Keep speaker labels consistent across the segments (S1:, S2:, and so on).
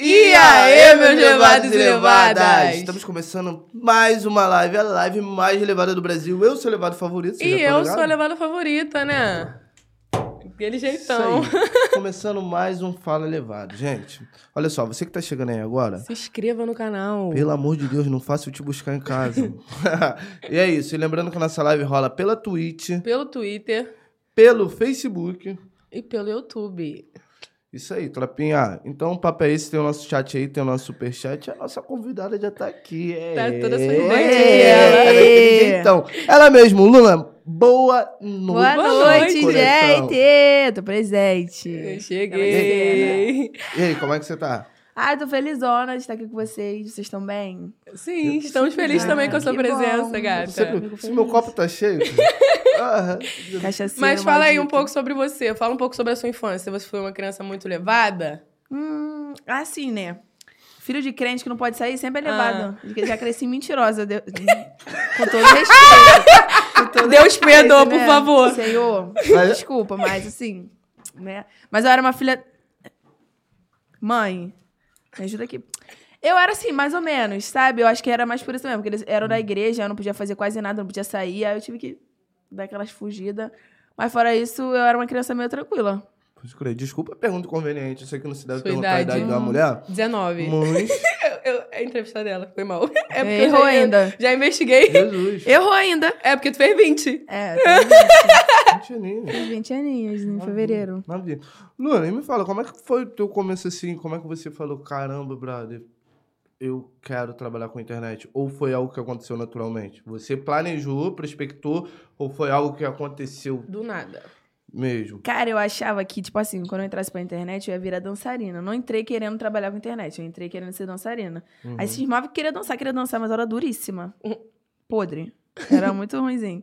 S1: E aí, meus levados e levadas?
S2: Estamos começando mais uma live, a live mais levada do Brasil. Eu sou o levado favorito, você
S1: E
S2: já tá
S1: eu
S2: ligado?
S1: sou a levada favorita, né? Aquele
S2: Isso
S1: jeitão.
S2: aí. Começando mais um Fala Levado. Gente, olha só, você que tá chegando aí agora,
S1: Se inscreva no canal.
S2: pelo amor de Deus, não faça eu te buscar em casa. e é isso, e lembrando que a nossa live rola pela Twitch,
S1: Pelo Twitter
S2: pelo Facebook...
S1: e pelo YouTube.
S2: Isso aí, tropinha. Então o papo é esse, tem o nosso chat aí, tem o nosso superchat. A nossa convidada já tá aqui. É.
S1: Tá toda
S2: Ela tá daquele jeitão. Ela mesmo, Luna, boa noite.
S3: Boa,
S1: Boa
S3: noite,
S2: coração.
S3: gente! Tô
S1: Eu
S3: presente.
S1: cheguei.
S2: E aí, como é que você tá?
S3: Ai, tô felizona de estar aqui com vocês. Vocês estão bem?
S1: Sim, estamos felizes
S3: Ah,
S1: também com a sua
S3: que
S1: presença,
S3: bom.
S1: gata.
S2: Sempre-
S3: Fico
S2: se meu
S3: feliz.
S2: copo tá cheio. ah,
S3: Cachaceira,
S1: Mas fala aí um
S3: maldita.
S1: pouco sobre você. Fala um pouco sobre a sua infância. Você foi uma criança muito levada?
S3: Hum, assim, né? Filho de crente que não pode sair sempre é
S1: Ah.
S3: levado. Eu Já cresci mentirosa. Deus- Com todo respeito. Com todo
S1: Deus perdoa,
S3: respeito, né?
S1: por favor.
S3: Senhor,
S2: Mas-
S3: desculpa, mas assim... Né? Mas eu era uma filha... Mãe, me ajuda aqui. Eu era assim, mais ou menos, sabe? Eu acho que era mais por isso mesmo, porque eles eram da igreja, eu não podia fazer quase nada, eu não podia sair, aí eu tive que dar aquelas fugidas. Mas fora isso, eu era uma criança meio tranquila.
S2: pode crer. Desculpa a pergunta inconveniente. Eu sei que não se deve
S1: Sua
S2: perguntar a
S1: idade.
S2: idade de uma mulher.
S1: 19.
S2: Mas,
S1: Eu, eu- a entrevista dela foi mal. É porque eu já,
S3: Errou
S1: eu
S3: ainda.
S1: já investiguei.
S2: Jesus,
S3: Errou ainda.
S1: É porque tu fez 20.
S3: É, tem
S2: gente, anime.
S3: 20 aninhos né, em fevereiro.
S2: Maravilha. Luna, e me fala, como é que foi o teu começo assim? Como é que você falou, caramba, brother, eu quero trabalhar com internet? Ou foi algo que aconteceu naturalmente? Você planejou, prospectou, ou foi algo que aconteceu
S1: Do nada.
S2: mesmo?
S3: Cara, eu achava que, tipo assim, quando eu entrasse pra internet, eu ia virar dançarina. Eu Não entrei querendo trabalhar com internet, eu entrei querendo ser dançarina.
S2: Uhum.
S3: Aí cismava que queria dançar, queria dançar, mas eu era duríssima. Podre. Era muito ruimzinho.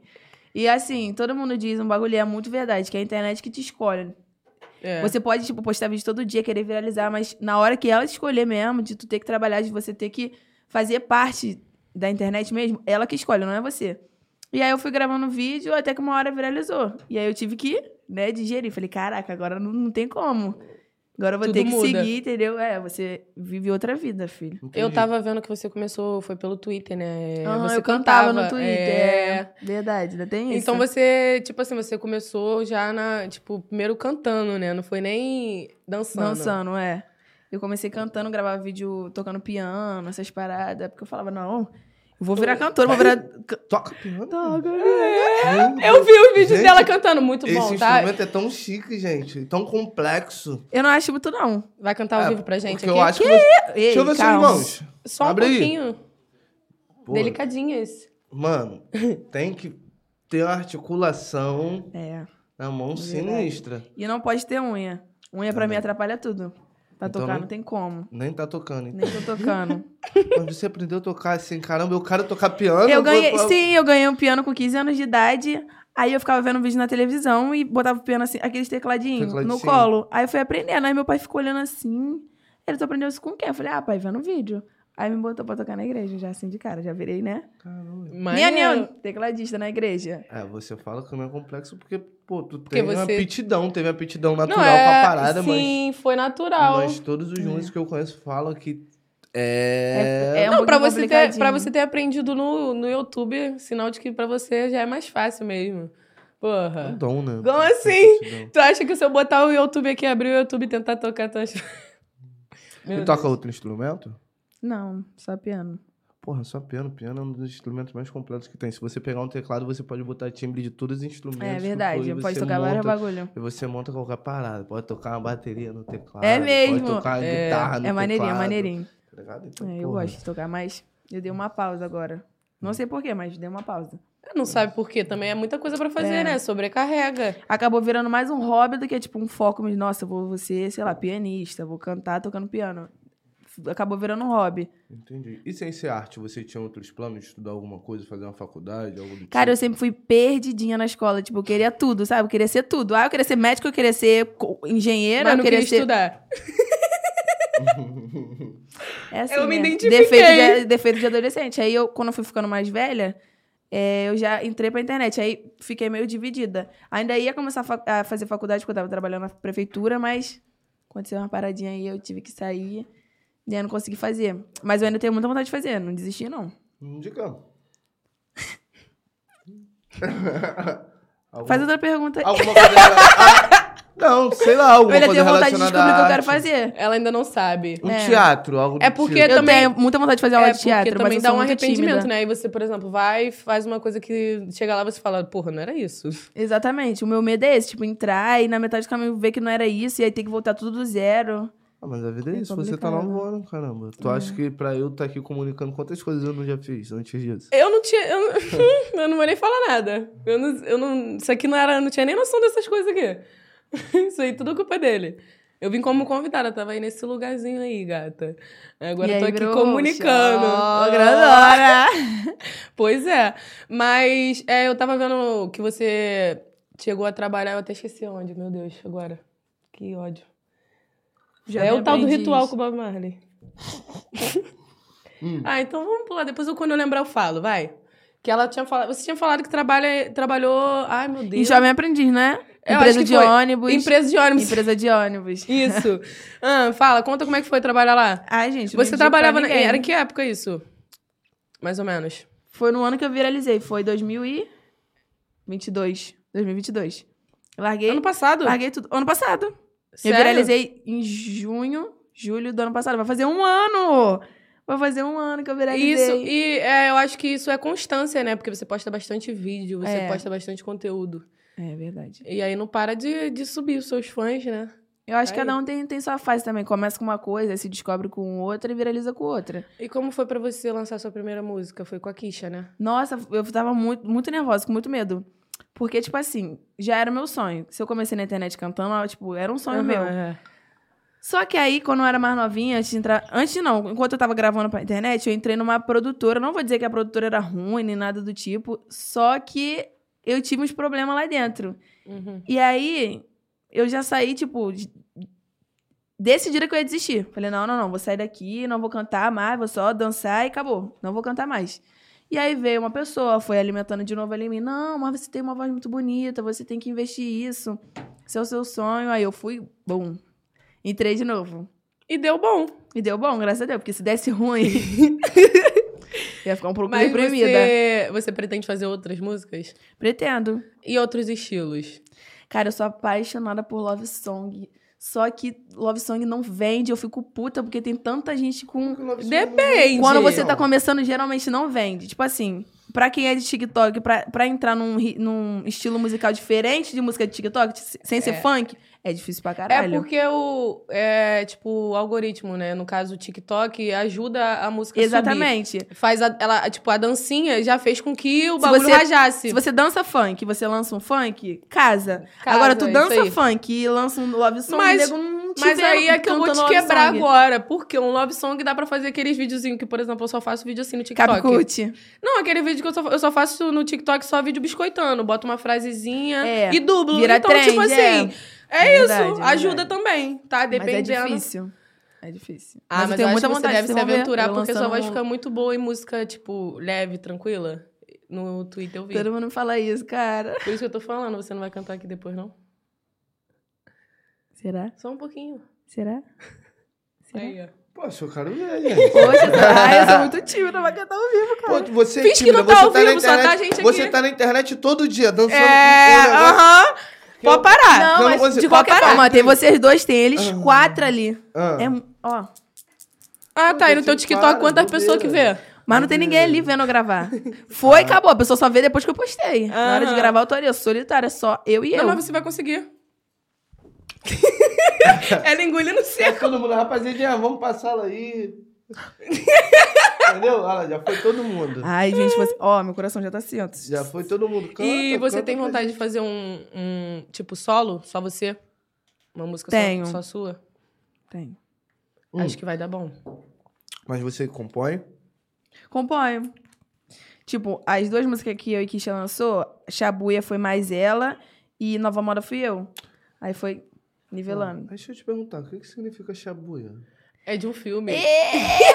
S3: E assim, todo mundo diz um bagulho e é muito verdade, que é a internet que te escolhe.
S1: É.
S3: Você pode, tipo, postar vídeo todo dia, querer viralizar, mas na hora que ela escolher mesmo, de tu ter que trabalhar, de você ter que fazer parte da internet mesmo, ela que escolhe, não é você. E aí eu fui gravando vídeo até que uma hora viralizou. E aí eu tive que, né, digerir. Falei, caraca, agora não, não tem como. Agora eu vou
S1: Tudo
S3: ter que
S1: muda.
S3: seguir, entendeu? É, você vive outra vida, filho.
S1: Eu
S2: Entendi. Ah,
S1: tava vendo que você começou, foi pelo Twitter, né?
S3: Aham,
S1: você
S3: eu cantava, no Twitter.
S1: é.
S3: É... Verdade, ainda tem isso.
S1: Então você, tipo assim, você começou já na, tipo, primeiro cantando, né? Não foi nem dançando.
S3: Dançando, é. Eu comecei cantando, gravava vídeo tocando piano, essas paradas, porque eu falava, não, eu vou virar cantora, vou virar.
S2: Toca piano.
S1: Eu vi os vídeos
S2: Gente,
S1: dela cantando, muito
S2: Esse
S1: bom, tá?
S2: instrumento é tão chique, gente. Tão complexo.
S3: Eu não acho muito, não.
S1: Vai cantar ao
S2: É,
S1: vivo pra gente
S2: porque
S1: aqui? é
S2: eu acho que você...
S3: Ei,
S2: Deixa eu ver
S3: calma.
S2: suas mãos.
S1: Só um
S2: Abre aí.
S1: pouquinho.
S2: Pô,
S1: Delicadinhas.
S2: Mano, tem que ter uma articulação
S3: É.
S2: na mão
S3: Verdade.
S2: sinistra.
S3: E não pode ter unha. Unha pra mim atrapalha tudo. Pra
S2: Então,
S3: tocar
S2: né?
S3: não tem como.
S2: Nem tá tocando, então.
S3: Nem tô tocando.
S2: Mas você aprendeu a tocar assim, caramba, eu quero tocar piano. vou-
S3: eu ganhei.
S2: vou-
S3: Sim, eu ganhei um piano com 15 anos de idade. Aí eu ficava vendo um vídeo na televisão e botava o piano assim, aqueles tecladinhos
S2: Tecladinho.
S3: no colo. Aí eu fui aprendendo. Aí meu pai ficou olhando assim. Ele, tu aprendeu isso com quem? Eu falei, ah, pai, vendo vídeo. Aí me botou pra tocar na igreja, já assim de cara, já virei, né?
S2: Caramba.
S3: Minha,
S1: Maneiro.
S3: minha, tecladista na igreja.
S2: É, você fala que não é complexo porque, pô, tu
S1: Porque
S2: tem uma
S1: você-
S2: aptidão, teve uma aptidão
S1: Não,
S2: natural
S1: é...
S2: pra parada, mas,
S1: Sim, foi natural.
S2: mas todos os músicos que eu conheço falam que é...
S3: É, é um
S1: Não, pra
S3: pouquinho
S1: você, ter, pra
S3: complicadinho.
S1: você ter aprendido no, no YouTube, sinal de que pra você já é mais fácil mesmo.
S2: É um
S1: Porra.
S2: dom, né?
S1: Como assim?
S2: Aptidão.
S1: Tu acha que se eu botar o YouTube aqui, abrir o YouTube e tentar tocar tuas... Meu
S2: E
S3: Então-
S2: toca outro instrumento?
S3: Não, só piano.
S2: Porra, só piano. Piano é um dos instrumentos mais completos que tem. Se você pegar um teclado, você pode botar timbre de todos os instrumentos.
S3: É
S2: que
S3: verdade,
S2: for, e
S3: pode
S2: você
S3: tocar vários
S2: assim, monta-
S3: bagulho.
S2: E você monta qualquer parada. Pode tocar uma bateria no teclado.
S3: É mesmo.
S2: Pode tocar uma
S1: É.
S2: guitarra no
S3: É maneirinho, é
S2: teclado,
S3: maneirinho.
S2: tá ligado? Então,
S3: É, eu
S2: porra. Hum.
S3: gosto de tocar, mas eu dei uma pausa agora. Não sei porquê, mas dei uma pausa.
S1: Não sabe por quê. Também é muita coisa pra fazer,
S3: É.
S1: né? Sobrecarrega.
S3: Acabou virando mais um hobby do que, tipo, um foco. Mas, nossa, eu vou vou ser, sei lá, pianista, vou cantar tocando piano. F- Acabou virando um hobby.
S2: Entendi. E sem ser arte, você tinha outros planos de estudar alguma coisa, fazer uma faculdade, algo do
S3: Cara, eu
S2: tipo?
S3: sempre fui perdidinha na escola. Tipo, eu queria tudo, sabe? Eu queria ser tudo. Ah, eu queria ser médico, eu queria ser co- engenheira,
S1: Mas
S3: eu
S1: não
S3: queria
S1: queria
S3: ser.
S1: estudar.
S3: É assim,
S1: Eu me
S3: né?
S1: identifiquei.
S3: Defeito de, defeito de adolescente. Aí eu, quando eu fui ficando mais velha, é, eu já entrei pra internet. Aí fiquei meio dividida. Ainda ia começar a, fa- a fazer faculdade, porque eu tava trabalhando na prefeitura, mas aconteceu uma paradinha aí, eu tive que sair. E aí eu não consegui fazer. Mas eu ainda tenho muita vontade de fazer, não desisti, não.
S2: Não Indicamos. alguma,
S3: Faz outra pergunta. aí.
S2: alguma coisa relacionada... Ah, não, sei lá,
S3: Eu
S2: alguma
S3: ainda
S2: coisa
S3: tenho
S2: relacionada
S3: vontade de descobrir o que eu quero
S2: à arte.
S3: fazer.
S1: Ela ainda não sabe.
S2: Um
S3: É.
S2: teatro, algo do
S1: É porque
S2: tipo.
S3: Eu
S1: também-
S3: tenho muita vontade de fazer aula
S1: é
S3: de
S1: porque
S3: teatro,
S1: também
S3: mas eu
S1: dá
S3: sou
S1: um
S3: muito
S1: arrependimento,
S3: tímida.
S1: né? Aí você, por exemplo, vai e faz uma coisa que chega lá você fala, porra, não era isso.
S3: Exatamente. O meu medo é esse, tipo, entrar e na metade do caminho ver que não era isso, e aí ter que voltar tudo do zero.
S2: Ah, mas a vida é
S3: É
S2: isso, você tá
S3: complicado. É.
S2: namorando, caramba. Tu acha que pra eu estar aqui comunicando quantas coisas eu não já fiz antes disso?
S1: Eu não tinha. Eu, não- eu não vou nem falar nada. Eu não, eu não, isso aqui não era. eu Não tinha nem noção dessas coisas aqui. Isso aí, tudo culpa dele. Eu vim como convidada, tava aí nesse lugarzinho aí, gata. Agora
S3: E
S1: eu tô
S3: aí
S1: aqui
S3: virou
S1: comunicando.
S3: Ó,
S1: Ah.
S3: grandona!
S1: Pois é. Mas é, eu tava vendo que você chegou a trabalhar, eu até esqueci onde, meu Deus, agora. Que ódio. é
S3: me
S1: o tal do
S3: aprendi
S1: ritual
S3: isso.
S1: com o Bob Marley.
S2: Hum.
S1: Ah, então vamos pular. Depois, eu, quando eu lembrar, eu falo, vai. Que ela tinha falado. Você tinha falado que trabalha, trabalhou. Ai, meu
S3: Em
S1: Deus.
S3: Jovem Aprendiz, né?
S1: Eu
S3: Empresa
S1: acho que
S3: de
S1: foi.
S3: ônibus.
S1: Empresa de ônibus.
S3: Empresa de ônibus.
S1: Isso. Ah, fala, conta como é que foi trabalhar lá.
S3: Ai, gente, não indico
S1: Você
S3: pra
S1: trabalhava. Na...
S3: ninguém.
S1: Era em que época isso? Mais ou menos.
S3: Foi no ano que eu viralizei, foi 2022. 2022. Larguei,
S1: Ano passado.
S3: larguei tudo. Ano passado.
S1: Sério?
S3: Eu viralizei em junho, julho do ano passado. Vai fazer um ano! Vai fazer um ano que eu viralizei.
S1: Isso, e é, eu acho que isso é constância, né? Porque você posta bastante vídeo, você
S3: É.
S1: posta bastante conteúdo.
S3: É verdade.
S1: E aí não para de, de subir os seus fãs, né?
S3: Eu acho que
S1: Aí.
S3: cada um tem, tem sua fase também. Começa com uma coisa, aí se descobre com outra e viraliza com outra.
S1: E como foi pra você lançar sua primeira música? Foi com a Kisha, né?
S3: Nossa, eu tava muito, muito nervosa, com muito medo. Porque, tipo assim, já era meu sonho. Se eu comecei na internet cantando, eu, tipo, era um sonho
S1: Aham,
S3: meu.
S1: é.
S3: Só que aí, quando eu era mais novinha, antes de entrar. Antes não, enquanto eu tava gravando pra internet, eu entrei numa produtora. Não vou dizer que a produtora era ruim nem nada do tipo. Só que eu tive uns problemas lá dentro.
S1: Uhum.
S3: E aí, eu já saí, tipo, de- decidida que eu ia desistir. Falei, não, não, não, vou sair daqui, não vou cantar mais, vou só dançar e acabou. Não vou cantar mais. E aí veio uma pessoa, foi alimentando de novo ali em mim. Não, mas você tem uma voz muito bonita, você tem que investir isso. Esse é o seu sonho. Aí eu fui, bom, entrei de novo.
S1: E deu bom.
S3: E deu bom, graças a Deus, porque se desse ruim, ia ficar um pouco
S1: Mas
S3: deprimida.
S1: você, você pretende fazer outras músicas?
S3: Pretendo.
S1: E outros estilos?
S3: Cara, eu sou apaixonada por Love Song. Só que Love Song não vende, eu fico puta porque tem tanta gente com.
S1: Depende.
S3: Quando você
S1: Não.
S3: tá começando, geralmente não vende. Tipo assim, pra quem é de TikTok, pra, pra entrar num, ri- num estilo musical diferente de música de TikTok, de- sem ser
S1: É.
S3: funk, é difícil pra
S1: É
S3: caralho.
S1: porque o, é, tipo, o algoritmo, né? No caso, o TikTok ajuda a música a subir.
S3: Exatamente.
S1: Faz a, ela, tipo, a dancinha já fez com que o bagulho
S3: você-
S1: rajasse.
S3: Se você dança funk, você lança um funk, casa.
S1: Casa,
S3: Agora, tu
S1: isso
S3: dança
S1: aí.
S3: funk e lança um love song,
S1: Mas-
S3: o nego não te
S1: Mas
S3: vê
S1: aí é que eu vou
S3: cantando
S1: te
S3: love
S1: quebrar
S3: song.
S1: agora. Porque um love song dá pra fazer aqueles videozinhos que, por exemplo, eu só faço vídeo assim no TikTok.
S3: Capicute.
S1: Não, aquele vídeo que eu só, eu só faço no TikTok só vídeo biscoitando. Boto uma frasezinha
S3: É.
S1: e dublo.
S3: Vira
S1: então,
S3: trend,
S1: tipo assim,
S3: é.
S1: é,
S3: É
S1: isso.
S3: verdade, é
S1: ajuda
S3: verdade.
S1: também, tá? Dependendo.
S3: Mas é difícil. É difícil.
S1: Ah, mas,
S3: eu tenho
S1: eu
S3: muita
S1: acho que
S3: vontade
S1: você deve
S3: de
S1: se
S3: desenvolver.
S1: aventurar,
S3: Eu
S1: porque sua
S3: lançando
S1: voz
S3: um-
S1: fica muito boa em música, tipo, leve, tranquila. No Twitter eu vi.
S3: Todo mundo fala isso, cara.
S1: Por isso que eu tô falando, você não vai cantar aqui depois, não?
S3: Será?
S1: Só um pouquinho.
S3: Será? Será?
S1: Aí, ó.
S2: Poxa, eu quero ver, gente.
S3: Poxa, ai, eu sou muito tímida, vai cantar um ao vivo, cara.
S2: Pô, você é
S1: Finge que
S2: tímida,
S1: não tá
S2: você
S1: ao vivo, só tá
S2: internet,
S1: a gente aqui.
S2: Você tá na internet todo dia, dançando.
S1: É,
S2: com né? o negócio.
S1: aham. Pode parar.
S3: Não,
S2: Não,
S3: mas
S2: você-
S3: de qualquer
S1: Parar.
S3: forma, tem vocês dois, tem eles
S2: Ah.
S3: quatro ali.
S2: Ah.
S3: É, mu- ó.
S1: Ah, tá. E no
S2: Você
S1: teu TikTok,
S2: para,
S1: quantas pessoas que vê?
S3: Mas não tem ninguém ali vendo eu gravar. Foi, acabou. A pessoa só vê depois que eu postei. Na hora de
S1: Aham.
S3: gravar, eu tô ali, eu solitária, só eu e
S1: Não,
S3: eu.
S1: mas você vai conseguir. Ela engolindo
S2: Tá
S1: seco.
S2: todo mundo, rapaziadinha, vamos passá-la aí. Entendeu? Olha lá, já foi todo mundo.
S3: Ai, gente, você... ó, meu coração já tá assim, ó.
S2: Já foi todo mundo. Canta,
S1: E você
S2: canta
S1: tem
S2: pra
S1: vontade
S2: gente.
S1: de fazer um, um, tipo, solo? Só você? Uma música só-
S3: Tenho.
S1: Só, sua?
S3: Tem.
S2: Hum.
S1: Acho que vai dar bom.
S2: Mas você compõe?
S3: Componho. Tipo, as duas músicas que eu e Kisha lançou, Shabuia foi mais ela e Nova Moda fui eu. Aí foi nivelando.
S2: Ah, Deixa eu te perguntar, o que, que significa shabuya?
S1: É de um filme.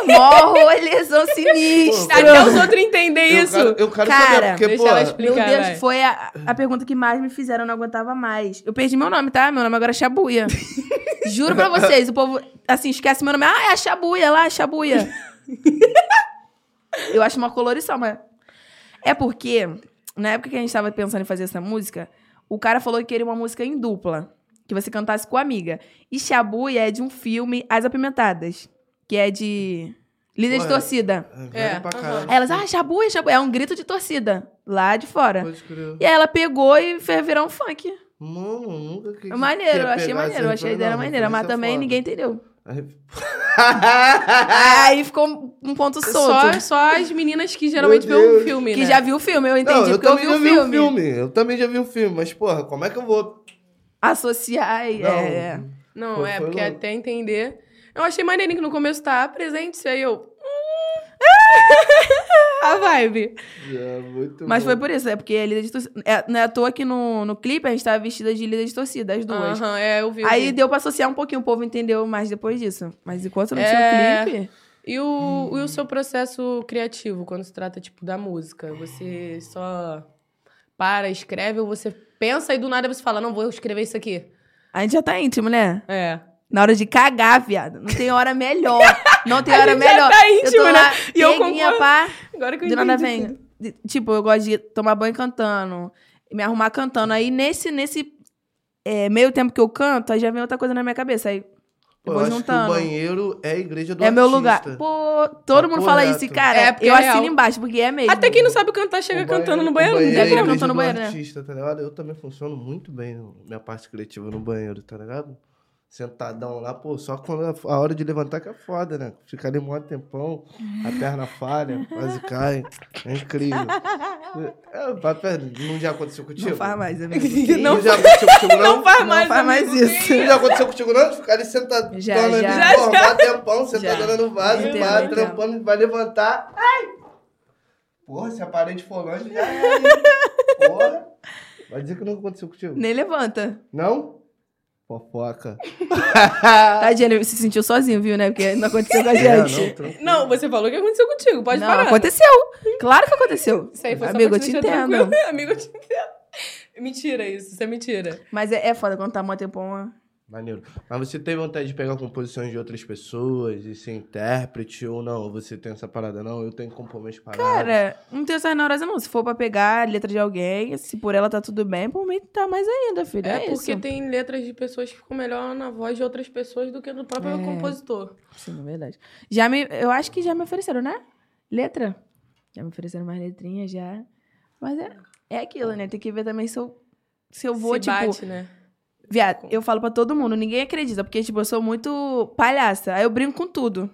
S3: Morro, lesão sinistra.
S1: Até os outros entendem isso.
S2: Eu quero, eu quero
S3: Cara,
S2: saber, porque,
S1: deixa
S2: pô...
S1: ela explicar.
S3: Meu Deus,
S1: vai.
S3: foi a, a pergunta que mais me fizeram, eu não aguentava mais. Eu perdi meu nome, tá? Meu nome agora é Shabuia. Juro pra vocês, o povo, assim, esquece meu nome. Ah, é a Shabuia lá, a Shabuia. eu acho uma colorição, mas... É porque, na época que a gente tava pensando em fazer essa música, o cara falou que queria uma música em dupla, que você cantasse com a amiga. E Shabuia é de um filme, As Apimentadas, que é de... Líder de
S2: Porra.
S3: torcida.
S2: velho
S1: É,
S2: pra
S1: aham.
S2: caralho.
S3: Aí elas, ah, Shabuia, Shabuia. É um grito de torcida, lá de fora.
S2: Pode crer.
S3: E aí ela pegou e fez virar um funk.
S2: Mano, nunca que.
S3: Maneiro, eu
S2: que é
S3: achei
S2: pegar
S3: maneiro, eu
S2: essa
S3: achei
S2: referência,
S3: a ideia
S2: não,
S3: maneira, mas
S2: referência
S3: também
S2: foda. É.
S3: ninguém entendeu.
S2: Aí-
S3: Aí ficou um ponto
S1: Só,
S3: solto.
S1: só as meninas que geralmente
S2: Meu
S1: vê o
S2: Deus.
S1: filme,
S3: Que
S1: né?
S3: já viu o filme, eu entendi,
S2: Não, eu
S3: porque eu
S2: também
S3: vi
S2: já
S3: o
S2: vi o
S3: filme.
S2: filme. Eu também já vi o filme, mas porra, como é que eu vou.
S3: Associar e.
S2: Não.
S3: É, é.
S1: Não,
S2: Foi-
S1: é,
S2: foi
S1: porque
S2: louco.
S1: até entender. Eu achei maneirinho que no começo tá "Ah, presente, aí eu. A vibe.
S2: É, muito
S3: Mas
S2: bom.
S3: foi por isso, é porque é líder de torcida. É, não é à toa que no, no clipe a gente tava vestida de líder de torcida, as duas.
S1: Aham, é, eu vi. eu
S3: Aí
S1: vi.
S3: deu pra associar um pouquinho, o povo entendeu mais depois disso. Mas enquanto não
S1: É.
S3: tinha o clipe.
S1: E o, e o seu processo criativo, quando se trata, tipo, da música? Você só para, escreve, ou você pensa e do nada você fala, não, vou escrever isso aqui.
S3: A gente já tá íntimo, né?
S1: É.
S3: Na hora de cagar, viado. Não tem hora melhor. Não tem
S1: A
S3: hora
S1: gente já
S3: melhor.
S1: tá íntimo, né? E eu
S3: peguinha,
S1: concordo.
S3: pá.
S1: Agora que eu
S3: Do nada
S1: entendi.
S3: vem. de- Tipo, eu gosto de tomar banho cantando, me arrumar cantando. Aí nesse, nesse é, meio tempo que eu canto, aí já vem outra coisa na minha cabeça. Aí
S2: Pô, eu
S3: eu vou
S2: acho
S3: juntando.
S2: que o banheiro é a igreja do
S3: É meu
S2: artista.
S3: lugar. Pô,
S2: Tá
S3: todo mundo fala
S2: correto.
S3: isso. E, cara,
S1: É, porque
S3: eu
S1: é
S3: assino
S1: real.
S3: embaixo, porque é mesmo.
S1: Até quem não sabe cantar
S2: O
S1: chega
S2: banheiro-
S1: cantando no
S2: o
S1: banheiro.
S2: banheiro
S1: não
S2: é a
S1: tem
S3: Deve, né?
S2: igreja
S1: problema.
S3: Não tô no
S2: do
S3: banheiro, né?
S2: artista, tá ligado? Eu também funciono muito bem no- minha parte criativa no banheiro, tá ligado? Sentadão lá, pô, só quando a a hora de levantar que é foda, né? Ficar ali um maior tempão, a perna falha, quase cai. É incrível. É, vai, pera, não é já aconteceu contigo?
S3: Não faz mais, amigo.
S1: Não
S3: Que
S2: Não
S3: isso?
S2: já aconteceu contigo, então, não?
S1: Não faz
S3: Não
S1: mais,
S3: faz mais
S1: amigo.
S3: isso.
S2: Não já aconteceu contigo, não? De Ficar ali sentadona
S3: Já,
S2: ali,
S3: já.
S2: porra, mó tempão, sentadona
S3: Já. Então,
S2: no vaso,
S3: Entendo,
S2: vai
S3: entendo.
S2: trampando, vai levantar. Ai! Porra, se a parede for longe, já é. hein? Porra! Vai dizer que não aconteceu contigo?
S3: Nem levanta.
S2: Não? Fofoca.
S3: Tadinha, ele se sentiu sozinho, viu, né? Porque não aconteceu com
S2: É,
S3: a Tá, gente.
S2: não, tranquilo.
S1: Não, você falou que aconteceu contigo, pode
S3: não,
S1: parar.
S3: aconteceu. Claro que aconteceu.
S1: Isso aí foi
S3: Amigo,
S1: só pra
S3: eu
S1: te
S3: te
S1: deixar
S3: entendo.
S1: tranquilo. Amigo, eu te entendo. Mentira isso, isso é mentira.
S3: Mas é, é foda quando tá mó tempão. ó.
S2: Maneiro. Mas você tem vontade de pegar composições de outras pessoas e ser intérprete ou não? Você tem essa parada, não? Eu tenho que compor minhas paradas.
S3: Cara, não tenho essa neurose, não. Se for pra pegar a letra de alguém, se por ela tá tudo bem, por mim tá mais ainda, filho.
S1: É,
S3: É,
S1: porque
S3: isso.
S1: tem letras de pessoas que ficam melhor na voz de outras pessoas do que do próprio
S3: É.
S1: compositor.
S3: Sim, é verdade. Já me, eu acho que já me ofereceram, né? Letra. Já me ofereceram mais letrinhas, já. Mas é, é aquilo, né? Tem que ver também se eu, se eu vou,
S1: Se
S3: tipo...
S1: bate, né?
S3: Viado, eu falo pra todo mundo, ninguém acredita, porque, tipo, eu sou muito palhaça. Aí eu brinco com tudo.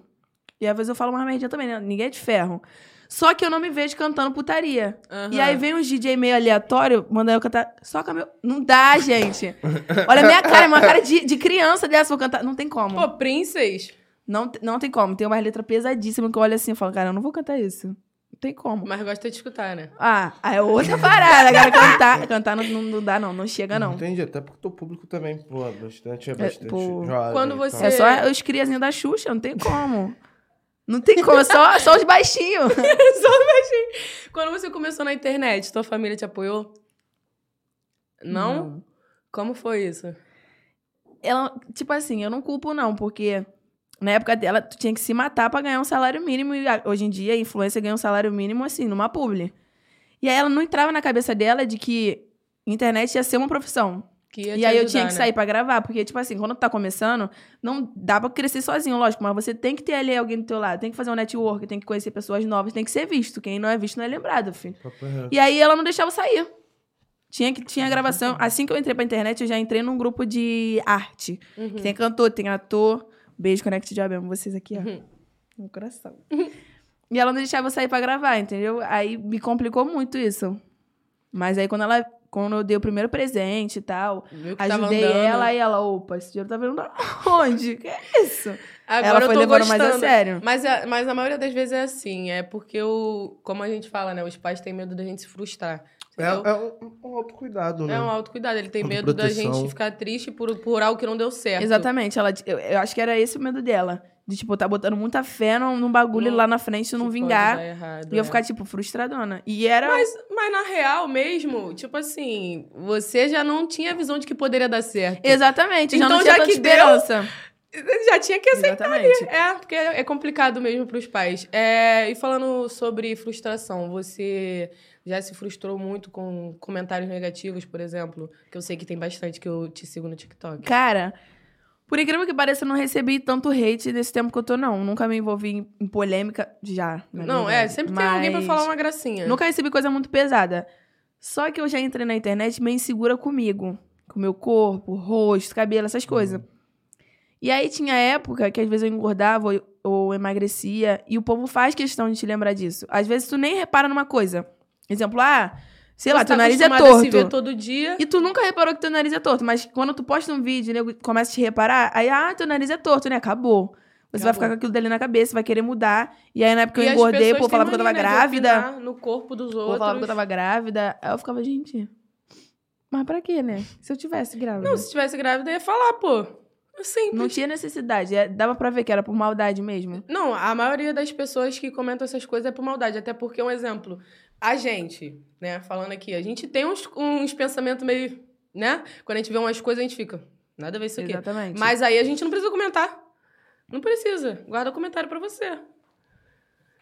S3: E às vezes eu falo uma merdinha também, né? Ninguém é de ferro. Só que eu não me vejo cantando putaria. E
S1: Ah.
S3: aí vem uns DJ meio aleatório, mandando eu cantar. Soca meu. Não dá, gente. Olha a minha cara, é uma cara de, de criança dessa, vou cantar. Não tem como.
S1: Pô, Princess.
S3: Não, te- não tem como. Tem uma letra pesadíssima que eu olho assim e falo, cara, eu não vou cantar isso. Não tem como.
S1: Mas gosta de escutar, né?
S3: Ah, aí é outra parada. Agora cantar, cantar não, não, não dá, não. Não chega, não.
S2: Entendi, até porque o teu público também, pô, é bastante, é bastante
S3: pô,
S2: jovem
S1: quando
S2: e
S1: você-
S3: É só os criazinhos da Xuxa, não tem como. Não tem como, é só, só os baixinhos.
S1: Só imagina. Quando você começou na internet, tua família te apoiou? Não? Como foi isso?
S3: ela, tipo assim, eu não culpo não, porque na época dela tu tinha que se matar pra ganhar um salário mínimo e a- hoje em dia a influência ganha um salário mínimo assim, numa publi. E aí ela não entrava na cabeça dela de que internet ia ser uma profissão.
S1: Que ia
S3: e
S1: te
S3: aí eu
S1: ajudar,
S3: tinha que
S1: né?
S3: sair pra gravar, porque tipo assim, quando tu tá começando, não dá pra crescer sozinho, lógico, mas você tem que ter ali alguém do teu lado, tem que fazer um network, tem que conhecer pessoas novas, tem que ser visto, quem não é visto não é lembrado, filho.
S2: Papo reto.
S3: E aí ela não deixava eu sair. Tinha que
S1: Uhum.
S3: tinha gravação. Assim que eu entrei pra internet, eu já entrei num grupo de arte.
S1: Uhum.
S3: Que tem cantor, tem ator. Beijo, Connect Job, amo vocês aqui, ó. No coração. e ela não deixava eu sair pra gravar, entendeu? Aí me complicou muito isso. Mas aí quando ela. Quando eu dei o primeiro presente e tal,
S1: Viu que tava
S3: ajudei
S1: andando.
S3: ela e ela, opa, esse dinheiro tá vindo da onde? Que é isso?
S1: Agora
S3: ela
S1: eu
S3: foi
S1: tô
S3: levando
S1: gostando.
S3: mais a sério.
S1: Mas a, mas a maioria das vezes é assim. É porque, o, como a gente fala, né? Os pais têm medo da gente se frustrar.
S2: É,
S1: entendeu?
S2: é um, um autocuidado, né?
S1: É um autocuidado. Ele tem
S2: Uma
S1: medo da
S2: proteção.
S1: gente ficar triste por, por algo que não deu certo.
S3: Exatamente, ela, eu, eu acho que era esse o medo dela. De, tipo, tá botando muita fé num, num bagulho
S1: Não,
S3: lá na frente e não
S1: Que pode
S3: vingar.
S1: dar errado,
S3: E eu
S1: é.
S3: ficar, tipo, frustradona. E era.
S1: Mas, mas na real mesmo, tipo assim, você já não tinha a visão de que poderia dar certo.
S3: Exatamente. já
S1: Então,
S3: não tinha
S1: já
S3: tanta
S1: que deu,
S3: esperança.
S1: Já tinha que aceitar.
S3: Exatamente.
S1: É, porque é complicado mesmo pros pais. É, e falando sobre frustração, você já se frustrou muito com comentários negativos, por exemplo? Que eu sei que tem bastante que eu te sigo no TikTok.
S3: Cara, por incrível que pareça, eu não recebi tanto hate nesse tempo que eu tô, não. Nunca me envolvi em, em polêmica. Já. na
S1: Não, é,
S3: verdade.
S1: sempre tem alguém pra
S3: Mas
S1: falar uma gracinha.
S3: Nunca recebi coisa muito pesada. Só que eu já entrei na internet meio insegura comigo. Com meu corpo, rosto, cabelo, essas coisas. E aí tinha época que às vezes eu engordava ou, ou emagrecia. E o povo faz questão de te lembrar disso. Às vezes tu nem repara numa coisa. Exemplo, ah, sei lá,
S1: Você tá
S3: teu nariz é
S1: acostumada a se
S3: torto.
S1: ver todo dia.
S3: E tu nunca reparou que teu nariz é torto, mas quando tu posta um vídeo e nego começa a te reparar, aí, ah, teu nariz é torto, né? Acabou. Você vai
S1: Acabou.
S3: ficar com aquilo dali na cabeça, vai querer mudar. E aí, na época que
S1: E
S3: eu
S1: as
S3: engordei, o
S1: pessoas têm
S3: povo falava que eu tava
S1: mania, né, de
S3: grávida.
S1: opinar No corpo dos
S3: O povo
S1: outros.
S3: falava que eu tava grávida. Aí eu ficava, gente, mas pra quê, né? Se eu tivesse grávida.
S1: Não, se tivesse grávida, eu ia falar, pô. Assim,
S3: Não tinha necessidade. é- Dava pra ver que era por maldade mesmo.
S1: Não, a maioria das pessoas que comentam essas coisas é por maldade. Até porque, um exemplo, a gente, né, falando aqui, a gente tem uns, uns pensamentos meio, né? Quando a gente vê umas coisas, a gente fica, nada a ver isso aqui.
S3: Exatamente.
S1: Mas aí a gente não precisa comentar. Não precisa. Guarda o comentário pra você.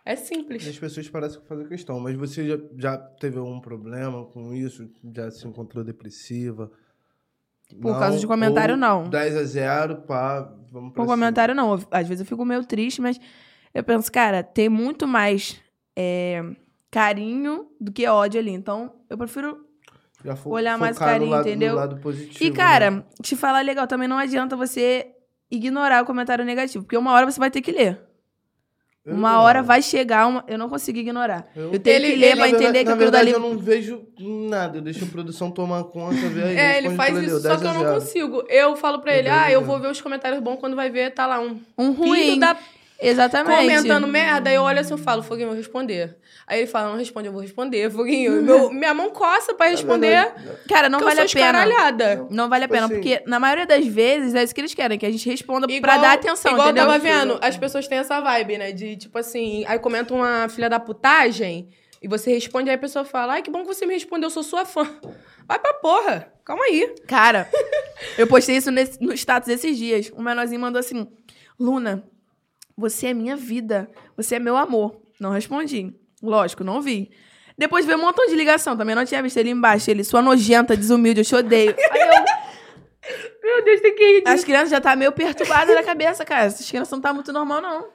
S1: É simples.
S2: As pessoas parecem que fazem questão, mas você já, já teve algum problema com isso? Já se encontrou depressiva?
S3: Por causa de comentário,
S2: Ou
S3: não.
S2: 10 a 0, pá, vamos pra
S3: Por
S2: cima.
S3: comentário, não. Eu- Às vezes eu fico meio triste, mas eu penso, cara, tem muito mais é, carinho do que ódio ali. Então, eu prefiro
S2: Já fo
S3: olhar mais
S2: focar no
S3: carinho,
S2: lado,
S3: entendeu?
S2: No lado positivo,
S3: E,
S1: Tipo,
S3: cara,
S2: né?
S3: te falar legal, também não adianta você ignorar o comentário negativo, porque uma hora você vai ter que ler.
S2: Eu
S3: uma
S2: não.
S3: hora vai chegar, uma... eu não consigo ignorar.
S2: Eu-
S3: Eu tenho
S1: Ele-
S3: que ler
S1: ele-
S3: pra
S2: Na
S3: entender
S2: verdade-
S3: que
S2: na
S3: aquilo
S2: verdade,
S3: dali...
S2: eu não vejo nada. Eu deixo a produção tomar conta, ver aí.
S1: É, ele
S2: responde
S1: faz
S2: pra
S1: isso,
S2: eu,
S1: só
S2: 10
S1: que
S2: a
S1: eu não
S2: 0.
S1: consigo. Eu falo pra ele,
S2: Eu vejo,
S1: ah, eu
S2: né?
S1: vou ver os comentários bons, quando vai ver, tá lá um
S3: Um ruim,
S1: filho da
S3: exatamente.
S1: comentando merda, eu olho assim eu falo, Foguinho, eu vou responder. Aí ele fala, não responde, eu vou responder, Foguinho. Meu- minha mão coça pra responder.
S3: Cara, não
S1: que
S3: vale
S1: eu
S3: a
S1: sou
S3: pena.
S1: escaralhada.
S2: Não,
S3: Não vale a
S2: Tipo
S3: pena,
S2: assim-
S3: porque na maioria das vezes é isso que eles querem, que a gente responda pra
S1: Igual-
S3: dar atenção,
S1: Igual eu
S3: entendeu?
S1: tava vendo, as pessoas têm essa vibe, né? De tipo assim, aí comenta uma filha da putagem e você responde, aí a pessoa fala, ai, que bom que você me respondeu, eu sou sua fã. Vai pra porra, calma aí.
S3: Cara, eu postei isso nesse- no status esses dias. Um menorzinho mandou assim: Luna, você é minha vida. Você é meu amor. Não respondi. Lógico, não vi. Depois veio um montão de ligação. Também não tinha visto ele embaixo. Ele, sua nojenta, desumilde, eu te odeio. Aí eu,
S1: Meu Deus, tem que ir.
S3: as crianças já tá meio perturbadas na cabeça, cara. Essas crianças não tá muito normal, não.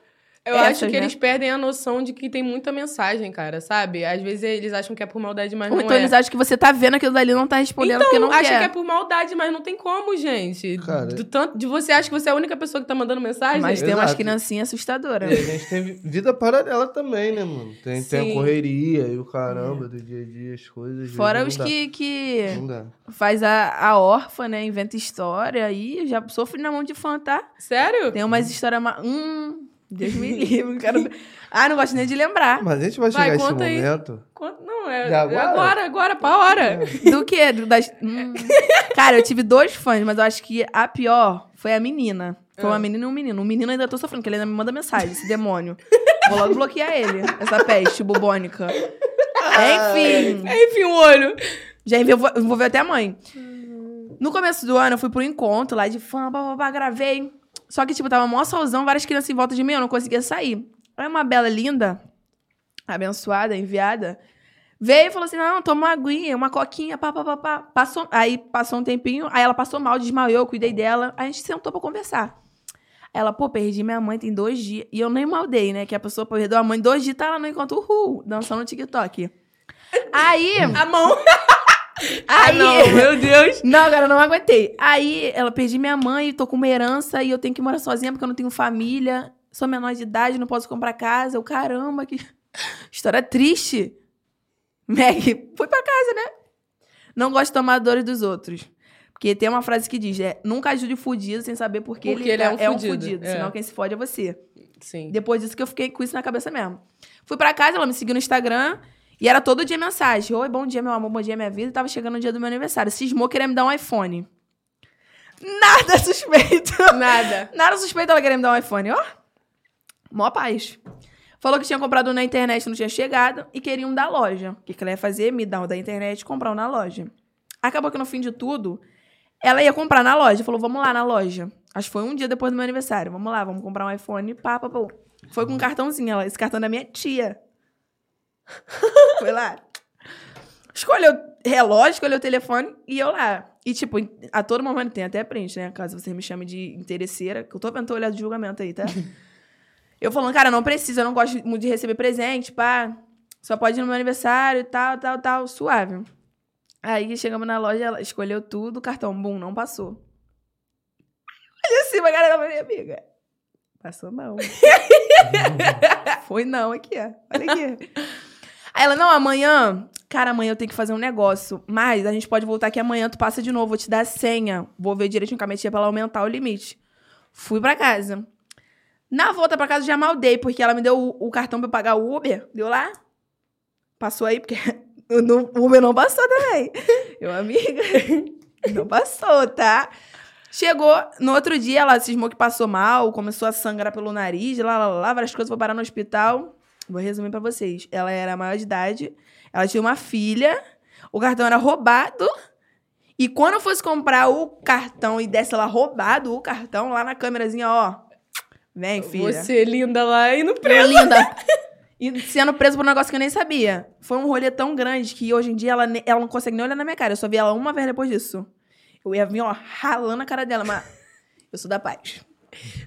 S1: Eu acho
S3: Essas,
S1: que
S3: né?
S1: eles perdem a noção de que tem muita mensagem, cara, sabe? Às vezes eles acham que é por maldade, mas
S3: Ou
S1: não
S3: então
S1: é.
S3: eles acham que você tá vendo aquilo dali e não tá respondendo porque não
S1: acha
S3: quer.
S1: que é por maldade, mas não tem como, gente.
S2: Cara,
S1: Do tanto de você acha que você é a única pessoa que tá mandando mensagem?
S3: Mas tem umas
S2: Exato.
S3: criancinhas
S2: E
S3: assustadoras.
S2: a gente tem vida paralela também, né, mano? Tem, tem
S1: Sim.
S2: a correria e o caramba do dia a dia, as coisas.
S3: Fora
S2: não
S3: os
S2: dá.
S3: que, que
S2: Não dá.
S3: faz a, a órfã, né? Inventa história aí. Já sofre na mão de fã, tá?
S1: Sério?
S3: Tem umas histórias mais. Hum, Deus me livre. não Quero... Ah, não gosto nem de lembrar.
S2: Mas a gente vai
S1: Vai,
S2: chegar nesse
S1: conta aí.
S2: momento.
S1: Quanto- Não, é.
S2: De agora?
S1: Agora, agora, pra hora.
S3: Do que? Das... hum. Cara, eu tive dois fãs, mas eu acho que a pior foi a menina. Foi uma
S1: Ah.
S3: menina e um menino. O menino ainda tô sofrendo, que ele ainda me manda mensagem, esse demônio. Vou logo bloquear ele, essa peste bubônica. Enfim.
S2: É.
S1: Enfim, o olho.
S3: Já envolveu, envolveu até a mãe. No começo do ano, eu fui pro encontro lá de fã, blá, blá, blá, gravei. Só que, tipo, tava mó solzão, várias crianças em volta de mim, eu não conseguia sair. Aí uma bela linda, abençoada, enviada, veio e falou assim, não, toma uma aguinha, uma coquinha, pá, pá, pá, pá. Passou, aí passou um tempinho, aí ela passou mal, desmaiou, eu cuidei dela. Aí a gente sentou pra conversar. Aí Ela, pô, perdi minha mãe tem dois dias. E eu nem maldei, né? Que a pessoa perdeu a mãe dois dias, tá lá no encontro, uhul, dançando no TikTok. Aí...
S1: A mão.
S3: Aí,
S1: Ah, meu Deus.
S3: não, cara, eu não aguentei. Aí ela perdi minha mãe, tô com uma herança e eu tenho que morar sozinha porque eu não tenho família, sou menor de idade, não posso comprar casa. Eu, caramba, que história triste. Meg, fui pra casa, né? Não gosto de tomar a dores dos outros. Porque tem uma frase que diz, é, nunca ajude o fudido sem saber porque,
S1: Porque ele é um fudido,
S3: tá, fudido.
S1: é.
S3: Senão quem se fode é você.
S1: Sim.
S3: Depois disso que eu fiquei com isso na cabeça mesmo. Fui pra casa, ela me seguiu no Instagram. E era todo dia mensagem. Oi, bom dia, meu amor, bom dia, minha vida. E tava chegando o dia do meu aniversário. Cismou queria me dar um iPhone. Nada suspeito.
S1: Nada.
S3: Nada suspeito ela querer me dar um iPhone, ó. Mó paz. Falou que tinha comprado um na internet, não tinha chegado, e queria um da loja. O que, que ela ia fazer? Me dar um da internet e comprar um na loja. Acabou que no fim de tudo, ela ia comprar na loja. Falou, vamos lá na loja. Acho que foi um dia depois do meu aniversário. Vamos lá, vamos comprar um iPhone. Pá, pá, pá. Foi com um cartãozinho. Ela, esse cartão é da minha tia. foi lá. Escolheu relógio, escolheu telefone e eu lá. E, tipo, a todo momento tem até print, né? Caso você me chame de interesseira, que eu tô vendo olhar de julgamento aí, tá? Eu falando, cara, não precisa, eu não gosto muito de receber presente, pá. Só pode ir no meu aniversário e tal, tal, tal. Suave. Aí chegamos na loja, ela escolheu tudo, cartão, bum, não passou. Olha assim pra cara da minha amiga. Passou não. Foi não, aqui, ó. Olha aqui. Aí ela, não, amanhã, cara, amanhã eu tenho que fazer um negócio. Mas a gente pode voltar aqui amanhã, tu passa de novo, vou te dar a senha. Vou ver direitinho com a minha tia pra ela aumentar o limite. Fui pra casa. Na volta pra casa, já maldei, porque ela me deu o, o cartão pra eu pagar o Uber. Deu lá? Passou aí, porque o no- o Uber não passou também. Eu, amiga, não passou, tá? Chegou, no outro dia, ela cismou que passou mal, começou a sangrar pelo nariz, lá, lá, lá, várias coisas, foi parar no hospital. Vou resumir pra vocês. Ela era maior de idade, ela tinha uma filha, o cartão era roubado, e quando eu fosse comprar o cartão e desse ela roubado o cartão, lá na câmerazinha, ó, vem, filha.
S1: Você linda lá e no
S3: Minha
S1: preso.
S3: linda. E sendo presa por um negócio que eu nem sabia. Foi um rolê tão grande que hoje em dia ela, ne- ela não consegue nem olhar na minha cara. Eu só vi ela uma vez depois disso. Eu ia vir, ó, ralando a cara dela, mas eu sou da paz.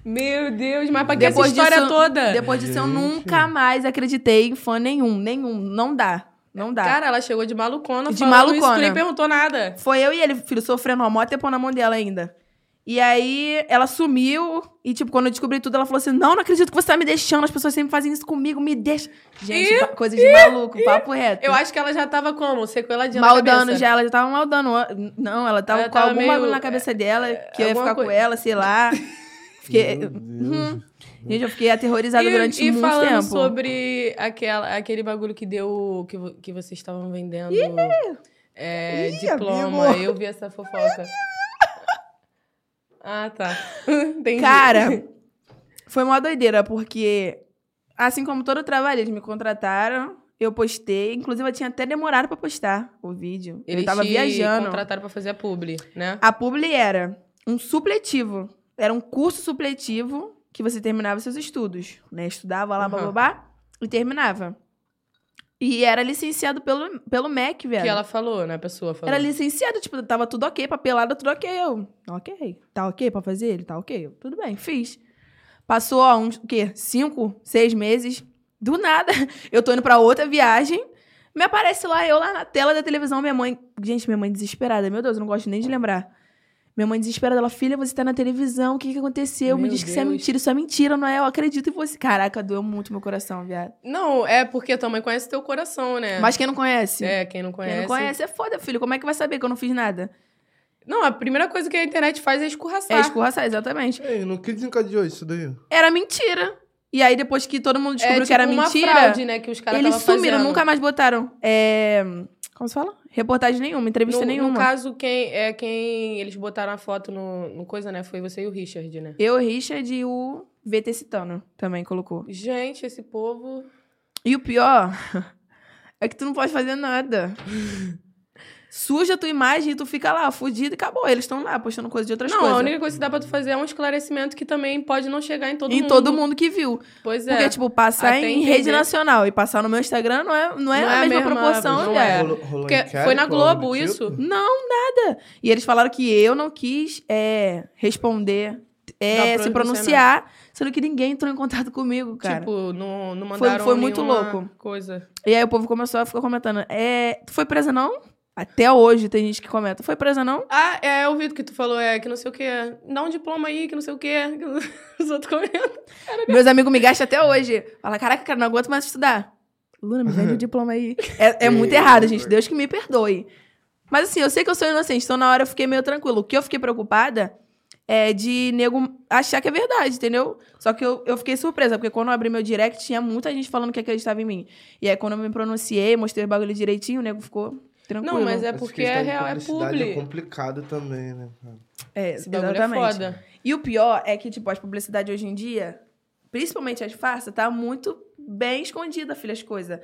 S1: Meu Deus, mas pra que essa
S3: Depois
S1: história
S3: disso-
S1: toda?
S3: Depois disso, eu
S2: Gente.
S3: nunca mais acreditei em fã nenhum. Nenhum. Não dá. Não dá.
S1: Cara, ela chegou de malucona,
S3: tá. De
S1: falando isso, tu
S3: malucona.
S1: nem perguntou nada.
S3: Foi eu e ele, filho, sofrendo ó, mó tempo na mão dela ainda. E aí, ela sumiu. E, tipo, quando eu descobri tudo, ela falou assim: Não, não acredito que você tá me deixando. As pessoas sempre fazem isso comigo, me deixa. Gente,
S1: Ih,
S3: pa- coisa de maluco, papo reto.
S1: Eu acho que ela já tava como? Sequeladinha na
S3: Maldando
S1: cabeça.
S3: já, ela já tava maldando. Não, ela tava
S1: Ela
S3: com
S1: tava
S3: algum
S1: meio- é,
S3: bagulho na cabeça dela, que eu ia
S1: alguma
S3: ficar com
S1: coisa.
S3: ela, sei lá. Fiquei.
S2: Meu Deus.
S1: Uhum.
S3: Hum. Gente, eu fiquei aterrorizada durante
S1: e
S3: muito
S1: falando
S3: tempo.
S1: sobre aquela, aquele bagulho que deu, que, vo- que vocês estavam vendendo é,
S3: Ih,
S1: diploma,
S3: amigo.
S1: eu vi essa fofoca. ah, tá. Entendi.
S3: Cara, foi uma doideira, porque assim como todo o trabalho, eles me contrataram, eu postei. Inclusive, eu tinha até demorado pra postar o vídeo.
S1: eles
S3: eu tava
S1: te
S3: viajando. Ah,
S1: contrataram pra fazer a publi, né?
S3: A publi era um supletivo. Era um curso supletivo que você terminava seus estudos, né? Estudava lá,
S1: Aham.
S3: bababá, e terminava. E era licenciado pelo, pelo MEC, velho.
S1: Que ela falou, né? A pessoa falou.
S3: é. Era licenciado, tipo, tava tudo ok, papelada, tudo ok. Eu, ok. Tá ok pra fazer ele? Tá ok. Eu, tudo bem, fiz. Passou, ó, uns, o quê? Cinco, seis meses. Do nada, eu tô indo pra outra viagem. Me aparece lá, eu lá na tela da televisão, minha mãe... Gente, minha mãe desesperada. Meu Deus, eu não gosto nem de lembrar. Minha mãe desesperada, ela, filha, você tá na televisão, o que que aconteceu? Me
S1: Meu
S3: diz que isso é
S1: Deus.
S3: mentira, isso é mentira, não é? Eu acredito em você. Caraca, doeu muito meu coração, viado.
S1: Não, é porque tua mãe conhece teu coração, né?
S3: Mas quem não conhece?
S1: É, quem não conhece.
S3: Quem não conhece é foda, filho. Como é que vai saber que eu não fiz nada?
S1: Não, a primeira coisa que a internet faz é escorraçar.
S3: É escorraçar, exatamente.
S2: Ei, no que desencadeou isso daí?
S3: Era mentira. E aí, depois que todo mundo descobriu
S1: é,
S3: que era
S1: tipo,
S3: mentira,
S1: uma fraude, né? Que os caras
S3: eles
S1: tava
S3: sumiram,
S1: fazendo.
S3: nunca mais botaram. É... Como se fala? Reportagem nenhuma, entrevista
S1: no,
S3: nenhuma.
S1: No caso, quem, é, quem eles botaram a foto no, no coisa, né? Foi você e o Richard, né?
S3: Eu, Richard e o VT Citano também colocou.
S1: Gente, esse povo.
S3: E o pior é que tu não pode fazer nada. Suja a tua imagem e tu fica lá, fudido e acabou. Eles estão lá postando coisa de outras
S1: não,
S3: coisas.
S1: a única coisa que dá pra tu fazer é um esclarecimento que também pode não chegar em todo
S3: em
S1: mundo.
S3: todo mundo que viu.
S1: Pois é.
S3: Porque, tipo, passar
S1: Até
S3: em rede
S1: entender.
S3: nacional e passar no meu Instagram não é, não é
S1: Não
S3: a
S1: é a
S3: mesma
S1: mesma-
S3: proporção,
S1: não
S3: velho.
S1: é.
S2: Rolou- rolou
S1: Porque
S2: inquérito,
S1: foi na
S2: algo do
S1: Globo
S2: tipo?
S1: isso?
S3: Não, nada. E eles falaram que eu não quis é, responder, é,
S1: Não, pronunciar
S3: se pronunciar, sendo que ninguém entrou em contato comigo, cara.
S1: Tipo, não, não mandaram
S3: foi muito
S1: nenhuma
S3: louco.
S1: coisa.
S3: E aí o povo começou a ficar comentando: é, tu foi presa não? Até hoje tem gente que comenta: foi presa não?
S1: Ah, é, eu vi o que tu falou, é, que não sei o quê. Dá um diploma aí, que não sei o quê. Os outros comentam.
S3: Meus amigos me gastam até hoje. Fala: caraca, cara, não aguento mais estudar. Luna, me vende o diploma aí. É, é muito errado, gente. Deus que me perdoe. Mas assim, eu sei que eu sou inocente, então na hora eu fiquei meio tranquilo. O que eu fiquei preocupada é de nego achar que é verdade, entendeu? Só que eu, eu fiquei surpresa, porque quando eu abri meu direct, tinha muita gente falando que acreditava em mim. E aí, quando eu me pronunciei, mostrei o bagulho direitinho, o nego ficou tranquilo.
S1: Não, mas é
S2: Essa
S1: porque
S2: questão
S1: é
S2: de
S1: real, é
S2: publicidade É
S1: publi.
S2: complicado também, né? cara?
S3: É,
S1: Esse bagulho é
S3: exatamente.
S1: foda.
S3: E o pior é que, tipo, as publicidades hoje em dia principalmente as farsas, tá muito bem escondida, filha, as coisas.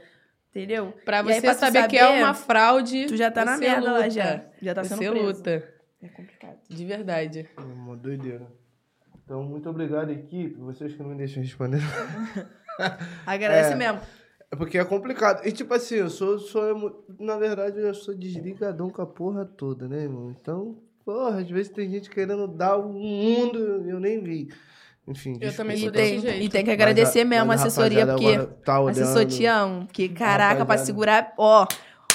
S3: Entendeu?
S1: Pra
S3: E aí,
S1: você
S3: pra tu
S1: saber, que é
S3: saber,
S1: uma fraude.
S3: Tu já tá na
S1: você é
S3: merda lá
S1: luta.
S3: já. Já tá sendo
S1: Você
S3: preso.
S1: luta.
S3: É complicado.
S1: De verdade.
S2: É Uma doideira. Então, muito obrigado, equipe. Vocês que não me deixam responder.
S3: Agradece
S2: É.
S3: mesmo.
S2: É porque é complicado. E tipo assim, eu sou, sou emo- na verdade, eu sou desligadão com a porra toda, né, irmão? Então, porra, às vezes tem gente querendo dar o mundo e eu nem vi. Enfim,
S1: Eu também
S3: E
S2: desculpa.
S1: sou
S2: tá?
S1: desse
S3: tem,
S1: jeito.
S3: e tem que agradecer
S2: Mas a-
S3: mesmo a
S2: mas
S3: assessoria,
S2: rapaziada
S3: porque.
S2: agora tá olhando.
S3: Assessor, te amo. Que caraca, pra
S2: Rapaziada.
S3: segurar, ó,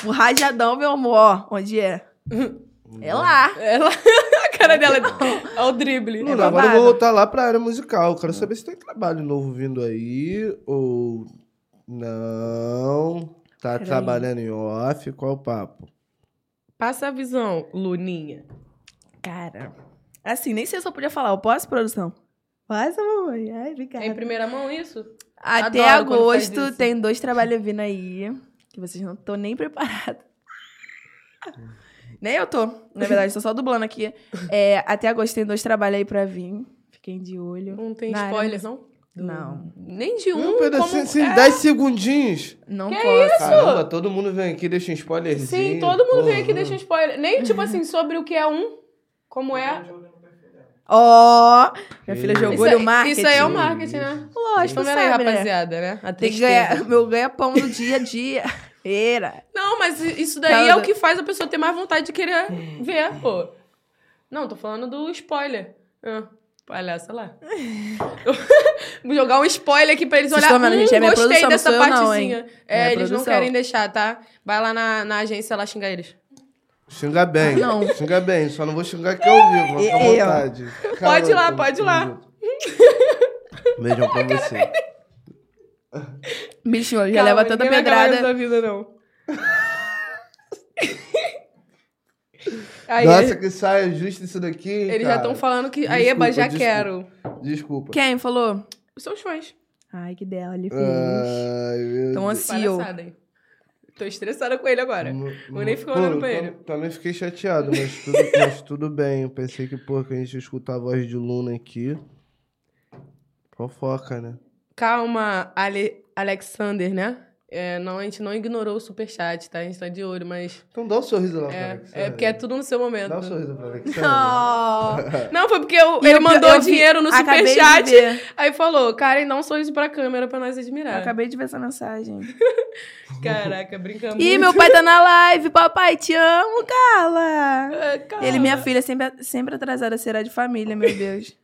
S3: o rajadão, meu amor, ó, onde é?
S2: Uhum.
S3: É lá.
S1: Ela, a cara dela. é- Olha o drible.
S2: Luna,
S3: babado.
S2: agora eu vou voltar lá pra área musical. Quero saber se tem trabalho novo vindo aí ou não. Tá
S3: Peraí.
S2: trabalhando em off, qual é o papo?
S1: Passa a visão, Luninha.
S3: Cara, assim, nem sei se eu podia falar. Eu posso, produção? Passa, mamãe. Ai,
S1: É em
S3: obrigada.
S1: primeira mão isso?
S3: Até
S1: Adoro quando faz
S3: agosto
S1: isso.
S3: tem dois trabalhos vindo aí, que vocês não estão nem preparados. nem eu tô, na verdade, tô só dublando aqui. É, até agosto tem dois trabalhos aí pra vir. Fiquem de olho.
S1: Não tem
S3: Na área
S1: spoiler, não?
S3: Não.
S1: Nem
S3: uh,
S1: de um.
S2: Um pedacinho
S1: como...
S2: assim,
S1: É,
S2: 10 segundinhos.
S3: Não posso.
S2: Caramba, todo mundo vem aqui e deixa um spoilerzinho.
S1: Sim, todo mundo vem aqui
S2: porra.
S1: e deixa spoiler. Nem tipo assim, sobre o que é um, como é.
S3: Ó, minha filha
S2: Isso
S3: jogou
S1: aí-
S3: no marketing.
S1: Isso aí é o marketing, né?
S3: Lógico,
S1: Tá vendo aí,
S3: sabe, né?
S1: rapaziada, né? A
S3: Tem que
S1: tristeza.
S3: ganhar meu ganha-pão do dia a dia. Era.
S1: Não, mas i- isso daí
S3: Causa-
S1: é o que faz a pessoa ter mais vontade de querer
S2: Hum.
S1: ver, pô. Não, tô falando do spoiler. Ah, palhaça lá. Vou jogar um spoiler aqui pra eles
S3: Vocês
S1: olharem.
S3: estão vendo, gente? É minha
S1: gostei
S3: produção, não
S1: dessa
S3: sou eu não,
S1: partezinha.
S3: É
S1: é,
S3: a
S1: eles não
S3: produção.
S1: querem deixar, tá? Vai lá na, na agência lá xingar eles.
S2: Xinga bem.
S3: Ah, não.
S2: Xinga bem, só não vou xingar aqui ao vivo, fica à
S3: Eu.
S2: vontade.
S1: Pode ir lá, pode ir lá.
S2: Beijão pra você.
S3: Bicho, já
S1: Calma,
S3: leva tanta
S1: ninguém vai acabar
S3: pedrada.
S1: essa vida, não. aí,
S2: Nossa, que saia justa isso daqui.
S1: eles já estão falando que. aí,
S2: Desculpa,
S1: Eba, já
S2: desculpa.
S1: quero.
S2: falando. Desculpa.
S3: tá- Quem falou?
S1: Os seus fãs.
S3: Ai, que dela, ele fez.
S2: Ai, Ah, meu
S3: Então,
S2: Deus.
S3: assim, eu.
S1: Palhaçada, hein? Tô estressada com ele agora.
S2: Mu-
S1: eu nem
S2: mu-
S1: fico olhando
S2: pô,
S1: pra
S2: eu
S1: ele.
S2: tam- Também fiquei chateado, mas tudo, mas tudo bem. Eu pensei que, pô, que a gente ia escutar a voz de Luna aqui. Fofoca, né?
S1: Calma, Ale- Alexander, né? É, não, a gente não ignorou o superchat, tá? A gente tá de olho, mas.
S2: Então dá um sorriso lá pra
S1: É,
S2: Alexandre.
S1: é porque é tudo no seu
S2: Dá um
S1: momento.
S2: sorriso pra Alexandre.
S3: Oh.
S1: Não, foi porque eu-
S3: E
S1: ele
S3: eu-
S1: mandou
S3: eu vi-
S1: dinheiro no
S3: acabei de
S1: superchat.
S3: ver.
S1: Aí falou, Karen, dá um sorriso pra câmera pra nós
S3: Eu
S1: admirar.
S3: acabei de ver essa mensagem.
S1: Caraca, brincamos.
S3: Ih, meu pai tá na live. Papai, te amo, Carla.
S1: Ah, calma.
S3: Ele, minha filha, sempre, sempre atrasada, será de família, meu Deus.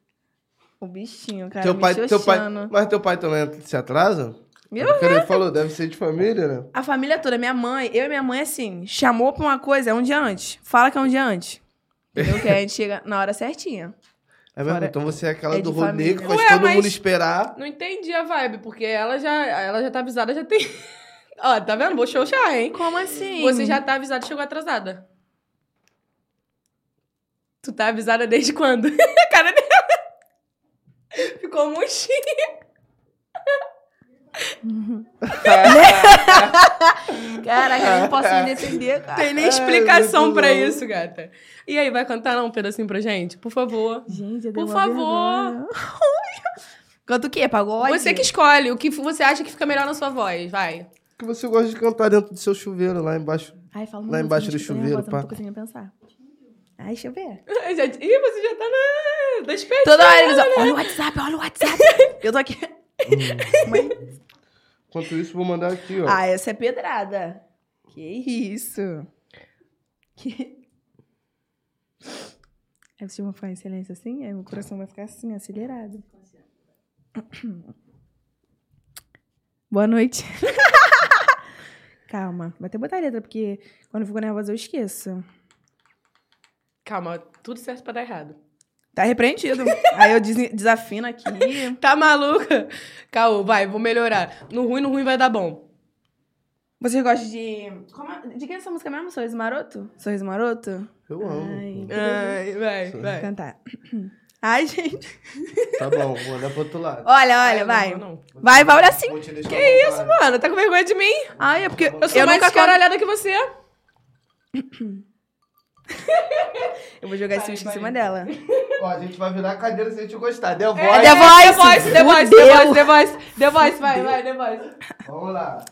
S3: O bichinho, cara.
S2: Teu
S3: me
S2: pai, teu pai,
S3: xoxando. é.
S2: mas teu pai também se atrasa? É
S3: Meu
S2: Porque ele falou, deve ser de família, né?
S3: A família toda, minha mãe, eu e minha mãe, assim, chamou pra uma coisa, é um dia antes. Fala que é um dia antes. Entendeu? que a gente chega na hora certinha.
S2: É mesmo?
S3: Fora-
S2: Então você é aquela
S3: é de
S2: do rolê
S3: família.
S2: que faz
S1: Ué,
S2: todo
S1: mas-
S2: mundo esperar.
S1: Não entendi a vibe, porque ela já, ela já tá avisada, já tem. Ó, tá vendo? Vou xoxar, hein?
S3: Como assim?
S1: Você já tá avisada, chegou atrasada. Tu tá avisada desde quando? A cara dela. Ficou murchinha.
S3: Caraca, eu não posso me defender, cara.
S1: Tem nem explicação pra isso, gata. E aí, vai cantar não, um pedacinho pra gente? Por favor.
S3: Gente, eu dei
S1: Por
S3: uma
S1: favor.
S3: vergonha. Canta o quê? Pagode?
S1: Você que escolhe o que você acha que fica melhor na sua voz, vai.
S2: Que você gosta de cantar dentro do seu chuveiro lá embaixo.
S3: Ai, fala uma
S2: Lá
S3: música,
S2: embaixo do
S3: gente, que eu tô
S2: chuveiro,
S3: nervosa,
S2: pá.
S3: Não tô conseguindo pensar. Ai, deixa eu ver.
S1: Eu já- Ih, você já tá na... Tá espertinha.
S3: Toda hora eles olham, olha o WhatsApp, olha o WhatsApp. eu tô aqui. Mãe.
S2: Enquanto isso, vou mandar aqui, ó.
S3: Ah, essa é pedrada. Que isso. Que... Aí você vai ficar em silêncio assim, aí meu coração vai ficar assim, acelerado. Boa noite. Calma, vai até botar a letra, porque quando eu fico nervosa eu esqueço.
S1: Calma, tudo certo pra dar errado.
S3: Tá repreendido. aí eu des- desafino aqui.
S1: Tá maluca? Calma, vai, vou melhorar. No ruim, no ruim vai dar bom.
S3: Vocês gostam de. Como é- De quem é essa música mesmo? Sorriso Maroto? Sorriso Maroto?
S2: Eu amo.
S3: Ai.
S1: Ai, vai,
S3: Vou
S1: vai.
S3: cantar. Ai, gente.
S2: Tá bom, vou mandar pro outro lado.
S3: Olha, olha,
S1: Ai,
S3: vai.
S1: Não, não.
S3: Vai, vai olha assim.
S2: Que isso, mano?
S1: Mano, tá com vergonha de mim?
S3: Ai, é porque
S1: Eu sou mais
S3: nunca
S1: escaralhada que você.
S3: Eu vou jogar esse
S1: Vai,
S3: uísque em
S1: vai.
S3: cima dela.
S2: Ó, a gente vai virar cadeira se a gente gostar. The Voice.
S3: The Voice!
S1: É, The Voice, The Voice, The Voice, The Voice, vai, vai, The Voice.
S2: Vamos lá.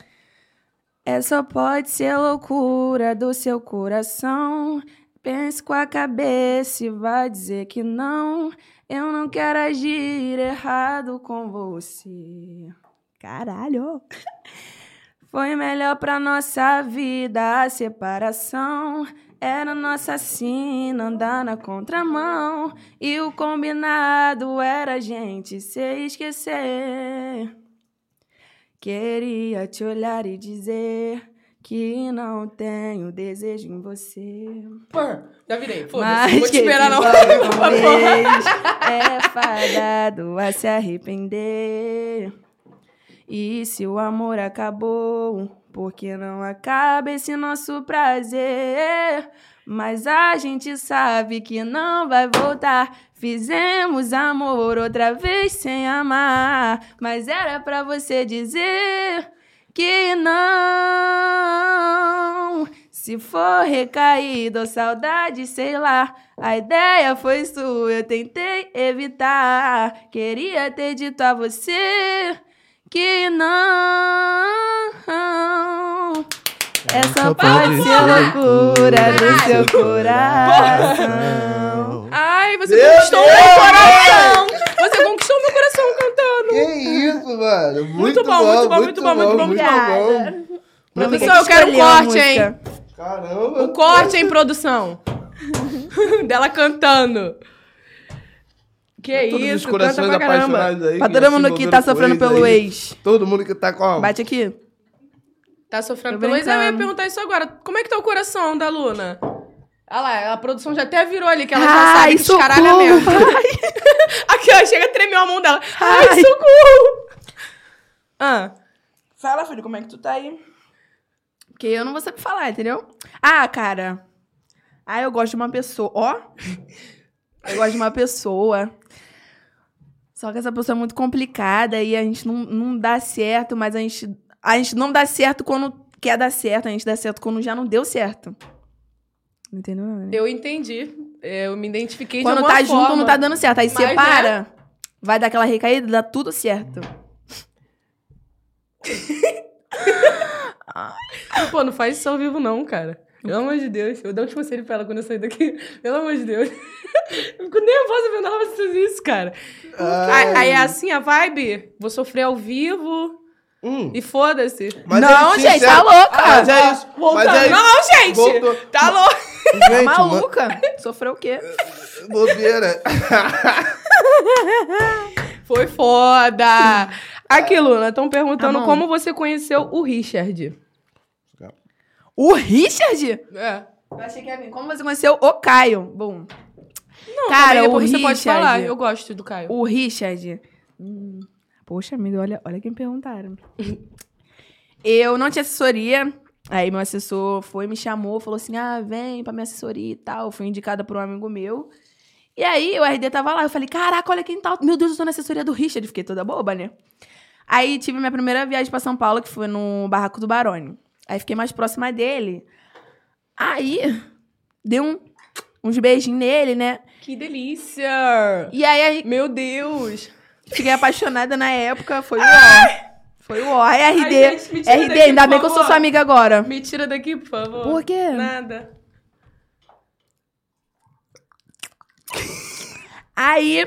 S3: É só pode ser loucura do seu coração. Pense com a cabeça e vai dizer que não. Eu não quero agir errado com você. Caralho! Foi melhor pra nossa vida a separação. Era nossa sina andar na contramão. E o combinado era a gente se esquecer. Queria te olhar e dizer que não tenho desejo em você.
S1: Pã, já virei,
S3: Mas
S1: foda-se. Não Vou te
S3: quem
S1: esperar não.
S3: vive uma
S1: Pra porra.
S3: vez é fadado a se arrepender. E se o amor acabou, por que não acaba esse nosso prazer? Mas a gente sabe que não vai voltar. Fizemos amor outra vez sem amar. Mas era pra você dizer que não. Se for recaído ou saudade, sei lá. A ideia foi sua, eu tentei evitar. Queria ter dito a você que não. Essa
S2: Só
S3: Então pode
S2: pode
S3: ser
S2: ser
S3: loucura do seu coração.
S2: Não.
S1: Ai, você
S2: Meu
S1: conquistou
S2: Deus!
S1: meu coração! Você conquistou meu coração cantando.
S2: Que isso, mano. Muito,
S1: Muito bom, muito bom, muito bom, muito bom,
S3: obrigada.
S2: Muito
S1: Professor, eu quero um
S3: Escolheu a
S1: corte, hein?
S3: música.
S2: Caramba.
S1: O Um corte, hein, produção? Dela cantando. Que
S2: Todos os
S1: é isso, canta
S2: corações
S1: pra caramba.
S2: apaixonados aí. assim
S3: Pra todo mundo que tá sofrendo pelo
S2: ex.
S3: ex.
S2: Todo mundo que tá com a...
S3: Bate aqui.
S1: Tá sofrendo
S3: Tô
S1: pelo ex. Eu ia
S3: brincando.
S1: perguntar isso agora. Como é que tá o coração da Luna? Ah lá, a produção já até virou ali, que ela já
S3: Ai,
S1: sabe que
S3: socorro.
S1: escaralhamento. Aqui, ó, chega, tremeu a mão dela. Ai,
S3: Ai.
S1: socorro! Ah,
S3: Fala, filho, como é que tu tá aí? Porque eu não vou saber falar, entendeu? Ah, cara. Ah, eu gosto de uma pessoa. Ó. Eu gosto de uma pessoa. Só que essa pessoa é muito complicada e a gente não, não dá certo, mas a gente. A gente não dá certo quando quer dar certo, a gente dá certo quando já não deu certo. Não entendeu nada, né?
S1: eu entendi. É, Eu me identifiquei de
S3: Quando
S1: alguma
S3: tá
S1: forma.
S3: junto, não tá dando certo. Aí
S1: Mas,
S3: separa, vai dar aquela recaída, dá tudo certo. tá-
S1: Pô, não faz isso ao vivo, não, cara. Pelo amor de Deus. Eu dou um conselho pra ela quando eu sair daqui. Pelo amor de Deus. Eu fico nervosa vendo ela fazer isso, cara.
S2: Ah,
S1: Aí, aí é assim a vibe? Vou sofrer ao vivo
S2: Hum.
S1: e foda-se.
S2: Mas
S3: não,
S2: ele,
S3: gente, tá
S2: sincero-
S3: louca.
S2: Mas é isso.
S1: Voltando.
S2: Mas é isso.
S1: Não, gente!
S2: Voltou.
S1: Tá louco!
S2: Gente, mano,
S3: Maluca? Sofreu o quê?
S2: bobeira.
S1: Foi foda! Aqui, Luna, estão perguntando
S3: Amor.
S1: como você conheceu o Richard.
S3: O Richard?
S1: É.
S3: Eu achei que ia vir. Como você conheceu o Caio? Bom,
S1: Não,
S3: Cara,
S1: também
S3: o
S1: depois você pode
S3: Richard-
S1: falar. Eu gosto do Caio.
S3: o Richard. Hum, poxa, amigo, olha, olha quem perguntaram. Eu não tinha assessoria. Aí meu assessor foi, me chamou, falou assim: ah, vem pra minha assessoria e tal. Eu Fui indicada por um amigo meu. E aí o RD tava lá, eu falei, caraca, olha quem tá. Meu Deus, eu tô na assessoria do Richard. Fiquei toda boba, né? Aí tive minha primeira viagem pra São Paulo, que foi no Barraco do Barone. Aí fiquei mais próxima dele. Aí dei um- uns beijinhos nele, né?
S1: Que delícia!
S3: E aí a gente
S1: Meu Deus!
S3: Fiquei apaixonada na época, foi o ó. Foi o ó. É
S1: Ai,
S3: RD.
S1: gente, me tira
S3: RD,
S1: daqui,
S3: ainda
S1: por
S3: bem que eu sou
S1: favor.
S3: sua amiga agora.
S1: Me tira daqui, por favor.
S3: Por quê?
S1: Nada.
S3: Aí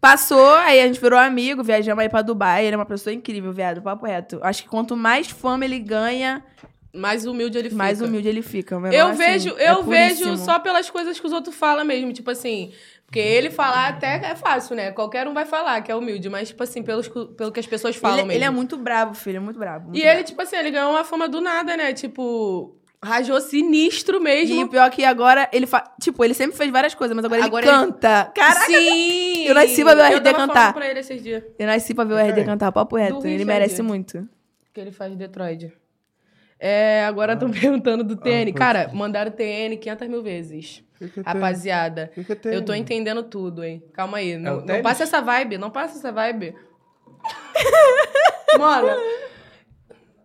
S3: passou, aí a gente virou amigo, viajamos aí pra Dubai. Ele é uma pessoa incrível, viado, papo reto. Acho que quanto mais fama ele ganha,
S1: Mais humilde né? ele fica.
S3: mais humilde ele fica. O
S1: Eu
S3: menor, assim,
S1: vejo,
S3: é
S1: eu vejo
S3: puríssimo.
S1: só pelas coisas que os outros falam mesmo, tipo assim, porque ele falar até é fácil, né? Qualquer um vai falar que é humilde, mas tipo assim, pelos, cu- pelo que as pessoas falam
S3: Ele,
S1: mesmo.
S3: ele é muito brabo, filho, é muito brabo. muito
S1: E ele tipo assim, ele ganhou uma fama do nada, né? Tipo, rajou sinistro
S3: brabo. E
S1: mesmo.
S3: o pior é que agora ele faz. Tipo, ele sempre fez várias coisas, mas agora,
S1: Agora
S3: ele
S1: ele-
S3: canta. Caraca!
S1: Sim.
S3: eu nasci pra ver o
S1: Eu
S3: RD
S1: tava
S3: cantar.
S1: falando pra ele esses dias
S3: Eu nasci pra ver o RD
S2: Ok.
S3: cantar papo reto. Ele
S1: Richard.
S3: merece muito.
S1: que ele faz de Detroit. É, agora
S2: Ah.
S1: estão perguntando do TN.
S2: pode
S1: Cara, mandaram TN 500 mil vezes. Rapaziada. Eu tô entendendo tudo, hein? Calma aí.
S2: É o
S1: Não, não
S2: tênis?
S1: passa essa vibe, não passa essa vibe. Mano.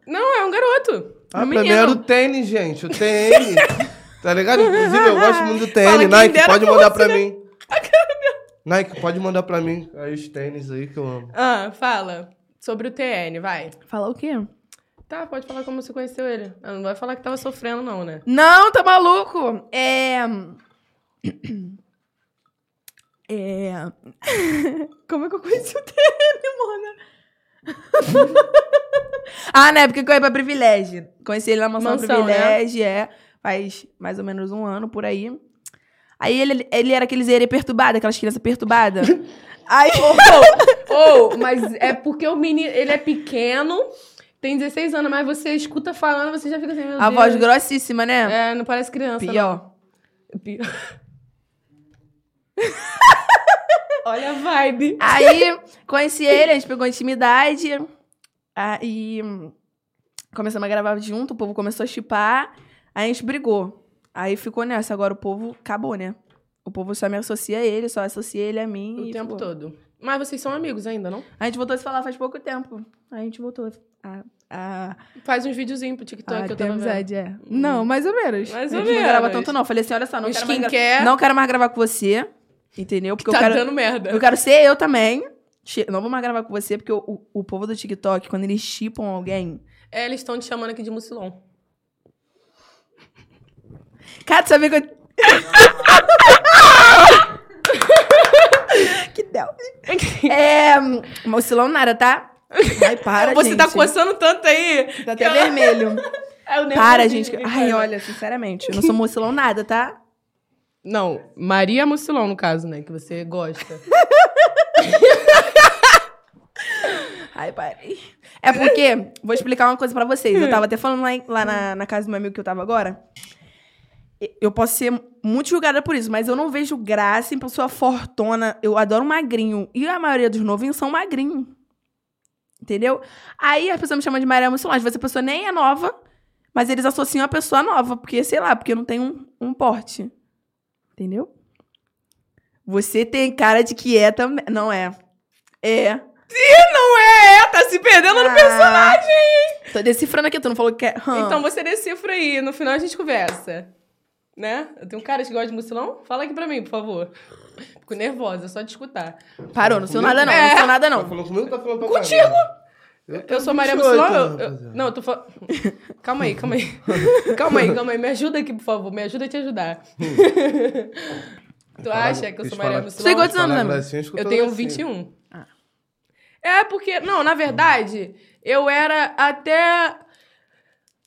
S1: Não, é um garoto.
S2: Ah, pra
S3: Um
S2: mim é-
S3: menino.
S2: era o tênis, gente. O tênis. Tá ligado? Inclusive, eu gosto muito do tênis.
S1: quem
S2: Nike,
S1: dera
S2: pode
S1: que eu
S2: mandar
S1: fosse,
S2: pra mim. Nike, pode mandar pra mim. Aí os tênis aí que eu amo.
S1: Ah, fala. Sobre o TN, vai.
S3: Falar o quê?
S1: Tá, pode falar como você conheceu ele. Ah, Não vai falar que tava sofrendo, não, né?
S3: Não, tá maluco? É. É. Como é que eu conheci o TM, Mona? ah, na época que eu ia pra Privilégio. Conheci ele na Mansão,
S1: Mansão, né?
S3: Privilégio, é. Faz mais ou menos um ano por aí. Aí ele, ele era aqueles ele perturbado, aquelas crianças perturbadas. Aí.
S1: Oh, Ou, mas é porque o menino, ele é pequeno, tem 16 anos, mas você escuta falando, você já fica assim, meu
S3: A
S1: Deus.
S3: voz grossíssima, né?
S1: É, não parece criança,
S3: Pior.
S1: não. Pior. Olha a vibe.
S3: Aí, conheci ele, a gente pegou intimidade. Aí, hum, começamos a gravar junto, o povo começou a chipar. Aí, a gente brigou. Aí, ficou nessa. Agora, o povo acabou, né? O povo só me associa a ele, só associa ele a mim.
S1: O
S3: e
S1: tempo
S3: ficou.
S1: todo. Mas vocês são amigos ainda, não?
S3: A gente voltou a se falar faz pouco tempo. Aí, a gente voltou a... a...
S1: Faz uns videozinhos pro TikTok,
S3: a
S1: eu
S3: ter
S1: tava vendo. Uhum.
S3: amizade, é. Não, mais ou menos.
S1: Mais
S3: a
S1: ou
S3: gente não grava
S1: menos.
S3: tanto, não. Falei assim, olha só, não
S1: O
S3: quero, mais
S1: skincare-
S3: gra... não quero mais gravar com você, entendeu? Porque
S1: tá
S3: eu quero...
S1: dando merda.
S3: Eu quero ser eu também. Che- Não vou mais gravar com você, porque o, o- o povo do TikTok, quando eles chipam alguém.
S1: É, eles estão te chamando aqui de mucilon.
S3: Cara, tu sabia que eu. que del. É. hum, Mocilão nada, tá? Ai, para,
S1: Você
S3: gente.
S1: tá coçando tanto aí.
S3: Tá até vermelho.
S1: É, o
S3: Para,
S1: nervosismo
S3: gente.
S1: que
S3: Ai,
S1: faz. né?
S3: olha, sinceramente, eu não sou mocilão nada, tá?
S1: Não, Maria Mucilon, no caso, né? Que você gosta.
S3: Ai, parei. É porque, vou explicar uma coisa pra vocês. Eu tava até falando lá, em- lá na, na casa do meu amigo que eu tava agora. E- Eu posso ser muito julgada por isso, mas eu não vejo graça em pessoa fortona. Eu adoro magrinho. E a maioria dos novinhos são magrinhos. Entendeu? Aí a pessoa me chama de Maria Mucilon. Às vezes a pessoa nem é nova, mas eles associam a pessoa nova. Porque, sei lá, porque não tem um, um porte. Entendeu? Você tem cara de que é também. Não é. É.
S1: é, tá se perdendo no
S3: personagem, hein? Tô decifrando aqui, tu não falou que é. hã.
S1: Então você decifra aí, no final a gente conversa. Né? Eu tenho caras que gostam de mucilão? Fala aqui pra mim, por favor. Fico nervosa, só de escutar.
S3: Parou, não sou nada não, não sou nada
S2: Tá
S3: não.
S2: falando comigo ou tá falando pra
S1: Contigo!
S2: caramba? Eu,
S1: Eu sou Maria
S2: 28,
S1: Mucilão? eu- eu-
S2: rapaziada.
S1: não, eu tô falando. Calma aí, calma aí. calma aí, calma aí. Me ajuda aqui, por favor. Me ajuda a te ajudar. tu
S2: Falar-
S1: acha que eu
S2: quis
S1: sou Maria
S2: falar-
S1: Mucilão?
S3: Você Quantos anos,
S2: Palavra
S3: Ana?
S2: assim, escuta
S1: Eu tenho
S2: assim.
S1: 21.
S3: Ah.
S1: É porque, não, na verdade, eu era até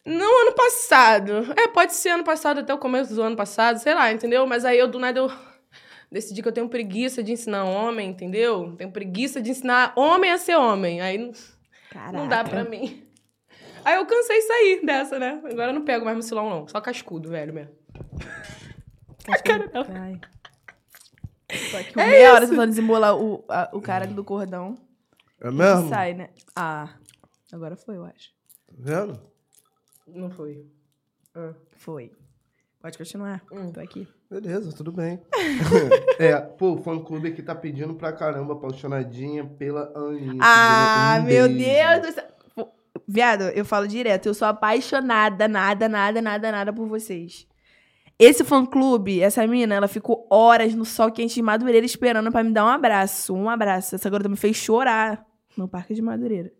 S1: não ano passado. É, pode ser ano passado até o começo do ano passado, sei lá, entendeu? Mas aí eu do nada eu decidi que eu tenho preguiça de ensinar homem, entendeu? Tenho preguiça de ensinar homem a ser homem. Aí não-
S3: Caraca.
S1: não dá pra mim. Aí eu cansei de sair dessa, né? Agora eu não pego mais mucilão, não. Só cascudo, velho mesmo.
S3: Acho Tá que- É
S1: Cara, ela-
S3: Ai. Tô aqui uma meia hora tentando desembolar o, a- o cara do cordão.
S2: É
S3: E
S2: mesmo? Tá
S3: sai, né? Ah, agora foi, eu acho.
S2: vendo?
S1: Não foi. Ah.
S3: Foi. Pode continuar.
S1: Hum.
S3: Tô aqui.
S2: Beleza, tudo bem. é, pô, o fã clube aqui tá pedindo pra caramba, apaixonadinha pela Aninha.
S3: Ah,
S2: pedindo um
S3: meu
S2: beijo.
S3: Deus do céu. Pô, Viado, eu falo direto, eu sou apaixonada, nada, nada, nada, nada por vocês. Esse fã-clube, essa mina, ela ficou horas no sol quente de Madureira esperando pra me dar um abraço, um abraço. Essa garota me fez chorar no Parque de Madureira.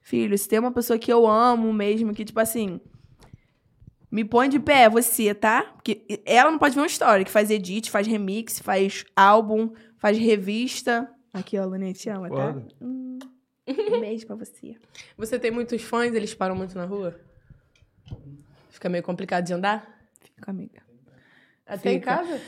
S3: Filho, se tem uma pessoa que eu amo mesmo, que tipo assim, me põe de pé, é você, tá? Porque ela não pode ver uma história, que faz edit, faz remix, faz álbum, faz revista. Aqui, ó, Luninha te ama, tá?
S2: Olha.
S3: Hum, um beijo pra você.
S1: Você tem muitos fãs, eles param muito na rua? Fica meio complicado de andar?
S3: Fica, amiga.
S1: Até em
S3: Fica.
S1: casa?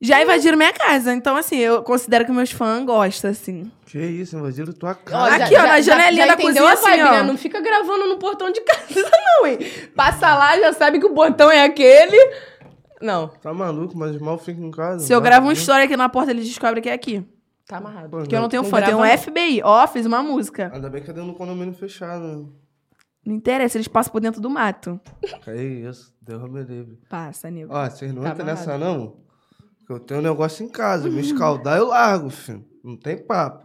S3: Já invadiram minha casa, então assim, eu considero que meus fãs gostam, assim.
S2: Que isso, invadiram tua
S1: Ó,
S2: cara.
S3: Aqui, ó, na janelinha da
S1: entendeu
S3: cozinha,
S1: a vibe,
S3: assim, ó.
S1: né? Não fica gravando no portão de casa, não, hein? Passa lá, já sabe que o portão é aquele. Não,
S2: Tá maluco, mas mal fica em casa.
S3: Se eu
S2: Vai,
S3: gravo uma
S2: né?
S3: história aqui na porta, eles descobrem que é aqui.
S1: tá amarrado.
S3: Porque eu não tenho
S1: Não
S3: fã, eu tenho um
S1: grava, não.
S3: FBI. Ó, fiz uma música.
S2: Ainda bem que é dentro do condomínio fechado. né?
S3: Não interessa, eles passam por dentro do mato.
S2: Que isso, Deus me livre.
S3: Passa, nego.
S2: Ó, vocês não
S1: Tá
S2: entram nessa, não? Que eu tenho um negócio em casa. Me escaldar, eu largo, filho. Não tem papo.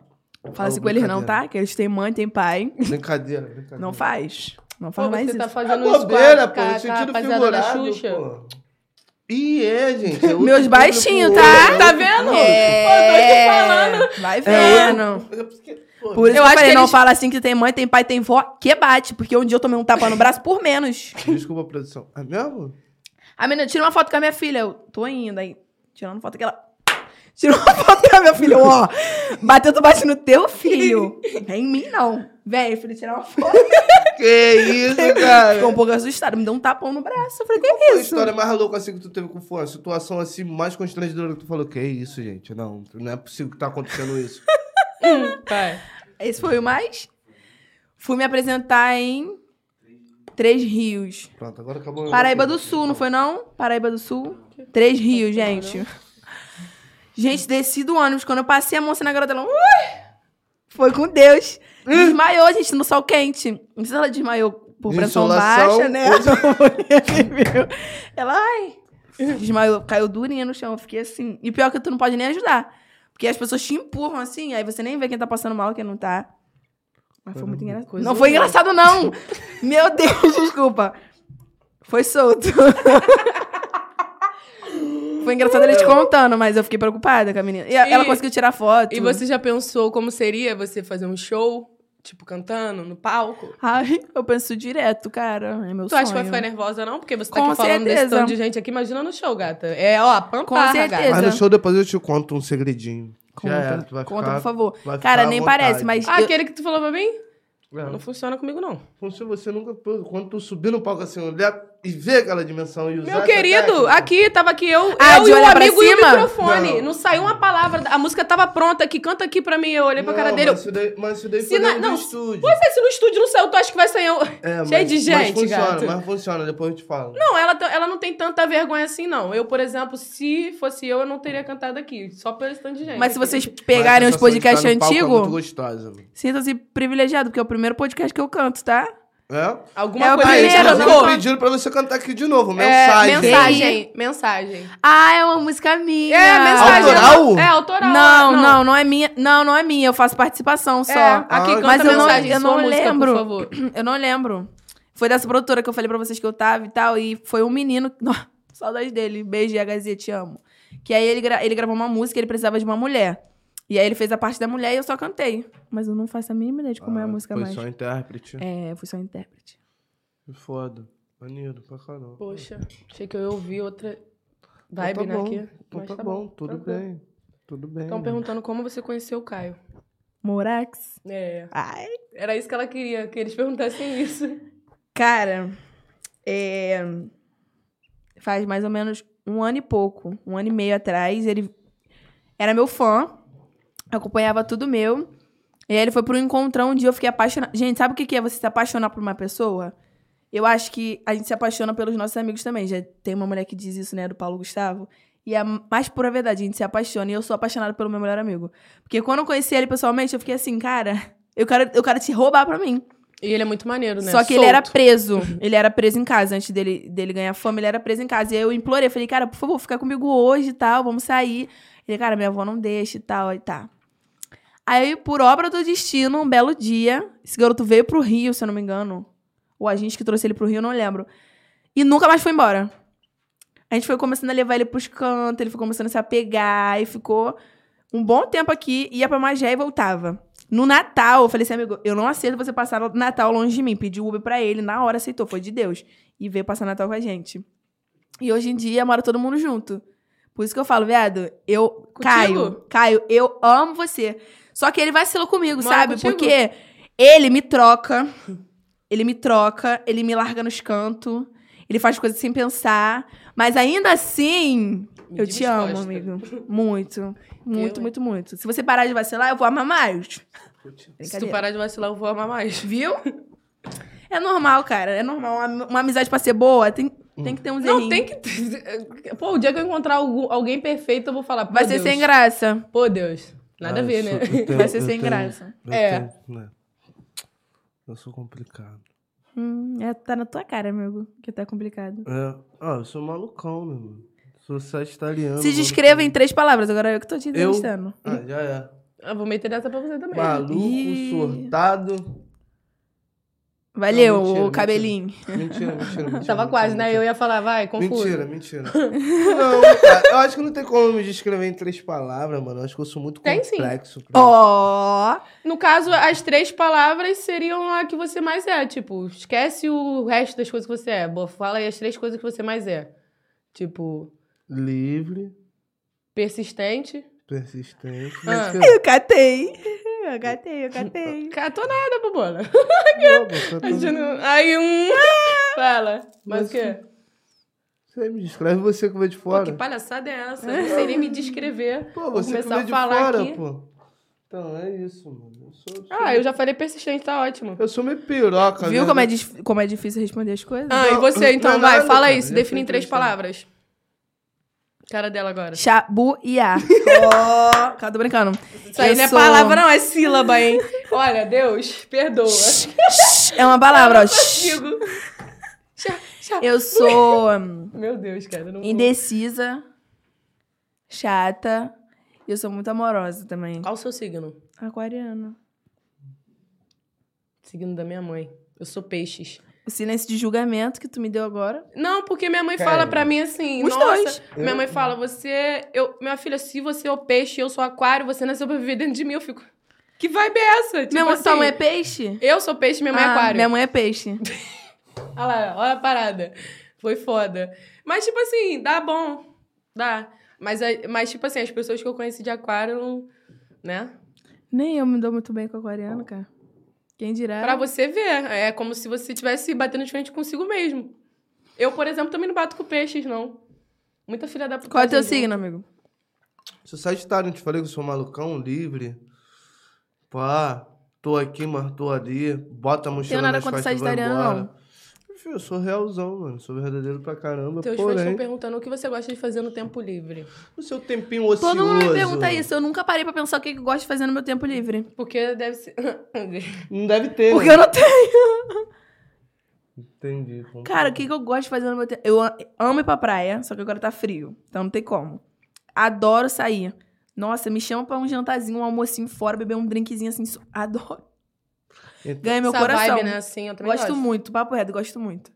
S3: Fala assim
S2: Ô,
S3: com eles não,
S2: brincadeira.
S3: tá? Que eles têm mãe, têm pai.
S2: Brincadeira, brincadeira.
S3: Não faz. Não
S1: Pô,
S3: faz mais
S1: você
S3: isso.
S1: tá
S2: É
S1: fazendo isso com a,
S2: bobeira, pô.
S1: com a-
S2: no
S1: com a
S2: Sentido
S1: rapaziada da
S2: figurado,
S1: Xuxa.
S2: pô. E é, gente. é outro
S3: Meus
S2: público,
S3: baixinhos, tá?
S2: é outro
S1: Tá vendo?
S2: público.
S1: Eu tô te
S3: Vai
S2: É.
S3: vendo.
S2: É porque, pô,
S3: Por isso
S1: Eu
S3: que eu
S1: acho
S3: falei,
S1: que
S3: não
S1: eles-
S3: fala assim que tem mãe, tem pai, tem vó, que bate. Porque um dia eu tomei um tapa no braço por menos.
S2: Desculpa, produção. É mesmo?
S3: A menina, tira uma foto com a minha filha. Eu tô indo aí. Tirando foto que ela. Tirou uma foto com a minha filha, eu, ó. Bateu, tu bate no teu filho. Vem em mim, não. Vem, filho, tirar uma foto.
S2: Que isso, cara?
S3: Ficou um pouco assustada. Me deu um tapão no braço. Eu falei, que
S2: Qual
S3: é
S2: a
S3: isso?
S2: história mais louca assim que tu teve com o fã? A situação assim mais constrangedora que tu falou, que isso, gente? Não, não é possível que tá acontecendo isso.
S1: falando. Hum, vai.
S3: Esse foi o mais. Fui me apresentar em Três Rios.
S2: Pronto, agora acabou.
S3: Paraíba do Sul, né? não foi não? Paraíba do Sul. Três Rios, gente. Gente, desci do ônibus. Quando eu passei a moça na garota, ela... "Ui!" Foi com Deus. Desmaiou, gente, no sol quente. Não sei se ela desmaiou por pressão
S2: Insolação,
S3: baixa, né?
S2: coisa-
S3: ela, ai... Desmaiou, caiu durinha no chão. Eu fiquei assim... E pior que tu não pode nem ajudar. Porque as pessoas te empurram assim, aí você nem vê quem tá passando mal, quem não tá. Mas foi muito engraçado.
S1: Coisa
S3: Não foi
S1: horrível.
S3: engraçado, não! Meu Deus, desculpa. Foi solto. foi engraçado ele te contando, mas eu fiquei preocupada com a menina. E, a- ela
S1: E-
S3: conseguiu tirar foto.
S1: E você já pensou como seria você fazer um show, tipo, cantando no palco?
S3: Ai, eu penso direto, cara. É meu
S1: Tu
S3: sonho.
S1: acha que vai ficar nervosa, não? Porque você tá
S3: Com
S1: aqui falando desse
S3: certeza.
S1: tanto de gente aqui. Imagina no show, gata. É, ó, pamparra,
S3: Com certeza.
S1: gata.
S2: Mas no show depois eu te conto um segredinho.
S3: Conta,
S2: Já era, tu vai
S3: conta,
S2: ficar-
S3: por favor.
S2: vai ficar
S3: Cara,
S2: à
S3: nem
S2: vontade.
S3: parece, mas...
S1: Ah,
S3: eu-
S1: aquele que tu falou pra mim? Não
S2: É.
S1: funciona comigo, não.
S2: Como se você nunca. pô, Quando tu subir no palco assim, olhar e ver aquela dimensão e usar.
S1: Meu
S2: essa
S1: querido,
S2: técnica.
S1: aqui, tava aqui eu,
S3: Ah,
S1: eu
S3: de
S1: e o
S3: olhar pra
S1: amigo e o
S3: cima?
S1: microfone. Não.
S2: Não.
S1: saiu uma palavra. A música tava pronta aqui, canta aqui pra mim. Eu olhei pra cara
S2: Não,
S1: dele. eu-
S2: Mas isso daí, mas isso daí
S1: Se
S2: foi
S1: na-
S2: dentro
S1: não,
S2: do estúdio.
S1: Pois é, se no estúdio não saiu, tu acha que vai sair... um-
S2: É, mas,
S1: cheio de gente,
S2: Mas funciona,
S1: gato.
S2: mas funciona, depois eu te falo.
S1: Não, ela, t- ela não tem tanta vergonha assim, não. Eu, por exemplo, se fosse eu, eu não teria cantado aqui. Só pelo stand de gente.
S3: Mas se
S1: aqui.
S3: vocês pegarem
S2: Mas
S3: os
S2: a sensação de
S3: podcasts
S2: estar no palco É muito
S3: antigos,
S2: gostosa, mano.
S3: sintam-se privilegiados, porque é o primeiro podcast que eu canto, tá?
S2: É?
S1: Alguma
S3: É o
S1: coisa...
S2: Aí,
S3: primeiro,
S1: você
S3: não
S2: inclusive,
S1: cantou.
S3: foi?
S2: pediram pra você cantar aqui de novo.
S1: É,
S2: Mensagem.
S1: mensagem. Mensagem.
S3: Ah, é uma música minha.
S1: É, mensagem.
S2: Autoral?
S1: É, autoral.
S3: Não, não, não, é minha. Não, não é minha. Eu faço participação só.
S1: É,
S2: Ah,
S1: aqui, canta
S3: Mas eu não-
S1: mensagem,
S3: eu
S1: sua
S3: não
S1: música,
S3: lembro.
S1: por favor.
S3: Eu não lembro. Foi dessa produtora que eu falei pra vocês que eu tava e tal. E foi um menino. Nossa, Saudade dele. Beijo, HZ, te amo. Que aí ele, gra- ele gravou uma música e ele precisava de uma mulher. E aí ele fez a parte da mulher e eu só cantei. Mas eu não faço a mínima ideia de como é a música
S2: Ah, Foi
S3: mais.
S2: só intérprete.
S3: É, eu fui só intérprete.
S2: Que Foda. Maneiro, pra caramba.
S1: Poxa, achei que eu ia ouvir outra
S2: Então
S1: vibe
S2: tá
S1: né,
S2: bom,
S1: aqui.
S2: Então
S1: mas
S2: tá,
S1: tá
S2: bom,
S1: bom,
S2: tudo
S1: tranquilo.
S2: bem. Tudo bem. né?
S1: Estão perguntando como você conheceu o Caio.
S3: Morax.
S1: É.
S3: Ai.
S1: Era isso que ela queria, que eles perguntassem isso.
S3: Cara, é, faz mais ou menos um ano e pouco, um ano e meio atrás, ele era meu fã, acompanhava tudo meu. E aí ele foi pro encontrão um dia, eu fiquei apaixonada. Gente, sabe o que que é você se apaixonar por uma pessoa? Eu acho que a gente se apaixona pelos nossos amigos também. Já tem uma mulher que diz isso, né, do Paulo Gustavo. E é a mais pura verdade, a gente se apaixona. E eu sou apaixonada pelo meu melhor amigo. Porque quando eu conheci ele pessoalmente, eu fiquei assim, cara, eu quero, eu quero te roubar pra mim.
S1: E ele é muito maneiro, né?
S3: Só que ele
S1: Solto.
S3: era preso. Ele era preso em casa. Antes dele, dele ganhar fama, ele era preso em casa. E aí eu implorei, falei, cara, por favor, fica comigo hoje e tal, vamos sair. Ele, cara, minha avó não deixa e tal, aí tá. Aí, por obra do destino, um belo dia, esse garoto veio pro Rio, se eu não me engano. Ou a gente que trouxe ele pro Rio, não lembro. E nunca mais foi embora. A gente foi começando a levar ele pros cantos, ele foi começando a se apegar e ficou um bom tempo aqui, ia pra Magé e voltava. No Natal, eu falei assim, amigo, eu não aceito você passar o Natal longe de mim. Pedi Uber pra ele, na hora aceitou, foi de Deus. E veio passar Natal com a gente. E hoje em dia mora todo mundo junto. Por isso que eu falo, viado, eu caio. Caio, eu amo você. Só que ele vacilou comigo,
S1: Mora
S3: sabe?
S1: contigo?
S3: Porque ele me troca, ele me troca, ele me larga nos cantos, ele faz coisas sem pensar. Mas ainda assim,
S1: Me
S3: eu te
S1: desgosta.
S3: amo, amigo. Muito. Muito,
S1: hein?
S3: muito, muito. Se você parar de vacilar, eu vou amar mais.
S1: Se tu
S3: Brincadeira.
S1: parar de vacilar, eu vou amar mais.
S3: Viu? É normal, cara. É normal. Uma, uma amizade pra ser boa, tem, tem que ter uns
S1: Não,
S3: errinhos.
S1: tem que. ter- Pô, o dia que eu encontrar algum- alguém perfeito, eu vou falar. Pô,
S3: Vai ser
S1: Deus.
S3: sem graça.
S1: Pô, Deus. Nada a
S2: Ah,
S1: ver,
S2: eu
S1: né?
S2: sou- eu tenho-
S3: Vai ser
S2: eu
S3: sem
S2: tenho-
S3: graça.
S2: eu
S1: É.
S2: tenho- né? Eu sou complicado.
S3: Hum, é, tá na tua cara, amigo. Que tá complicado.
S2: É. Ah, eu sou malucão, né, mano? Sou sagitariano.
S3: Se descreva em três palavras. Agora é eu que tô te
S2: Eu-
S3: entrevistando.
S2: malucão. Ah, já é.
S1: Eu vou meter dessa pra você também.
S2: Maluco,
S3: Ih.
S2: surtado.
S3: Valeu,
S2: Não, mentira,
S3: o cabelinho.
S2: Mentira, mentira, mentira.
S1: Tava
S2: mentira,
S1: quase, né?
S2: mentira.
S1: Eu ia falar, vai, confuso.
S2: Mentira, mentira. Não, cara, eu acho que não tem como me descrever em três palavras, mano. Eu acho que eu sou muito
S1: Tem sim.
S2: complexo. pra-
S3: Ó,
S1: No caso, as três palavras seriam a que você mais é. Tipo, esquece o resto das coisas que você é. Boa, fala aí as três coisas que você mais é. Tipo,
S2: Livre,
S1: persistente.
S2: persistente.
S1: Ah.
S2: mas que-
S3: eu catei. Eu catei, eu catei.
S1: Catou nada, bobona.
S2: Logo, só tô-
S1: Aí um. Fala. Mas o quê?
S2: Você me descreve você que veio de
S1: Pô, que
S2: fora.
S1: palhaçada é essa? Eu não sei nem me descrever.
S2: Pô, você que
S1: começar
S2: veio
S1: a
S2: de
S1: falar
S2: fora,
S1: aqui.
S2: pô. Então, é isso, mano. Eu sou, sou-
S1: Ah, eu já falei persistente, tá ótimo.
S2: eu sou meio piroca,
S3: Viu
S2: né?
S3: como é, dif- como é difícil responder as coisas?
S1: Ah, e
S2: Não,
S1: você, então,
S2: não é
S1: vai,
S2: nada,
S1: fala
S2: cara,
S1: isso.
S2: já
S1: Define em
S2: foi
S1: três
S2: pensando.
S1: palavras. Cara dela agora.
S3: Chabuiá. Ó, cara, tô brincando.
S1: Isso aí
S3: Eu
S1: não é
S3: sou-
S1: palavra, não, é sílaba, hein? Olha, Deus, perdoa.
S3: É uma palavra, ó.
S1: Digo. Chá, chá.
S3: Eu sou hum,
S1: Meu Deus, cara. Não...
S3: indecisa, chata, e eu sou muito amorosa também.
S1: Qual o seu signo?
S3: Aquariana.
S1: Signo da minha mãe. Eu sou peixes.
S3: O silêncio de julgamento que tu me deu agora.
S1: Não, porque minha mãe
S2: Cara.
S1: fala pra mim assim.
S3: Os
S1: nossa,
S3: dois.
S1: Minha mãe fala, você. Eu, minha filha, se você é o peixe e eu sou aquário, você nasceu pra viver dentro de mim. Eu fico. Que vibe é essa? Tipo
S3: minha mãe, tua
S1: assim,
S3: mãe é peixe?
S1: Eu sou peixe, minha mãe é
S3: Ah,
S1: aquário.
S3: Minha mãe é peixe.
S1: Olha lá, olha a parada. Foi foda. Mas, tipo assim, dá bom. Dá. Mas, é- mas tipo assim, as pessoas que eu conheci de aquário, não- né?
S3: Nem eu me dou muito bem com aquariano, cara. Quem dirá?
S1: Pra você ver. É como se você estivesse batendo de frente consigo mesmo. Eu, por exemplo, também não bato com peixes, não. Muita filha da puta.
S3: Qual é o teu
S1: gente.
S3: signo, amigo?
S2: Sou sagitário, não te falei que eu sou malucão, livre. Pá, tô aqui, mas tô ali. Bota a mochila
S3: Tenho nada
S2: nas
S3: contra
S2: costas e vai
S3: sagitariano,
S2: embora.
S3: não.
S2: Enfim, eu sou realzão, mano. Sou verdadeiro pra caramba,
S1: Teus fãs estão
S2: porém...
S1: perguntando o que você gosta de fazer no tempo livre.
S2: O seu tempinho ocioso.
S3: Todo mundo me pergunta isso. Eu nunca parei pra pensar o que que eu gosto de fazer no meu tempo livre.
S1: Porque deve ser.
S3: É
S2: Não deve ter.
S3: Porque
S2: né?
S3: eu não tenho.
S2: Entendi. Como-
S3: Cara, o que que eu gosto de fazer no meu tempo... Eu a- amo ir pra praia, só que agora tá frio. Então não tem como. Adoro sair. Nossa, me chama pra um jantarzinho, um almocinho fora, beber um drinkzinho assim. só- Adoro.
S2: Então-
S3: Ganha meu
S1: Essa
S3: coração.
S1: vibe, né? Assim, eu também
S3: Gosto muito. Papo reto, gosto muito.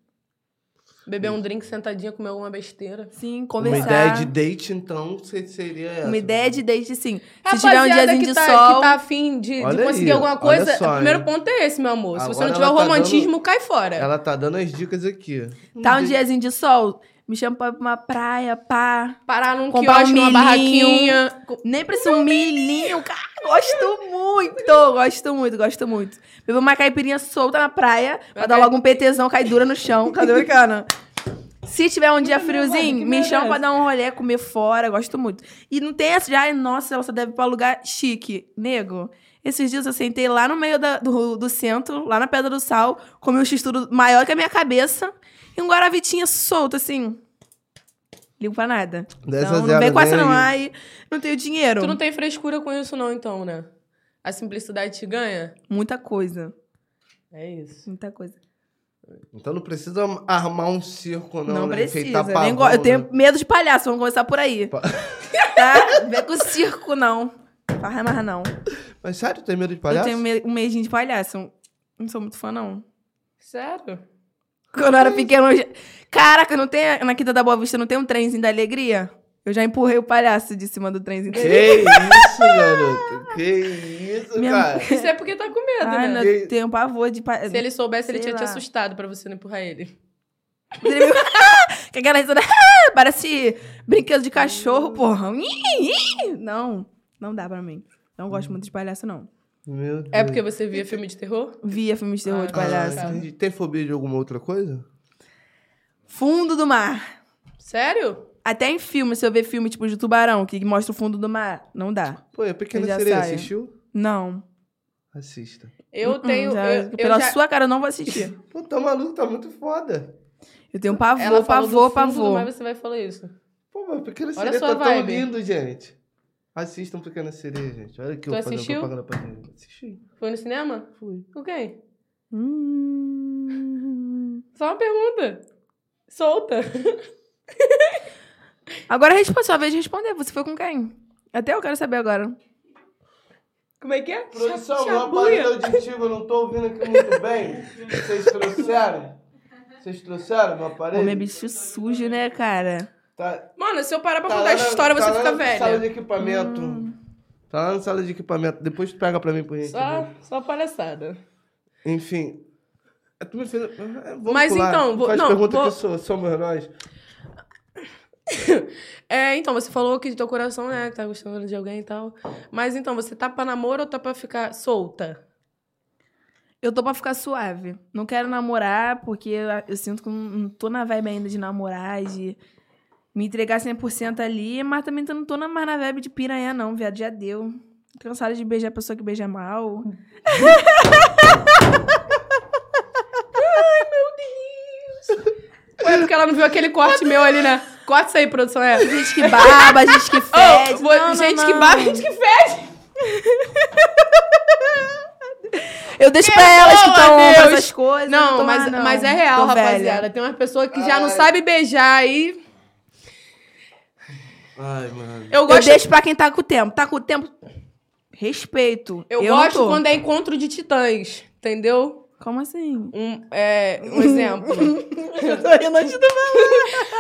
S1: Beber um drink sentadinha, comer alguma besteira.
S3: Sim,
S2: Uma
S3: conversar.
S2: ideia de date, então, se- seria essa.
S3: Uma ideia de date, sim. Se tiver um
S1: Rapaziada
S3: diazinho
S1: que
S3: de
S1: tá,
S3: sol...
S1: que tá afim de, de
S2: Olha
S1: conseguir
S2: aí,
S1: alguma
S2: olha
S1: coisa,
S2: só,
S1: o primeiro
S2: hein?
S1: ponto é esse, meu amor. Se você
S2: Agora
S1: não tiver o
S2: ela tá
S1: romantismo, cai fora.
S2: Ela tá dando as dicas aqui.
S3: Tá um diazinho de sol, me chama pra uma praia, pá.
S1: Parar num
S3: Comprar
S1: quiosque,
S3: um
S1: numa
S3: milhinho.
S1: barraquinha. co-
S3: Nem precisa um milhinho, cara. Gosto muito, gosto muito, gosto muito. Beber uma caipirinha solta na praia, pra dar logo um PTzão, cai dura no chão. Cadê o cana? Se tiver um dia friozinho, me chama pra dar um rolê, comer fora, gosto muito. E não tem essa de, ai, nossa, ela só deve ir pra lugar chique. Nego, esses dias eu sentei lá no meio da- do, do centro, lá na Pedra do Sal, comi um x-tudo maior que a minha cabeça e um guaravitinha solto, assim. Ligo pra nada.
S2: Dez a
S3: Não, não
S2: zero,
S3: vem com essa
S2: né?
S3: não, ai, não tenho dinheiro.
S1: Tu não tem frescura com isso, não, então, né? A simplicidade te ganha?
S3: Muita coisa,
S1: É isso.
S3: muita coisa.
S2: Então não precisa armar um circo, não.
S3: Não,
S2: né?
S3: precisa.
S2: Enfeitar
S3: nem
S2: pavão,
S3: go-
S2: né?
S3: Eu tenho medo de palhaço, vamos começar por aí.
S2: Pa-
S3: tá? Não vem com circo, não. Farra mais não.
S2: Mas sério, tem medo de palhaço?
S3: Eu tenho me- um medinho de palhaço. Não sou muito fã, não.
S1: Sério?
S3: Quando eu era pequena, eu já... Caraca, não tem... na Quinta da Boa Vista não tem um trenzinho da alegria? Eu já empurrei o palhaço de cima do trenzinho da
S2: Que
S3: alegria.
S2: isso, garoto? Que isso,
S3: Minha
S2: cara?
S1: Isso é porque tá com medo,
S3: Ai,
S1: né?
S3: não, eu tenho um pavor de palhaço.
S1: Se ele soubesse, ele
S3: Sei
S1: tinha te
S3: lá.
S1: assustado pra você não empurrar ele.
S3: Que aquela risada... Parece brinquedo de cachorro, porra. Não, não dá pra mim. Não gosto muito de palhaço, não.
S2: Meu Deus.
S1: É porque você via filme de terror?
S3: Via filmes de terror de
S1: Ah,
S3: palhaço.
S1: tá.
S2: Ah, entendi. tem fobia de alguma outra coisa?
S3: Fundo do mar.
S1: Sério?
S3: Até em filme, se eu ver filme tipo de tubarão, que mostra o fundo do mar, não dá.
S2: Pô, a pequena
S3: Eu já
S2: sereia
S3: saio.
S2: assistiu?
S3: Não.
S2: Assista.
S1: Eu
S3: Hum,
S1: tenho.
S3: já-
S1: eu, eu
S3: pela
S1: já-
S3: sua cara, eu não vou assistir.
S2: Pô, tá maluco, tá muito foda.
S3: Eu tenho pavor,
S1: Ela falou do
S3: pavor,
S1: fundo do mar,
S3: pavor.
S1: você vai falar isso.
S2: Pô, mas pequena
S1: Olha
S2: sereia tá
S1: só a
S2: tão
S1: vibe.
S2: lindo, gente. Assistam pequena sereia, gente. Olha que eu
S1: Tu
S2: fazendo
S1: assistiu?
S2: propaganda pra gente. Assisti.
S1: Foi no cinema?
S2: Fui.
S1: Com quem?
S3: Hum.
S1: Só uma pergunta. Solta.
S3: é Agora responde, sua vez de responder. Você foi com quem? Até eu quero saber agora.
S1: Como é que é?
S2: Produção, meu
S1: Shabuya.
S2: aparelho auditivo, eu não tô ouvindo aqui muito bem. Vocês trouxeram? Vocês trouxeram meu
S3: O homem é
S2: aparelho?
S3: bicho sujo, né, cara?
S2: Tá,
S1: Mano, se eu parar pra
S2: tá
S1: contar a
S2: lá na-
S1: história,
S2: tá
S1: você
S2: lá
S1: fica
S2: na
S1: velha. Hum.
S2: Sala de equipamento. Tá lá na sala de equipamento. Depois tu pega pra mim, por
S1: Só,
S2: gentileza.
S1: só palhaçada.
S2: Enfim. É, Tu me fez... é, vamos
S1: Mas
S2: pular.
S1: então, vou-
S2: Faz
S1: não,
S2: pergunta
S1: vou-
S2: que sou, somos nós.
S1: É, então, você falou que de teu coração, né, que tá gostando de alguém e tal. Mas então, você tá pra namoro ou tá pra ficar solta?
S3: Eu tô pra ficar suave. Não quero namorar, porque eu, eu sinto que não, não tô na vibe ainda de namorar, de me entregar 100% ali, mas também eu não tô na, mais na vibe de piranha, não, viado. Já deu. Tô Cansada de beijar a pessoa que beija mal.
S1: Ué, porque ela não viu aquele corte meu ali, né? Corta isso aí, produção, é.
S3: Gente que baba, gente que fede.
S1: Ô, Oh, vou-
S3: Não, não,
S1: gente que
S3: não.
S1: baba, gente que fede.
S3: Eu deixo pra elas que
S1: Perdoa,
S3: estão
S1: Deus.
S3: essas coisas.
S1: Não,
S3: tô lá,
S1: mas,
S3: não.
S1: mas é real,
S3: Tô velha.
S1: rapaziada. Tem umas pessoas que já não
S2: Ai.
S1: sabem beijar aí.
S2: Ai, mano.
S1: Eu
S3: Eu
S1: gosto, eu
S3: deixo pra quem tá com o tempo. Tá com o tempo. Respeito. não
S1: gosto
S3: tô.
S1: quando é encontro de titãs, entendeu?
S3: Como assim?
S1: Um, é, um exemplo.
S3: Eu tô rindo antes do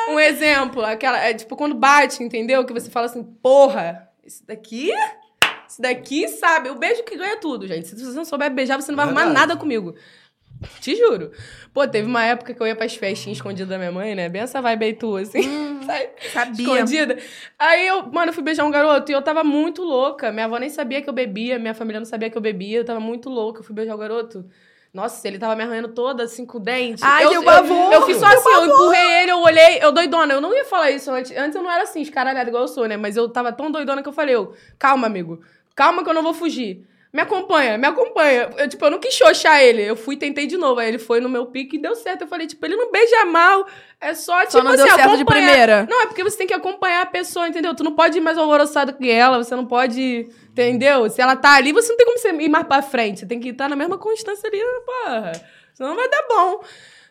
S1: um exemplo, aquela, é tipo quando bate, entendeu? Que você fala assim, porra, esse daqui, esse daqui sabe, o beijo que ganha tudo, gente. Se você não souber beijar, você não vai arrumar
S2: Verdade.
S1: nada comigo. Te juro. Pô, teve uma época que eu ia pras festinhas escondidas da minha mãe, né? Bem essa vibe aí tua, assim. sabe?
S3: Sabia.
S1: escondida. Aí eu, mano, eu fui beijar um garoto e eu tava muito louca. Minha avó nem sabia que eu bebia, minha família não sabia que eu bebia, eu tava muito louca. Eu fui beijar o garoto. Nossa, ele tava me arranhando toda, assim, com o dente.
S3: Ai,
S1: eu,
S3: deu
S1: eu,
S3: pavor,
S1: eu fiz só
S3: deu
S1: assim, eu empurrei ele, eu olhei, eu doidona. Eu não ia falar isso antes. Antes eu não era assim, escaralhada igual eu sou, né? Mas eu tava tão doidona que eu falei, eu, calma, amigo, calma que eu não vou fugir. Me acompanha, me acompanha. Eu, tipo, eu não quis xoxar ele. Eu fui, tentei de novo. Aí ele foi no meu pique e deu certo. Eu falei, tipo, ele não beija mal. É só,
S3: Só
S1: tipo,
S3: não
S1: assim,
S3: deu certo de
S1: acompanhar.
S3: primeira.
S1: Não, é porque você tem que acompanhar a pessoa, entendeu? Tu não pode ir mais alvoroçado que ela, você não pode. Entendeu? Se ela tá ali, você não tem como você ir mais pra frente. Você tem que estar na mesma constância ali, né, porra. Senão vai dar bom.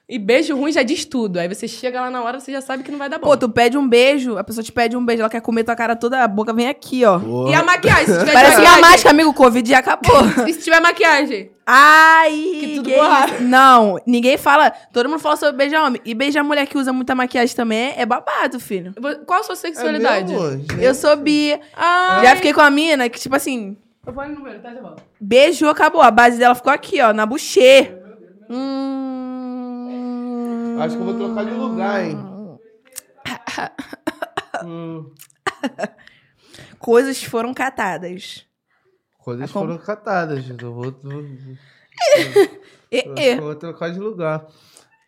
S1: E beijo ruim já diz tudo. Aí você chega lá na hora, você já sabe que não vai dar bom.
S3: Pô, tu pede um beijo, a pessoa te pede um beijo, ela quer comer tua cara toda, a boca vem aqui, ó.
S1: E a maquiagem? Se tiver
S3: Parece
S1: de
S3: que é a
S1: maquiagem.
S3: mágica, amigo, o Covid já acabou.
S1: E se tiver maquiagem?
S3: Ai,
S1: Que tudo
S3: isso?
S1: borrado.
S3: Não, ninguém fala, todo mundo fala sobre beijar homem. E beijar mulher que usa muita maquiagem também é babado, filho.
S1: Vo- Qual a sua
S2: É
S1: sexualidade?
S3: Eu sou bi.
S1: Ai.
S3: Já fiquei com a mina que, tipo assim,
S1: Eu vou ali no banheiro, tá de volta.
S3: beijou, acabou. A base dela ficou aqui, ó, na buchê. Hum...
S2: Acho que eu vou trocar de lugar, hein? Hum,
S3: Coisas foram catadas.
S2: coisas
S3: Acom-
S2: foram catadas. Eu vou, vou,
S3: E,
S2: eu
S3: e.
S2: vou trocar de lugar.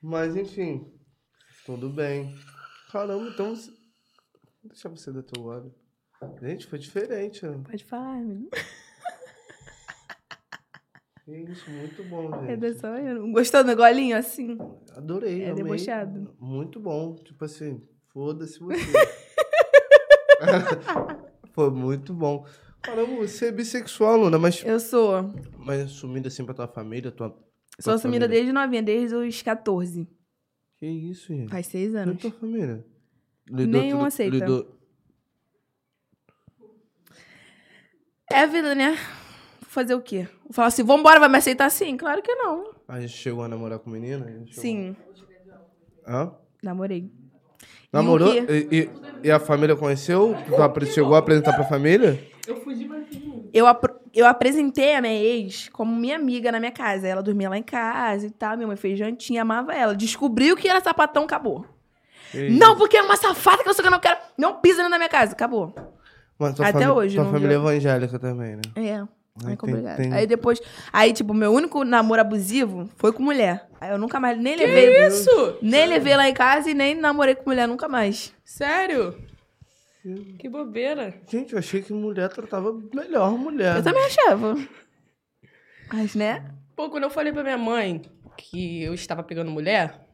S2: Mas, enfim. Tudo bem. Caramba, então... se- Deixa você dar teu olho. Gente, foi diferente. Né?
S3: Pode falar, amigo.
S2: Isso, muito bom,
S3: É
S2: gente.
S3: dessa maneira. Gostou do golinho assim?
S2: Adorei,
S3: É
S2: amei.
S3: debochado.
S2: Muito bom. Tipo assim, foda-se você. Foi muito bom. Caramba, você é bissexual, Luna, mas,
S3: Eu sou.
S2: mas assumindo assim pra tua família, tua.
S3: Sou
S2: Tua
S3: assumida
S2: família.
S3: desde novinha, desde os 14.
S2: Que isso, gente?
S3: Faz seis
S2: E a
S3: anos.
S2: tua família?
S3: Nenhum aceita.
S2: lidou-
S3: É a vida, né? Vou fazer o quê? Vou falar assim, vambora, vai me aceitar sim? Claro que não.
S2: A gente chegou a namorar com menina? A gente chegou-
S3: Sim,
S2: Hã?
S3: namorei.
S2: Namorou?
S3: E o
S2: E, e- e a família conheceu? Tu apre- chegou a apresentar pra família?
S1: Eu fugi, mas fiz muito.
S3: Eu, apro- eu apresentei a minha ex como minha amiga na minha casa. Ela dormia lá em casa e tal. Minha mãe fez jantinha, amava ela. Descobriu que era sapatão, acabou.
S2: Que
S3: Não,
S2: isso.
S3: porque era uma safada que eu sou que eu não quero. Não pisa dentro da minha casa, acabou.
S2: Mas tua
S3: até
S2: fami-
S3: hoje
S2: Tua
S3: não
S2: família é
S3: deu.
S2: evangélica também, né?
S3: É.
S2: Ai,
S3: Ai,
S2: tem-
S3: complicado.
S2: tem-
S3: Aí depois. Aí, tipo, meu único namoro abusivo foi com mulher. Aí eu nunca mais nem levei.
S1: Isso!
S3: Nem levei lá em casa e nem namorei com mulher nunca mais.
S1: Sério? Que bobeira.
S2: Gente, eu achei que mulher tratava melhor mulher.
S3: Eu também achava. Mas, né?
S1: Pô, quando eu falei pra minha mãe que eu estava pegando mulher,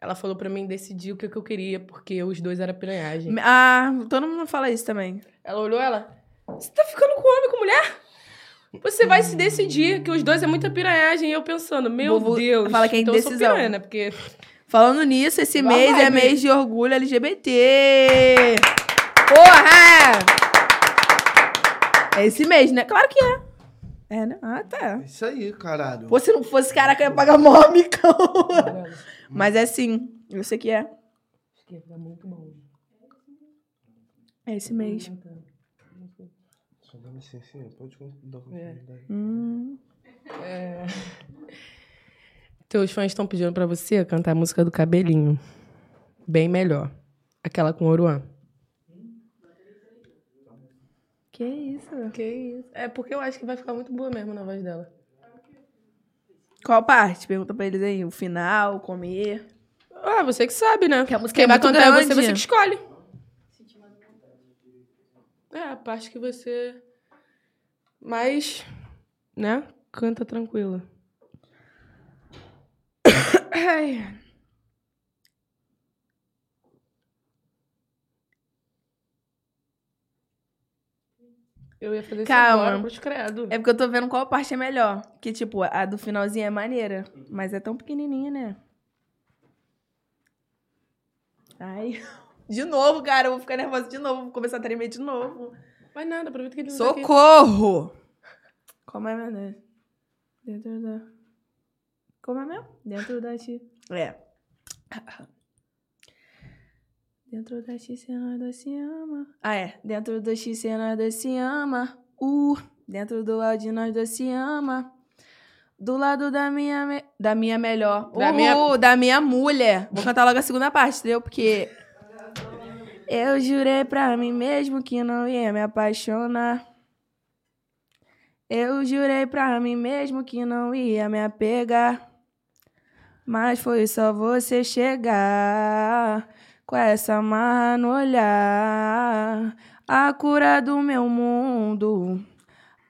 S1: ela falou pra mim decidir o que, que eu queria, porque os dois eram piranhagem.
S3: Ah, todo mundo fala isso também.
S1: Ela olhou ela, você tá ficando com homem, com mulher? Você vai se decidir, que os dois é muita piranhagem. E eu pensando, meu
S3: Vou- vou-
S1: Deus,
S3: fala que é
S1: então eu sou
S3: indecisão.
S1: piranha, né? Porque
S3: Falando nisso, esse
S1: Boa
S3: mês é
S1: vibe.
S3: mês de orgulho LGBT. Porra! É esse mês, né? Claro que é. É, né? Ah, tá.
S2: Isso aí, caralho.
S3: Pô, se não fosse, caraca, eu ia pagar mó micão.
S1: Caramba,
S3: Mas é assim, eu sei que é.
S1: esquerda, tá muito bom.
S3: É esse mês.
S2: Só dá licencinha, pode
S1: É.
S2: dar continuidade.
S3: Hum.
S1: Teus fãs estão pedindo pra você cantar a música do cabelinho. Bem melhor. Aquela com Oruan.
S3: Que isso?
S1: Que isso. É porque eu acho que vai ficar muito boa mesmo na voz dela.
S3: Qual parte? Pergunta pra eles aí. O final, comer.
S1: Ah, você que sabe, né?
S3: a música
S1: Quem
S3: é
S1: vai
S3: muito
S1: cantar é você,
S3: grande.
S1: você que escolhe. É, a parte que você. Mas. Né? Canta tranquila.
S3: Ai.
S1: Eu ia fazer isso
S3: Calma.
S1: agora, pros credo.
S3: É porque eu tô vendo qual parte é melhor. Que, tipo, a do finalzinho é maneira. Mas é tão pequenininha, né? Ai. De novo, cara. Eu vou ficar nervosa de novo. Vou começar a tremer de novo.
S1: Mas nada, aproveita que ele não tá aqui.
S3: Socorro! Como é meu nome? Dentro da. Como é meu? Dentro da ti. É. Dentro da ti, cê nada se ama. Ah, é. Dentro do ti, cê nada se ama. Uh, dentro do áudio, nós dois se ama. Do lado da minha, me- da minha melhor.
S1: Da
S3: Da,
S1: minha-
S3: minha... da minha mulher. Vou cantar logo a segunda parte, entendeu? Porque eu jurei pra mim mesmo que não ia me apaixonar. Eu jurei pra mim mesmo que não ia me apegar. Mas foi só você chegar com essa marra no olhar. A cura do meu mundo,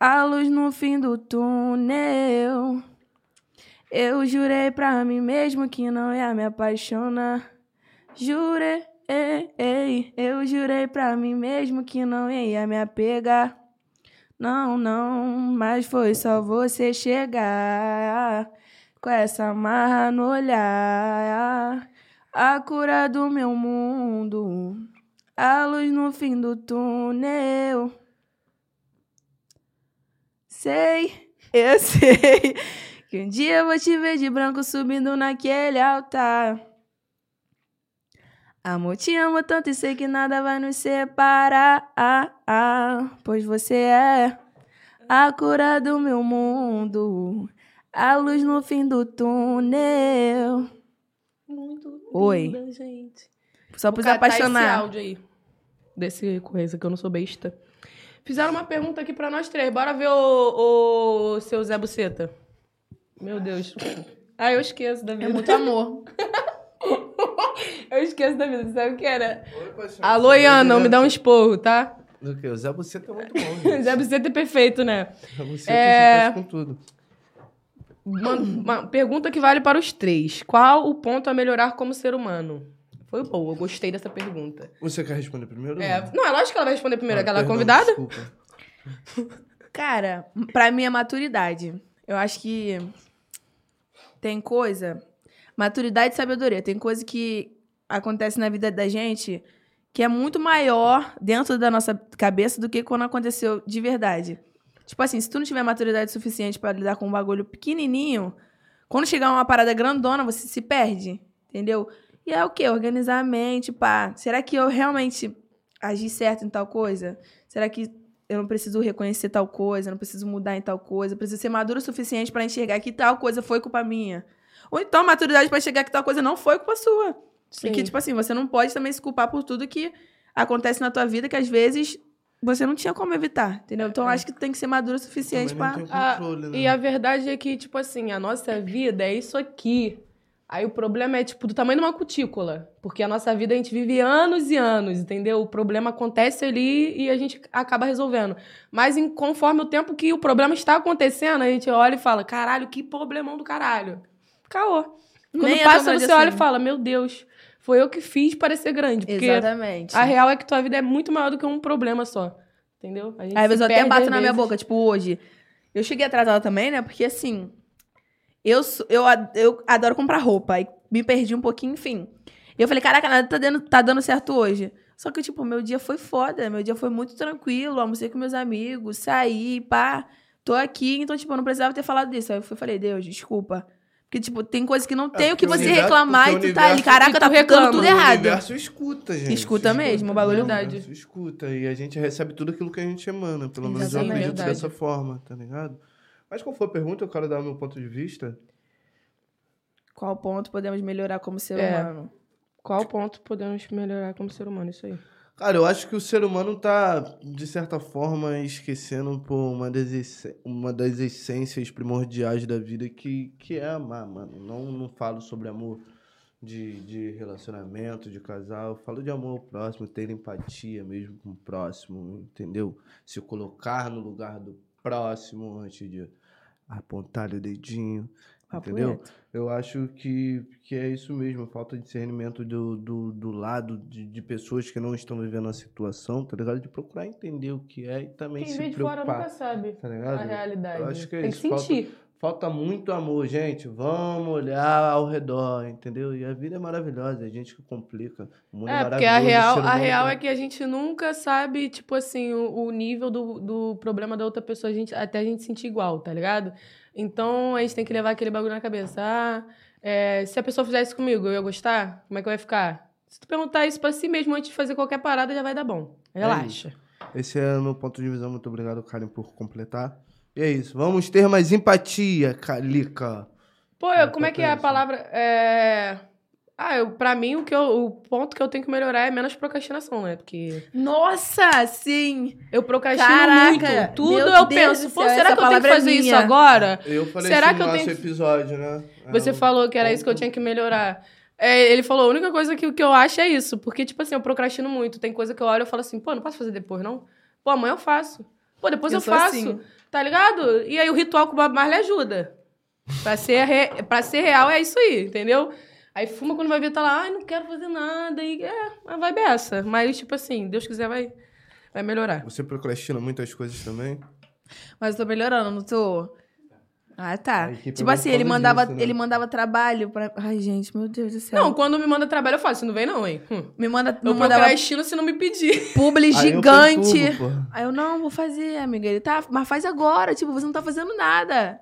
S3: a luz no fim do túnel. Eu jurei pra mim mesmo que não ia me apaixonar. Jurei, eu jurei pra mim mesmo que não ia me apegar. Não, não, mas foi só você chegar com essa marra no olhar. A cura do meu mundo, a luz no fim do túnel. Sei, eu sei que um dia eu vou te ver de branco subindo naquele altar. Amor, te amo tanto e sei que nada vai nos separar. Pois você é a cura do meu mundo, a luz no fim do túnel.
S1: Muito
S3: Oi.
S1: linda, gente.
S3: Só pros
S1: catar tá Esse
S3: apaixonados.
S1: áudio aí. Desse coisa que eu não sou besta. Fizeram uma pergunta aqui pra nós três. Bora ver o, o seu Zé Buceta. Meu Deus. Ah, eu esqueço da vida.
S3: amor.
S1: Eu esqueço da vida, sabe o que era? Alô, Ian, não me dá um esporro, tá?
S2: O quê? O Zé Buceta é muito bom, gente.
S1: Zé Buceta é perfeito, né?
S2: Zé Buceta
S1: É.
S2: se faz com tudo.
S1: Uma, uma pergunta que vale para os três. Qual o ponto a melhorar como ser humano? Foi boa, eu gostei dessa pergunta.
S2: Você quer responder primeiro?
S1: É,
S2: Não.
S1: não, é lógico que ela vai responder primeiro.
S2: Ah,
S1: aquela
S2: perdão,
S1: convidada?
S2: Desculpa.
S3: Cara, pra mim é maturidade. Eu acho que tem coisa. Maturidade e sabedoria. Tem coisa que acontece na vida da gente que é muito maior dentro da nossa cabeça do que quando aconteceu de verdade. Tipo assim, se tu não tiver maturidade suficiente pra lidar com um bagulho pequenininho, quando chegar uma parada grandona, você se perde, entendeu? E é o quê? Organizar a mente, pá. Será que eu realmente agi certo em tal coisa? Será que eu não preciso reconhecer tal coisa, eu não preciso mudar em tal coisa, eu preciso ser maduro o suficiente pra enxergar que tal coisa foi culpa minha. Ou então maturidade pra enxergar que tal coisa não foi culpa sua. E que,
S1: Sim.
S3: tipo assim, você não pode também se culpar por tudo que acontece na tua vida, que às vezes você não tinha como evitar, entendeu? Então eu acho que tu tem que ser maduro o
S2: Também
S3: suficiente
S2: não
S3: pra.
S2: tem
S1: Ah,
S2: controle, né?
S1: E a verdade é que, tipo assim, a nossa vida é isso aqui. Aí o problema é, tipo, do tamanho de uma cutícula. Porque a nossa vida a gente vive anos e anos, entendeu? O problema acontece ali e a gente acaba resolvendo. Mas em, conforme o tempo que o problema está acontecendo, a gente olha e fala: caralho, que problemão do caralho. Caô. Quando
S3: Nem é tão
S1: passa,
S3: grande
S1: você olha e
S3: assim.
S1: fala: meu Deus, foi eu que fiz parecer grande. Porque
S3: Exatamente.
S1: a real é que tua vida é muito maior do que um problema só. Entendeu? A gente
S3: Aí, às
S1: se
S3: vezes, eu até
S1: perde,
S3: bato
S1: às
S3: na minha
S1: vezes.
S3: boca, tipo, hoje. Eu cheguei atrasada também, né? Porque, assim, eu, sou- eu, a- eu adoro comprar roupa. Aí me perdi um pouquinho, enfim. E eu falei, caraca, nada tá dando, tá dando certo hoje. Só que, tipo, meu dia foi foda. Meu dia foi muito tranquilo. Almocei com meus amigos, saí, pá. tô aqui, então, tipo, eu não precisava ter falado disso. Aí eu fui- falei, Deus, desculpa. Porque, tipo, tem coisa que não tem o que
S2: É, porque o
S3: você
S2: universo-
S3: reclamar e
S2: porque
S3: tu
S2: o
S3: tá ali.
S2: universo-
S3: Caraca,
S1: e
S3: tá
S1: tu
S3: ficando
S1: reclama.
S3: tudo
S1: O
S2: O
S3: errado.
S2: universo escuta, gente.
S3: Escuta mesmo, o bagulho é
S2: Não, o
S1: verdade.
S2: universo escuta. E a gente recebe tudo aquilo que a gente emana. Pelo menos eu
S3: Exatamente.
S2: acredito
S1: Verdade.
S2: dessa forma, tá ligado? Mas qual foi a pergunta? Eu quero dar o meu ponto de vista.
S3: Qual ponto podemos melhorar como ser
S1: É.
S3: humano?
S1: Qual ponto podemos melhorar como ser humano? Isso aí.
S2: Cara, eu acho que o ser humano tá, de certa forma, esquecendo pô, uma, das esse- uma das essências primordiais da vida, que, que é amar, mano. Não, não falo sobre amor de, de relacionamento, de casal. Eu falo de amor ao próximo, ter empatia mesmo com o próximo, entendeu? Se colocar no lugar do próximo antes de apontar o dedinho,
S3: Papo
S2: entendeu?
S3: reto.
S2: Eu acho que, que é isso mesmo, falta de discernimento do, do, do lado de, de pessoas que não estão vivendo a situação, tá ligado? De procurar entender o que é e também
S1: Quem
S2: se
S1: vê de fora nunca
S2: preocupar,
S1: sabe
S2: tá
S1: a
S2: ligado?
S1: realidade.
S2: eu acho que é
S1: Tem
S2: isso,
S1: que
S2: falta-
S1: sentir.
S2: Falta muito amor, gente. Vamos olhar ao redor, entendeu? E a vida é maravilhosa, a gente que complica. O mundo é,
S1: É, porque
S2: maravilhoso.
S1: a
S2: o
S1: real,
S2: ser
S1: a
S2: humano né?
S1: real é
S2: que...
S1: que a gente nunca sabe, tipo assim, o, o nível do, do problema da outra pessoa, a gente, até a gente sentir igual, tá ligado? Então a gente tem que levar aquele bagulho na cabeça. Ah, é, se a pessoa fizer isso comigo, eu ia gostar? Como é que vai ficar? Se tu perguntar isso pra si mesmo antes de fazer qualquer parada, já vai dar bom.
S2: É
S1: Relaxa.
S2: Esse é o meu ponto de visão. Muito obrigado, Karen, por completar. E é isso. Vamos ter mais empatia, Calica.
S1: Pô,
S2: Não,
S1: como é
S2: qualquer
S1: que é a
S2: isso.
S1: palavra? É... Ah, eu, pra mim, o, que eu- o ponto que eu tenho que melhorar é menos procrastinação, né? Porque
S3: Nossa, sim!
S1: eu procrastino
S3: Caraca,
S1: muito. Tudo
S3: meu
S1: eu
S3: Deus
S1: penso,
S3: do
S1: pô,
S3: céu,
S1: será
S3: essa
S1: que eu tenho que
S3: palavra é
S1: fazer isso
S3: minha.
S1: agora?
S2: Eu falei
S1: Será
S2: isso
S1: que
S2: no
S1: eu
S2: nosso
S1: tenho que-
S2: episódio, né?
S1: Você
S2: Eu-
S1: falou que era isso que eu
S2: ponto.
S1: tinha que melhorar. É, ele falou, a única coisa que, que eu acho é isso. Porque, tipo assim, eu procrastino muito. Tem coisa que eu olho e falo assim, pô, não posso fazer depois, não? Pô, amanhã eu faço. Pô, depois eu,
S3: sou
S1: faço.
S3: assim.
S1: Tá ligado? E aí o ritual com o Bob Marley ajuda. Pra ser, re... pra ser real é isso aí, entendeu? Aí fuma quando vai ver, tá lá, ai, não quero fazer nada. E é, mas vai beça. Mas, tipo assim, Deus quiser, vai, vai melhorar.
S2: Você procrastina muitas coisas também?
S3: Mas eu tô melhorando, não tô. Ah, tá.
S2: A equipe
S3: Tipo
S2: vai
S3: assim,
S2: por
S3: ele
S2: causa
S3: mandava,
S2: disso, né?
S3: ele mandava trabalho pra. Ai, gente, meu Deus do céu.
S1: Não, quando me manda trabalho, eu faço. Não vem, não, hein? Hum.
S3: me manda,
S1: Eu
S3: me Então mandava
S1: procrastino se não me pedir.
S3: publi
S2: Aí Ah, eu
S3: gigante.
S2: perturbo, porra.
S3: Aí eu, não, vou fazer, amiga. Ele, tá, mas faz agora. Tipo, você não tá fazendo nada.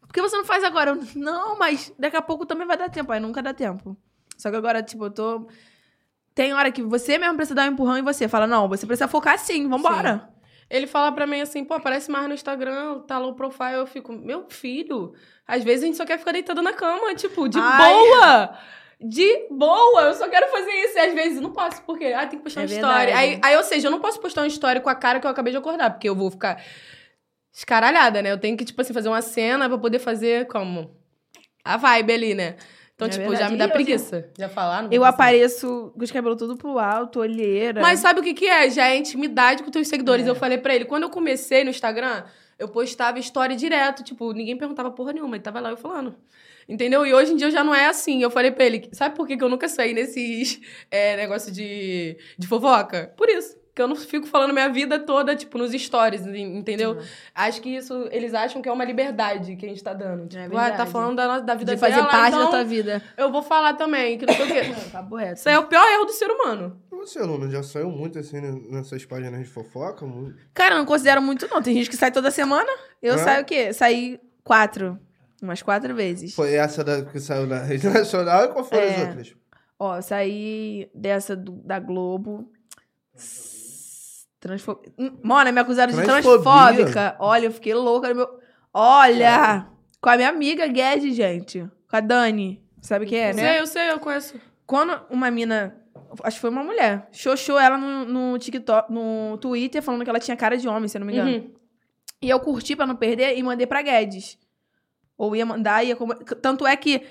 S3: Por que você não faz agora? Eu, não, mas daqui a pouco também vai dar tempo. Aí nunca dá tempo. Só que agora, tipo, eu tô... Tem hora que você mesmo precisa dar um empurrão em você. Fala, não, você precisa focar sim, vambora.
S1: Ele fala pra mim assim, pô, aparece mais no Instagram, tá low profile. Eu fico, meu filho, às vezes a gente só quer ficar deitado na cama, tipo, de
S3: Ai.
S1: boa. De boa, eu só quero fazer isso. E às vezes não posso, porque, ah, tem que postar
S3: É
S1: uma
S3: verdade.
S1: história. Aí, aí, ou seja, eu não posso postar uma história com a cara que eu acabei de acordar, porque eu vou ficar escaralhada, né? Eu tenho que, tipo assim, fazer uma cena pra poder fazer como? A vibe ali, né? Então,
S3: É
S1: tipo, já
S3: verdade.
S1: me dá
S3: E eu
S1: preguiça. Já falaram?
S3: Eu apareço com os cabelos tudo pro alto, olheira.
S1: Mas sabe o que que é? Já é intimidade com teus seguidores.
S3: É.
S1: Eu falei pra ele, quando eu comecei no Instagram, eu postava história direto, tipo, ninguém perguntava porra nenhuma, ele tava lá eu falando. Entendeu? E hoje em dia já não é assim. Eu falei pra ele, sabe por que que eu nunca saí nesses é, negócio de, de fofoca? Por isso. Que eu não fico falando minha vida toda, tipo, nos stories, en- entendeu? Acho que isso, eles acham que é uma liberdade que a gente tá dando. Tipo, ah, tá
S3: É verdade.
S1: falando da, nossa- da vida
S3: de fazer
S1: dela,
S3: parte
S1: então
S3: da tua vida.
S1: eu vou falar também, que não sei o quê.
S3: Papo reto.
S1: Isso aí é o pior erro do ser humano.
S2: Você, aluno, já saiu muito assim ne- nessas páginas de fofoca? Mu-
S3: Cara, eu não considero muito, não. Tem gente que sai toda semana. Eu
S2: Hã?
S3: saio o quê? Saí quatro. Umas quatro vezes.
S2: Foi essa da- que saiu na rede nacional e qual foram as
S3: É.
S2: outras?
S3: Ó, eu saí dessa do- da Globo. S- Transfo... Hum, Mona, me acusaram de
S2: Transfobia?
S3: transfóbica. Olha, eu fiquei louca no meu. Olha! Com a minha amiga Guedes, gente. Com a Dani. Sabe quem é,
S1: Eu
S3: né?
S1: sei, eu sei, eu conheço.
S3: Quando uma mina. Acho que foi uma mulher. Xoxou ela no, no TikTok, no Twitter, falando que ela tinha cara de homem, se eu não me engano.
S1: Uhum.
S3: E eu curti pra não perder e mandei pra Guedes. Ou ia mandar, ia. como- Tanto é que,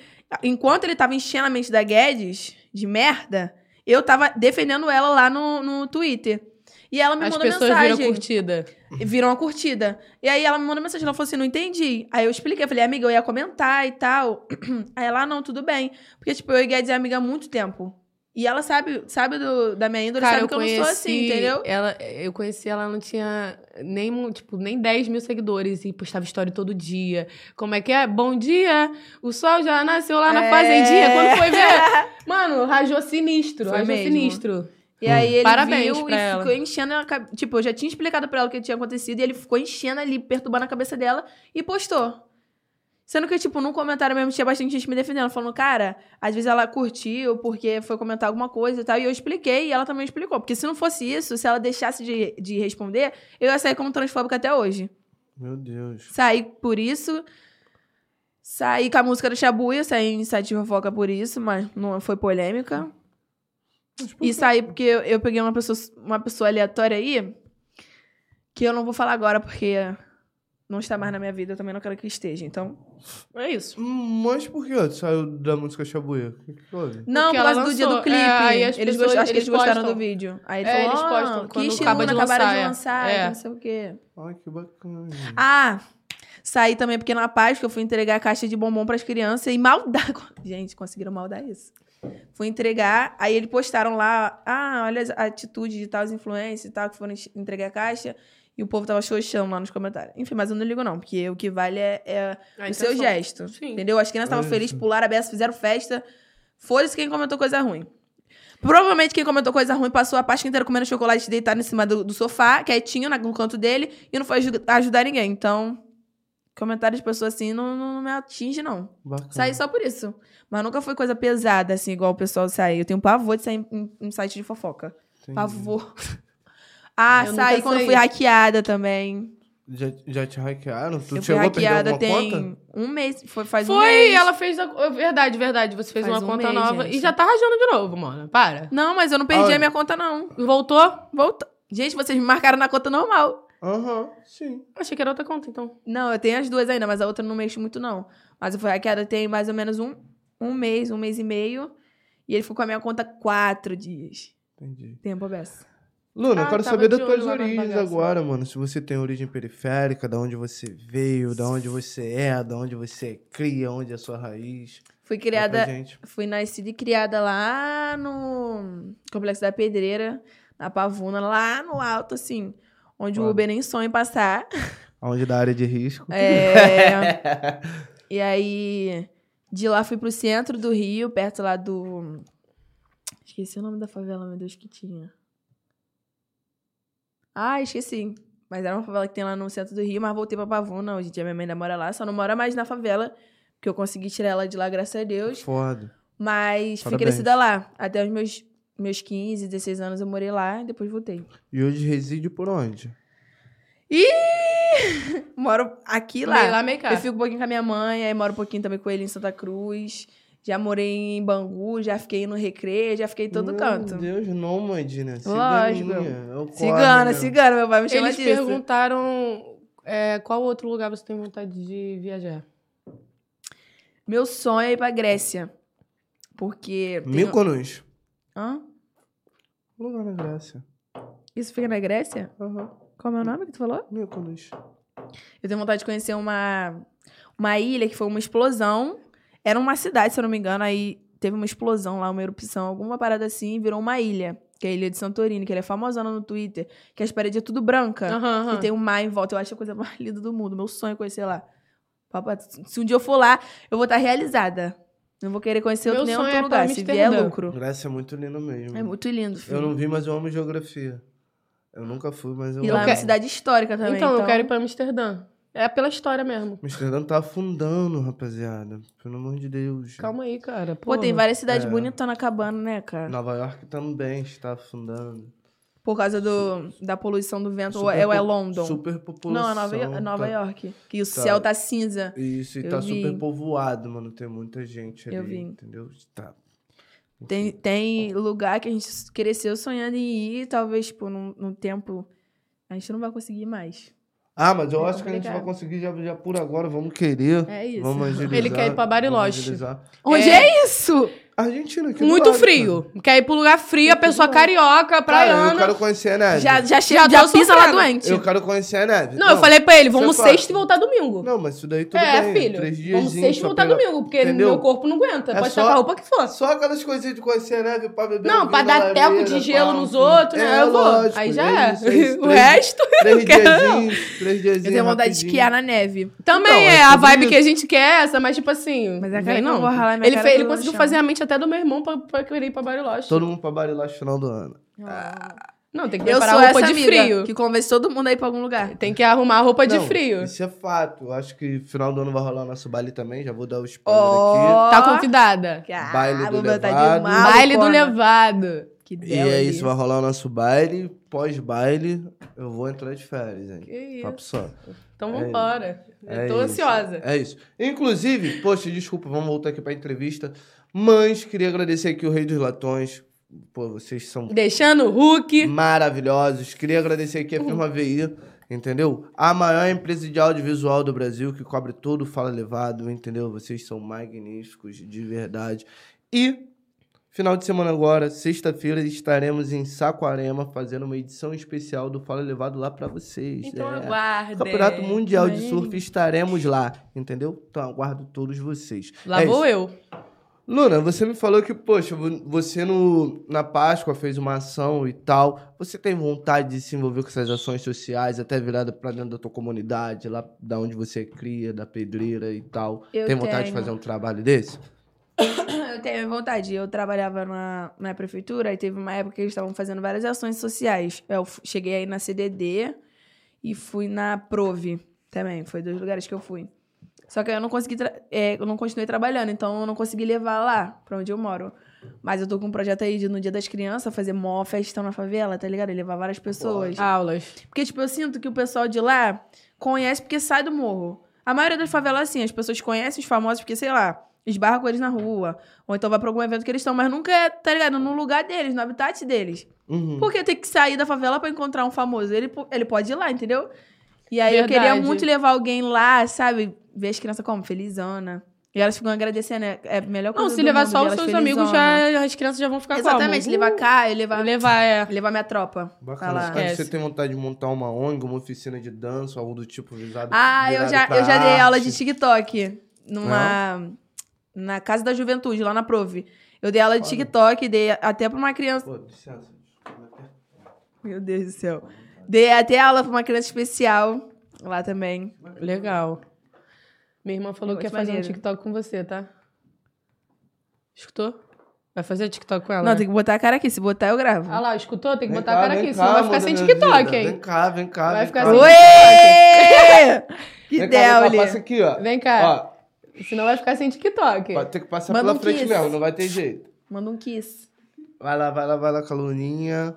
S3: enquanto ele tava enchendo a mente da Guedes de merda, eu tava defendendo ela lá no, no Twitter. E ela me
S1: As
S3: mandou
S1: pessoas
S3: mensagem.
S1: viram curtida.
S3: Virou uma curtida. E aí ela me mandou mensagem, ela falou assim, não entendi. Aí eu expliquei, eu falei, amiga, eu ia comentar e tal. Aí ela, "Ah, não, tudo bem. Porque, tipo, eu e Guedes é amiga há muito tempo. E ela sabe, sabe do, da minha índole, sabe que eu não sou assim, entendeu?
S1: Ela, eu conheci ela, não tinha nem, mu- tipo, nem 10 mil seguidores e postava história todo dia. Como é que é? Bom dia! O sol já nasceu lá na
S3: É.
S1: fazendinha. Quando foi ver? Mano, rajou sinistro.
S3: Foi
S1: rajou
S3: mesmo.
S1: sinistro.
S3: E aí ele
S1: Parabéns
S3: viu e
S1: pra ela.
S3: ficou enchendo a cabeça. Tipo, eu já tinha explicado pra ela o que tinha acontecido e ele ficou enchendo ali, perturbando a cabeça dela e postou. Sendo que, tipo, num comentário mesmo tinha bastante gente me defendendo, falando, cara, às vezes ela curtiu porque foi comentar alguma coisa e tal. E eu expliquei e ela também explicou. Porque se não fosse isso, se ela deixasse de, de responder, eu ia sair como transfóbica até hoje.
S2: Meu Deus.
S3: Saí por isso. Saí com a música do Shabuya, saí em site de fofoca por isso, mas não foi polêmica. E saí porque eu, eu peguei uma pessoa, uma pessoa aleatória aí, que eu não vou falar agora porque não está mais na minha vida, eu também não quero que esteja, então é isso.
S2: Hum, Mas por que tu saiu da música Shabuya? O que que houve?
S3: Não,
S1: Porque
S3: por causa
S1: ela
S3: do dia do
S1: lançou.
S3: clipe.
S1: É, aí as
S3: eles
S1: pessoas-
S3: gost- acho que
S1: eles
S3: eles gostaram
S1: postam.
S3: do vídeo. Aí ele
S1: É,
S3: falou,
S1: eles postam
S3: "Ah,
S1: quando
S3: que
S1: acaba
S3: estiluna,
S1: de
S3: acabaram de
S1: lançar, é. É.
S3: lançar, que não sei o quê.
S2: Ai, que bacana.
S3: Ah, saí também porque na Páscoa eu fui entregar a caixa de bombom pras crianças e maldar. Gente, conseguiram maldar isso. Fui entregar, aí eles postaram lá, ah, olha a atitude de tal influências e tal, que foram entregar a caixa. E o povo tava xoxando lá nos comentários. Enfim, mas eu não ligo não, porque o que vale é, é
S1: A
S3: o seu
S1: intenção.
S3: gesto.
S1: Sim.
S3: Entendeu? As crianças estavam
S2: É
S3: felizes,
S2: isso.
S3: pularam a beça, fizeram festa. Foda-se quem comentou coisa ruim. Provavelmente quem comentou coisa ruim passou a Páscoa inteira comendo chocolate deitado em cima do, do sofá, quietinho na- no canto dele, e não foi aju- ajudar ninguém. Então, comentário de pessoa assim não, não, não me atinge, não.
S2: Bacana.
S3: Saí só por isso. Mas nunca foi coisa pesada, assim, igual o pessoal sair. Eu tenho pavor de sair em, em site de fofoca.
S2: Entendi.
S3: Pavor. ah,
S1: Eu nunca
S3: saí quando
S1: saí.
S3: fui hackeada também.
S2: Já, já te hackearam? Tu
S3: eu fui
S2: chegou a perder
S3: hackeada
S2: alguma
S3: tem
S2: conta?
S3: um mês. Foi, faz um mês.
S1: Foi, ela fez. A... oh, Verdade, verdade. Você fez
S3: Faz
S1: uma
S3: um
S1: conta
S3: mês,
S1: nova.
S3: gente.
S1: E já tá rajando de novo, mano. Para.
S3: Não, mas eu não perdi
S2: Olha.
S3: a minha conta, não.
S1: Voltou?
S3: Voltou. Gente, vocês me marcaram na conta normal.
S2: Aham, sim.
S1: Achei que era outra conta, então.
S3: Não, eu tenho as duas ainda, mas a outra eu não mexo muito, não. Mas eu fui hackeada tem mais ou menos um, um mês, um mês e meio. E ele ficou com a minha conta quatro dias.
S2: Entendi.
S3: Tempo aberto.
S2: Luna, eu
S1: Ah,
S2: quero
S1: tava
S2: saber das
S1: de
S2: tuas
S1: olho lá na
S2: origens
S1: bagaça.
S2: agora, mano. Se você tem origem periférica, da onde você veio, da onde você é, da onde você cria, onde é a sua raiz.
S3: Fui
S2: Fala pra
S3: criada,
S2: gente.
S3: fui nascida e criada lá no Complexo da Pedreira, na Pavuna, lá no alto, assim. Onde o
S2: Foda.
S3: Uber nem sonha em passar.
S2: Onde da área de risco.
S3: É. E aí, de lá fui pro centro do Rio, perto lá do. Esqueci o nome da favela, meu Deus, que tinha. Ah, esqueci. Mas era uma favela que tem lá no centro do Rio, mas voltei pra Pavuna. Hoje em dia minha mãe ainda mora lá, só não mora mais na favela, porque eu consegui tirar ela de lá, graças a Deus.
S2: Foda.
S3: Mas fui
S2: Parabéns.
S3: crescida lá. Até os meus, meus 15, 16 anos eu morei lá e depois voltei.
S2: E hoje reside por onde?
S3: Ih! Moro aqui lá.
S1: Meio lá, meio é. cá.
S3: Eu fico um pouquinho com a minha mãe, aí moro um pouquinho também com ele em Santa Cruz. Já morei em Bangu, já fiquei no Recreio, já fiquei em todo
S1: Hum,
S2: Meu
S3: canto.
S2: Deus, nômade, né?
S3: Lógico.
S2: Ciganinha, eu corre,
S3: Cigana,
S2: né?
S3: cigana, meu pai me chama
S1: Eles
S3: disso.
S1: perguntaram é, qual outro lugar você tem vontade de viajar.
S3: Meu sonho é ir pra Grécia. Porque. tem-
S2: Mykonos.
S3: Hã?
S2: Lugar na Grécia.
S3: Isso fica na Grécia?
S2: Aham,
S3: Qual é o nome que tu falou?
S2: Mykonos.
S3: Eu tenho vontade de conhecer uma, uma ilha que foi uma explosão. Era uma cidade, se eu não me engano, aí teve uma explosão lá, uma erupção, alguma parada assim, e virou uma ilha. Que é a ilha de Santorini, que ela é famosona no Twitter, que as paredes é tudo branca.
S1: Aham, aham.
S3: E tem um mar em volta. Eu acho a coisa mais linda do mundo. Meu sonho é conhecer lá. Papai, se um dia eu for lá, eu vou estar realizada. Não vou querer conhecer
S1: Meu
S3: outro- nenhum
S1: sonho
S3: outro
S1: é pra
S3: lugar. Se vier, é
S1: Amsterdã.
S3: lucro.
S2: Grécia é muito lindo mesmo.
S3: É muito lindo, filho.
S2: Eu não vi, mas eu amo geografia. Eu nunca fui, mas eu
S3: E lá é
S2: amo.
S3: uma cidade histórica também.
S1: então,
S3: Então,
S1: eu quero ir pra Amsterdã. É pela história mesmo.
S2: Amsterdã tá afundando, rapaziada. Pelo amor de Deus.
S1: Calma aí, cara. Pô,
S3: Pô, tem várias cidades
S2: É.
S3: bonitonas acabando, né, cara?
S2: Nova York também está afundando.
S3: Por causa do, da poluição do vento. ou
S2: Super
S3: é, ou é
S2: po-
S3: London?
S2: Superpopulação.
S3: Não, é Nova, Yo- é Nova
S2: tá-
S3: York. Que o
S2: tá.
S3: céu tá cinza.
S2: Isso, e
S3: Eu
S2: tá
S3: vi.
S2: super povoado, mano. Tem muita gente ali,
S3: Eu vi.
S2: entendeu? Tá.
S3: Tem, tem lugar que a gente cresceu sonhando em ir. Talvez, tipo, num, num tempo... A gente não vai conseguir mais.
S2: Ah, mas eu
S3: É
S2: acho que a gente vai
S3: complicado.
S2: conseguir já, já por agora. Vamos querer.
S3: É isso.
S2: Vamos agilizar.
S1: Ele quer ir pra Bariloche.
S2: vamos agilizar.
S3: Onde
S1: É.
S3: é isso?
S2: Argentina, aqui do
S1: Muito
S2: lado,
S1: frio. Quer ir pro lugar frio, a pessoa carioca,
S2: Cara, Cara,
S1: praiana.
S2: Ah, eu quero conhecer a neve.
S3: Já, já, chega,
S1: É, Já
S3: já,
S1: tô
S3: pisa lá
S1: sofrendo.
S3: doente.
S2: Eu quero conhecer a neve.
S1: Não, eu falei pra ele, vamos
S2: isso é claro.
S1: sexta e voltar domingo.
S2: Não, mas isso daí tudo
S1: é,
S2: bem.
S1: filho.
S2: Três dias
S1: vamos tá sexta e voltar domingo, porque
S2: Entendeu?
S1: meu corpo não aguenta.
S2: É
S1: Pode
S2: só-
S1: estar com a roupa que for.
S2: Só aquelas coisinhas de conhecer a neve pra beber.
S1: Não,
S2: um
S1: pra
S2: vinho na
S1: dar
S2: lareira,
S1: teco de gelo
S2: pá,
S1: nos
S2: um-
S1: outros, né?
S2: É,
S1: eu vou.
S2: lógico,
S1: Aí já
S2: é
S1: é.
S2: isso, é isso,
S1: o
S2: três-
S1: resto
S2: Três
S1: quero.
S2: diazinhos, três diazinhos.
S3: Eu tenho vontade de
S2: rapidinho.
S3: esquiar na neve.
S1: também
S2: Então,
S1: é.
S2: é
S1: A
S2: tudo
S1: vibe
S2: isso.
S1: que a gente quer é essa, mas tipo assim.
S3: Mas a cara
S1: vem
S3: que eu
S1: não. Ah,
S3: vou ralar minha
S1: Ele, fez,
S3: cara toda
S1: ele
S3: no
S1: conseguiu
S3: chão.
S1: fazer a mente gosto até do meu irmão pra, pra querer ir pra Bariloche.
S2: Todo mundo pra Bariloche no final do ano.
S1: Não, tem que
S3: Eu
S1: preparar
S3: sou
S1: roupa de
S3: essa amiga
S1: frio.
S3: que convence todo mundo aí pra algum lugar.
S1: Tem que arrumar roupa de
S2: Não,
S1: frio.
S2: Isso é fato. Eu Acho que final do ano vai rolar o nosso baile também. Já vou dar o spoiler
S3: Ó.
S1: Tá Ah, convidada.
S2: Baile do
S3: Caramba, tá de
S2: Levado.
S3: mal,
S1: Baile do
S3: porra.
S1: Levado.
S3: Que
S2: aqui. E
S3: bela
S2: é
S3: aí.
S2: isso, vai rolar o nosso baile. Pós-baile, eu vou entrar de férias,
S1: Que
S2: hein?
S1: isso.
S2: Papo só.
S1: Então
S2: É
S1: vambora. Eu
S2: É
S1: tô
S2: isso.
S1: ansiosa.
S2: É isso. Inclusive, poxa, desculpa, vamos voltar aqui pra entrevista. Mas queria agradecer aqui o Rei dos Latões. Pô, vocês são
S1: Deixando o Hulk.
S2: maravilhosos. Queria agradecer aqui
S1: Uhum.
S2: a firma VI, entendeu? A maior empresa de audiovisual do Brasil, que cobre todo o Fala Levado, entendeu? Vocês são magníficos, de verdade. E, final de semana agora, sexta-feira, estaremos em Saquarema fazendo uma edição especial do Fala Levado lá pra vocês.
S1: Então
S2: É.
S1: aguardem.
S2: Campeonato Mundial de
S3: Amém.
S2: Surf estaremos lá, entendeu? Então aguardo todos vocês.
S1: Lá
S2: É
S1: vou
S2: isso.
S1: eu.
S2: Luna, você me falou que, poxa, vo- você no, na Páscoa fez uma ação e tal. Você tem vontade de se envolver com essas ações sociais, até virada pra dentro da tua comunidade, lá da onde você é cria, da pedreira e tal.
S3: Eu
S2: tem vontade de
S3: tenho.
S2: fazer um trabalho desse?
S3: Eu tenho vontade. Eu trabalhava na, na prefeitura e teve uma época que eles estavam fazendo várias ações sociais. Eu fu- cheguei aí na CDD e fui na Prove também. Foi dois lugares que eu fui. Só que eu não consegui, tra- é, eu não continuei trabalhando, então eu não consegui levar lá pra onde eu moro. Mas eu tô com um projeto aí de no Dia das Crianças fazer mó festão na favela, tá ligado? E levar várias pessoas.
S1: Aulas.
S3: Porque, tipo, eu sinto que o pessoal de lá conhece porque sai do morro. A maioria das favelas, assim, as pessoas conhecem os famosos porque, sei lá, esbarra com eles na rua. Ou então vai pra algum evento que eles estão, mas nunca é, tá ligado? No lugar deles, no habitat deles.
S2: Uhum.
S3: Porque tem que sair da favela pra encontrar um famoso. Ele, po- ele pode ir lá, entendeu? E aí eu
S1: Verdade.
S3: queria muito levar alguém lá, sabe? Ver as crianças como? Felizona. E elas ficam agradecendo. É é a melhor coisa
S1: Não, se
S3: do
S1: levar
S3: mundo,
S1: só
S3: ver
S1: os
S3: elas
S1: seus amigos,
S3: felizona.
S1: já, é as crianças já vão ficar
S3: Exatamente,
S1: como?
S3: levar Caio, levar,
S1: Vai levar, é.
S3: levar minha tropa.
S2: Bacana.
S3: Vai lá.
S2: Cara,
S1: Esquece.
S2: você tem vontade de montar uma ONG, uma oficina de dança, algo do tipo visado?
S3: Ah, eu
S2: virado
S3: já,
S2: pra
S3: eu já dei aula de
S2: arte?
S3: TikTok numa na Casa da Juventude, lá na Prove. Eu dei aula de
S2: Olha.
S3: TikTok, dei até pra uma criança.
S2: Pô, licença. desculpa.
S3: Meu Deus do céu. Dei até aula pra uma criança especial lá também.
S1: Legal. Minha irmã falou
S3: Eu
S1: que ia
S3: acho
S1: fazer um
S3: maneiro.
S1: TikTok com você, tá? Escutou? Vai fazer TikTok com ela?
S3: Não,
S1: né?
S3: tem que botar a cara aqui, se botar eu gravo.
S1: Ah lá, escutou? Tem que
S2: Vem
S1: botar
S2: cá,
S1: a cara
S2: vem
S1: aqui,
S2: cá,
S1: senão vai ficar
S2: amor
S1: sem
S2: da minha
S1: Tiktok,
S2: vida.
S1: hein?
S2: Vem cá, vem cá.
S1: Vai
S2: vem
S1: ficar
S2: cá.
S1: sem
S3: Oi! que
S2: Vem cá, vou
S3: dele.
S2: passar aqui, ó.
S1: Vem cá.
S2: Ó,
S1: Senão vai ficar sem TikTok.
S2: Vai ter que passar
S3: Manda
S2: pela
S3: um
S2: frente
S3: kiss.
S2: mesmo, não vai ter jeito.
S3: Manda um kiss.
S2: Vai lá, vai lá, vai lá, caloninha.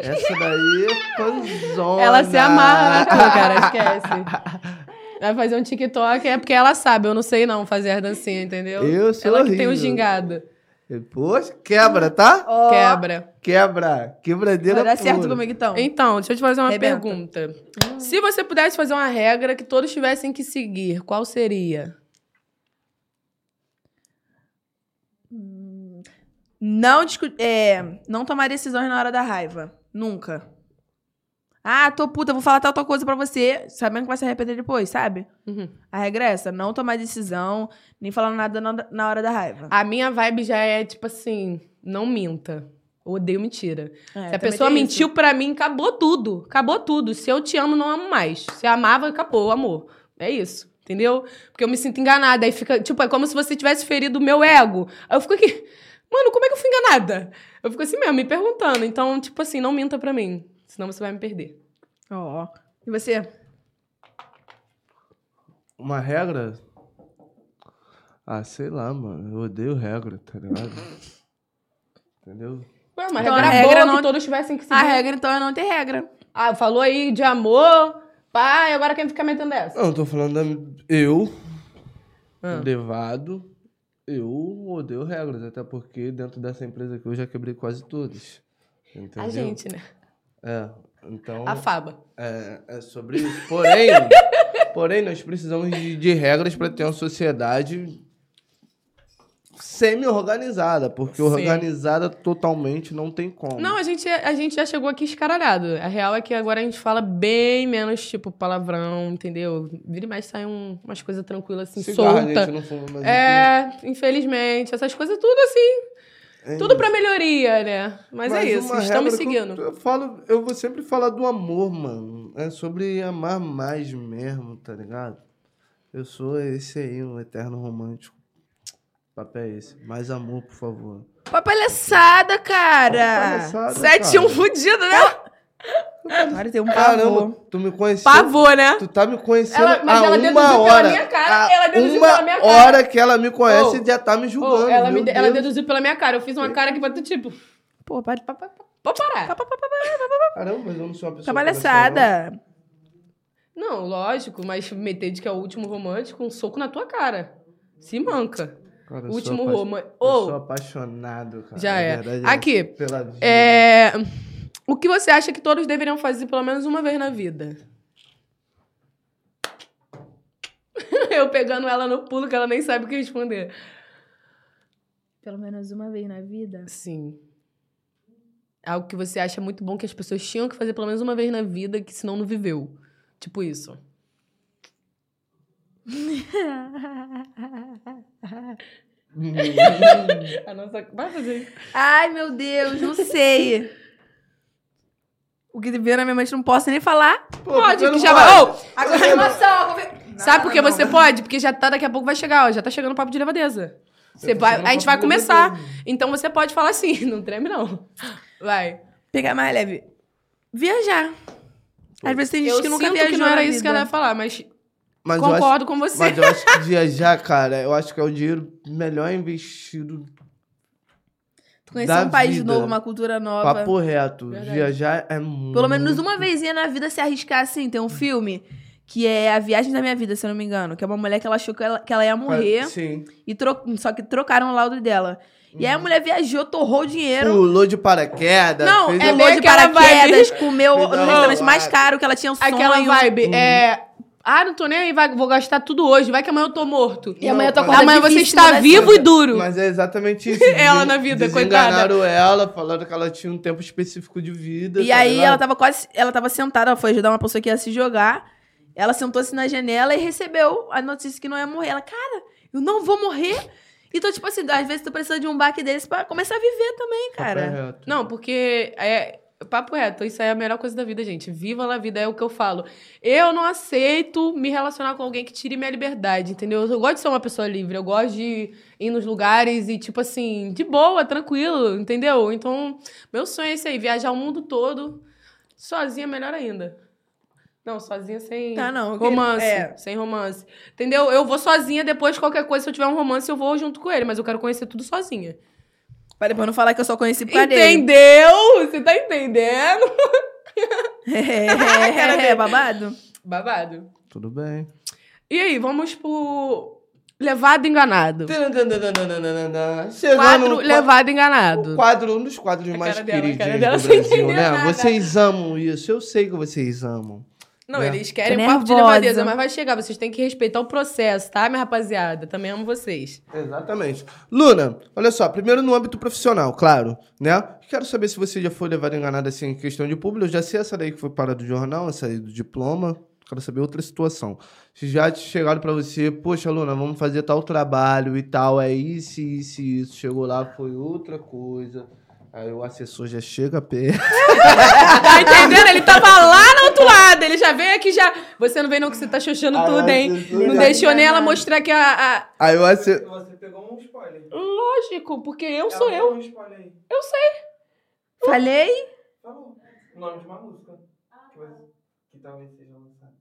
S2: Essa daí é fanzona.
S1: Ela se amarra né? na tua, cara, esquece. Vai fazer um TikTok, é porque ela sabe, eu não sei não fazer a dancinha, entendeu?
S2: Eu sou
S1: ela que
S2: horrível.
S1: tem um gingado.
S2: Poxa, quebra, tá?
S3: Ó,
S1: Quebra.
S2: Quebra. Quebradeira
S3: Vai dar certo
S2: pura.
S3: comigo então.
S1: Então, deixa eu te fazer uma
S3: Rebenta.
S1: pergunta. Se você pudesse fazer uma regra que todos tivessem que seguir, qual seria?
S3: Não discu- é, não tomar decisões na hora da raiva. Nunca. Ah, tô puta, vou falar tal, tal coisa pra você, sabendo que vai se arrepender depois, sabe?
S1: Uhum.
S3: A regra é essa, não tomar decisão, nem falar nada na- na hora da raiva.
S1: A minha vibe já é tipo assim, não minta. Eu odeio mentira.
S3: É,
S1: Se a
S3: também
S1: pessoa
S3: tem
S1: mentiu
S3: isso.
S1: pra mim, acabou tudo. Acabou tudo. Se eu te amo, não amo mais. Se amava, acabou o amor. É isso. Entendeu? Porque eu me sinto enganada. Aí fica, tipo, é como se você tivesse ferido o meu ego. Aí eu fico aqui, mano, como é que eu fui enganada? Eu fico assim mesmo, me perguntando. Então, tipo assim, não minta pra mim. Senão você vai me perder.
S3: Ó, ó. E você?
S2: Uma regra? Ah, sei lá, mano. Eu odeio regra, tá ligado? Entendeu?
S1: Ué, uma
S3: Então,
S1: regra,
S3: a regra
S1: boa
S3: não-
S1: que todos tivessem que seguir.
S3: A regra então é não ter regra.
S1: Ah, falou aí de amor. Pai, agora quem fica metendo essa?
S2: Não, eu tô falando da... Eu,
S1: Ah.
S2: levado, eu odeio regras. Até porque dentro dessa empresa aqui eu já quebrei quase todas. Entendeu?
S1: A gente, né?
S2: É, então...
S1: A Faba.
S2: É, é sobre isso. Porém, porém nós precisamos de, de regras para ter uma sociedade semi-organizada, porque
S1: Sim.
S2: organizada totalmente não tem como.
S1: Não, a gente, a gente já chegou aqui escaralhado. A real é que agora a gente fala bem menos, tipo, palavrão, entendeu? Vira e mais sai um, umas coisas tranquilas, assim,
S2: Cigarro,
S1: solta.
S2: gente não fuma mais.
S1: É, infelizmente. Essas coisas tudo assim.
S2: É
S1: Tudo
S2: isso.
S1: pra melhoria, né? Mas, é isso,
S2: uma
S1: estamos
S2: regra que
S1: seguindo.
S2: Eu, eu falo, eu vou sempre falar do amor, mano. É sobre amar mais mesmo, tá ligado? Eu sou esse aí, um eterno romântico. Papo é esse. Mais amor, por favor.
S3: Uma palhaçada, cara!
S2: Palhaçada,
S1: 7 1
S2: cara.
S1: fudido, né?
S3: Agora tem um
S2: Caramba,
S3: pavor.
S2: tu me conheceu.
S1: Pavor, né?
S2: Tu tá me conhecendo
S1: Ela- mas
S2: há
S1: ela
S2: uma
S1: deduziu pela
S2: hora.
S1: minha cara,
S2: Há
S1: ela deduziu
S2: uma
S1: pela minha cara.
S2: hora que ela me conhece e já tá me
S1: Pô,
S2: julgando.
S1: ela, me
S2: meu
S1: de- ela
S2: Deus.
S1: deduziu pela minha cara. Eu fiz uma cara que bateu tipo.
S3: Pô, para, para, para,
S1: Vou parar.
S2: Caramba, mas eu não sou uma
S3: para
S2: pessoa.
S3: palhaçada.
S1: Não, lógico, mas meter de que é o último romântico, um soco na tua cara. Se manca.
S2: Cara, eu sou
S1: último
S2: apa-
S1: romântico.
S2: Eu sou
S1: Ou,
S2: apaixonado, cara.
S1: já
S2: A
S1: é.
S2: verdade
S1: Aqui.
S2: Pela vida.
S1: É... O que você acha que todos deveriam fazer pelo menos uma vez na vida? Eu pegando ela no pulo que ela nem sabe o que responder.
S3: Pelo menos uma vez na vida.
S1: Sim. Algo que você acha muito bom que as pessoas tinham que fazer pelo menos uma vez na vida, que senão não viveu. Tipo isso. A nossa. Vai fazer isso.
S3: Ai, meu Deus, não sei. O que veio na minha mente, não posso nem falar.
S2: Pô, porque
S1: Pode, que
S2: não
S1: já
S2: pode?
S1: vai. Ô,
S3: A confirmação, a confirmação.
S1: sabe por que você pode? Porque já tá, daqui a pouco vai chegar, ó. Já tá chegando o papo de levadeza. Você
S2: tô
S1: vai,
S2: sendo né?
S1: a gente vai
S2: uma
S1: começar.
S2: pessoa-
S1: Então você pode falar assim, não treme não. Vai.
S3: Pegar mais leve. Viajar. Às vezes tem gente
S1: Eu
S3: que nunca
S1: sinto
S3: viajou
S1: que não era
S3: na
S1: isso que
S3: vida.
S1: ela ia falar, mas,
S2: Mas eu acho,
S1: concordo com você.
S2: mas eu acho que viajar, cara, eu acho que é o dinheiro melhor investido.
S3: Tu Conhecer
S2: da
S3: um país
S2: vida.
S3: novo, uma cultura nova.
S2: Papo reto.
S1: Verdade.
S2: Viajar é muito.
S3: Pelo menos uma vezinha na vida se arriscar assim. Tem um filme que é A Viagem da Minha Vida, se eu não me engano. Que é uma mulher que ela achou que ela, que ela ia morrer.
S2: Sim.
S3: E tro- Só que trocaram o laudo dela. E aí
S2: Uhum.
S3: a mulher viajou, torrou o dinheiro.
S2: Pulou de paraquedas.
S3: Não,
S2: fez
S1: é
S2: um-
S1: bem
S3: pulou de
S1: aquela
S3: paraquedas, comeu
S2: Fez
S3: no
S2: uma
S3: restaurante mais
S2: roubada.
S3: caro, que ela tinha um sonho.
S1: Aquela vibe é. Ah, não tô nem aí, vai- vou gastar tudo hoje. Vai que amanhã eu tô morto.
S3: E amanhã eu tô
S2: Não,
S3: acordada
S1: Amanhã você
S3: difícil,
S1: está
S3: né?
S1: vivo e duro.
S2: Mas é exatamente isso.
S1: Ela
S2: Desen-
S1: na vida,
S2: Desenganaram ela, falaram que ela tinha um tempo específico de vida.
S3: E
S2: tá
S3: aí
S2: ligado?
S3: ela tava quase. Ela tava sentada, ela foi ajudar uma pessoa que ia se jogar. Ela sentou-se na janela e recebeu a notícia que não ia morrer. Ela, cara, eu não vou morrer. E tô tipo assim, às vezes tu precisa de um baque desse pra começar a viver também,
S2: Papo
S3: cara.
S2: é reto.
S1: Não, porque é. Papo reto, isso aí é a melhor coisa da vida, gente. Viva a vida, é o que eu falo. Eu não aceito me relacionar com alguém que tire minha liberdade, entendeu? Eu gosto de ser uma pessoa livre, eu gosto de ir nos lugares e, tipo assim, de boa, tranquilo, entendeu? Então, meu sonho é esse aí, viajar o mundo todo, sozinha, melhor ainda. Não, sozinha sem
S3: Tá, não, eu queria-
S1: romance.
S3: é.
S1: Sem romance. Entendeu? Eu vou sozinha, depois qualquer coisa, se eu tiver um romance, eu vou junto com ele, mas eu quero conhecer tudo sozinha.
S3: Pra depois não falar que eu só conheci por causa dele.
S1: Entendeu? Você tá entendendo?
S3: É,
S1: Cara
S3: é,
S1: dele.
S3: babado.
S1: Babado.
S2: Tudo bem.
S1: E aí, vamos pro levado enganado.
S2: Chegando
S1: Quadro
S2: no
S1: levado
S2: O
S1: enganado.
S2: quadro, um dos quadros
S1: A
S2: mais
S1: cara dela, a
S2: queridos
S1: cara dela
S2: do
S1: sem
S2: Brasil,
S1: entender
S2: né?
S1: nada.
S2: Vocês amam isso. Eu sei que vocês amam.
S1: Não,
S2: É.
S1: eles querem
S3: Tô
S1: um papo de
S3: nervosa.
S1: levadeza, mas vai chegar. Vocês têm que respeitar o processo, tá, minha rapaziada? Também amo vocês.
S2: Exatamente. Luna, olha só, primeiro no âmbito profissional, claro, né? Quero saber se você já foi levado enganada assim em questão de público. Eu já sei essa daí que foi para do jornal, essa aí do diploma. Quero saber outra situação. Se já te chegaram pra você, poxa, Luna, vamos fazer tal trabalho e tal, é isso, isso, e isso. Chegou lá, foi outra coisa. Aí o assessor já chega perto.
S1: Tá entendendo? Ele tava lá no outro lado. Ele já veio aqui já. Você não veio, não, que você tá xoxando
S2: Ai,
S1: tudo, hein?
S2: Jesus,
S1: Não
S2: né?
S1: deixou nem ela mostrar que a. a-
S2: Aí o assessor.
S4: Você pegou um spoiler.
S1: Lógico, porque eu
S4: Ela
S1: sou
S4: pegou
S1: eu.
S4: Um spoiler aí.
S3: Falei?
S4: Falou. O nome de uma música. Que, vai- que talvez seja lançada.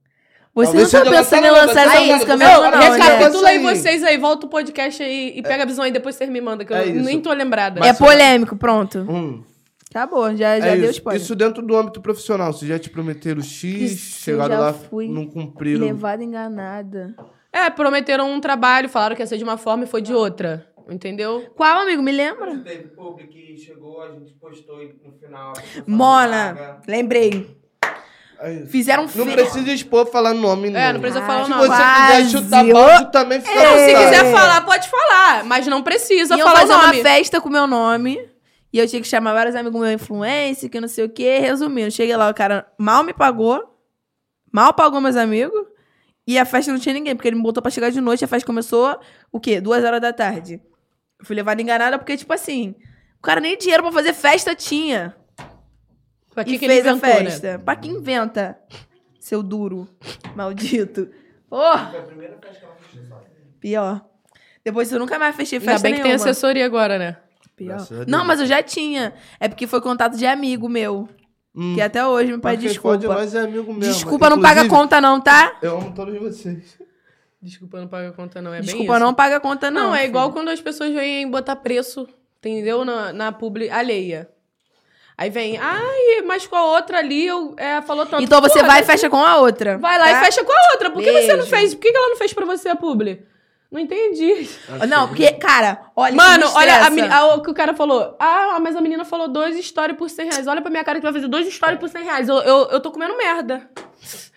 S3: Você
S2: Talvez
S3: não tá
S2: seja
S3: pensando em
S2: lançado,
S3: lançar
S2: mas é
S3: essa
S2: aí,
S3: música
S2: eu-
S3: mesmo,
S1: Ô,
S3: não, né?
S1: recapitula aí
S2: É Isso aí.
S1: vocês aí, volta o podcast aí e pega a visão aí, depois vocês me mandam, que eu
S2: É isso.
S1: nem tô lembrada.
S3: É polêmico, pronto.
S2: Hum.
S3: Acabou, já, já
S2: É
S3: deu
S2: isso.
S3: spoiler.
S2: Isso dentro do âmbito profissional. Vocês já te prometeram X,
S3: Isso,
S2: chegaram
S3: já
S2: lá,
S3: fui
S2: não cumpriram.
S3: Levada enganada.
S1: É, prometeram um trabalho, falaram que ia ser de uma forma e foi
S3: Ah.
S1: de outra. Entendeu?
S3: Qual, amigo? Me lembra?
S4: Quando Teve público que chegou, a gente postou e no final. a pessoa falou
S3: Mona,
S4: vaga.
S3: lembrei.
S2: Aí,
S3: Fizeram um
S2: É Não
S3: filme.
S2: precisa expor, falar nome, não.
S1: É, não precisa falar
S3: Ah,
S1: o
S2: Se
S1: nome.
S2: você
S3: Quase.
S2: quiser chutar balde, também fica à
S1: Não, Então, se
S2: vontade.
S1: quiser falar, pode falar, mas não precisa
S3: Iam
S1: falar o
S3: fazer uma
S1: nome.
S3: festa com meu nome. E eu tinha que chamar vários amigos meus influência, que não sei o quê. Resumindo, cheguei lá, o cara mal me pagou. Mal pagou meus amigos. E a festa não tinha ninguém, porque ele me botou pra chegar de noite. A festa começou, o quê? Duas horas da tarde. Eu Fui levada enganada, porque, tipo assim... O cara nem dinheiro pra fazer festa tinha.
S1: Pra que,
S3: e
S1: que ele
S3: fez
S1: inventou,
S3: a
S1: né?
S3: festa. Pra que inventa, seu duro, maldito. Porra!
S4: Foi a primeira festa que ela postou.
S3: Pior. Depois eu nunca mais fechei festa
S1: Ainda bem que tem
S3: nenhuma.
S1: assessoria agora, né?
S3: Pior.
S2: Graças a
S3: Não,
S2: Deus.
S3: mas eu já tinha. É porque foi contato de amigo meu.
S2: Hum,
S3: Que até hoje me pede
S2: mas quem pode
S3: desculpa.
S2: nós é amigo mesmo.
S3: Desculpa, não paga
S2: Inclusive,
S3: conta não, tá?
S2: Eu amo todos vocês.
S1: Desculpa, não paga conta, não. É bem
S3: Desculpa,
S1: isso.
S3: não paga conta não.
S1: Não, é
S3: filho.
S1: igual quando as pessoas vêm botar preço, entendeu? Na, na publi alheia. Aí vem, ai, mas com a outra ali eu, é, falou tanto.
S3: Então você
S1: Porra, né?
S3: vai e fecha com a outra.
S1: Vai lá
S3: tá?
S1: e fecha com a outra. Por que você não
S3: Beijo.
S1: fez? Por que que ela não fez pra você a publi? Não entendi.
S3: Não, porque, cara, olha.
S1: Mano,
S3: isso me
S1: olha a
S3: estressa.
S1: meni- a- o que o cara falou. Ah, mas a menina falou dois stories por 100 reais. Olha pra minha cara que vai fazer dois stories por 100 reais. Eu, eu, eu tô comendo merda.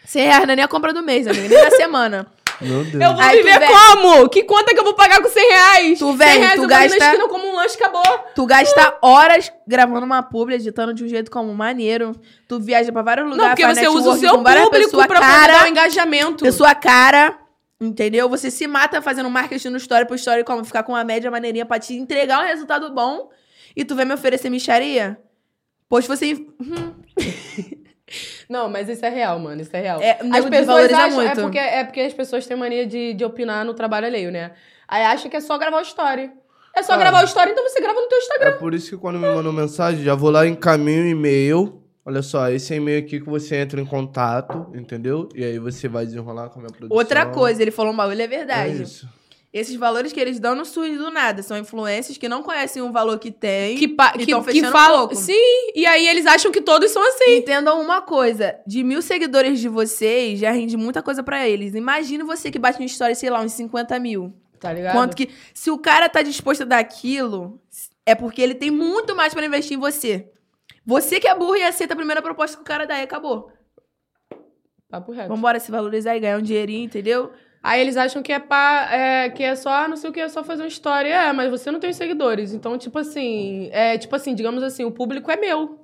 S3: 100 reais não é nem a compra do mês, amiga, nem da semana.
S2: Meu Deus.
S1: Eu vou
S3: Aí tu
S1: viver
S3: vem.
S1: como? Que conta que eu vou pagar com 100 reais?
S3: Tu vem,
S1: 100 reais
S3: tu
S1: eu vou ali
S3: gasta-
S1: na esquina, eu como um lanche, acabou.
S3: Tu gasta horas gravando uma publi, editando de um jeito como maneiro. Tu viaja pra vários lugares,
S1: Não, porque
S3: faz
S1: você usa o seu
S3: networking com várias
S1: público
S3: pessoas,
S1: pra poder
S3: cara,
S1: dar um o engajamento.
S3: pessoa cara, entendeu? Você se mata fazendo marketing no story pro story como ficar com uma média maneirinha pra te entregar um resultado bom e tu vem me oferecer micharia? Pois você
S1: Não, mas isso é real, mano. Isso é real.
S3: É,
S1: as
S3: nego
S1: pessoas
S3: desvaloriza
S1: acham, É
S3: muito.
S1: porque, é porque as pessoas têm mania de, de opinar no trabalho alheio, né? Aí acha que é só gravar o story. É só
S2: Ah.
S1: gravar o story, então você grava no teu Instagram.
S2: É por isso que quando me mandam mensagem, já vou lá encaminho o e-mail. Olha só, esse é o e-mail aqui que você entra em contato, entendeu? E aí você vai desenrolar com a minha produção.
S3: outra coisa, ele falou um bagulho, é
S2: É
S3: verdade.
S2: isso.
S3: Esses valores que eles dão não surgem do nada, são influências que não conhecem o valor que tem.
S1: Que, pa-
S3: E
S1: que,
S3: tão
S1: que
S3: fechando
S1: falam.
S3: pouco.
S1: Sim, e aí eles acham que todos são assim.
S3: Entendam uma coisa, de mil seguidores de vocês, já rende muita coisa pra eles. Imagina você que bate no story, sei lá, uns 50 mil.
S1: Tá ligado?
S3: Quanto que... Se o cara tá disposto a dar aquilo, é porque ele tem muito mais pra investir em você. Você que é burro e aceita a primeira proposta que o cara dá e acabou.
S1: Papo reto.
S3: Vambora se valorizar e ganhar um dinheirinho, entendeu?
S1: Aí eles acham que é, pá, é, que é só, não sei o que, é só fazer uma história. É, mas você não tem seguidores. Então, tipo assim, é, tipo assim, digamos assim, o público é meu.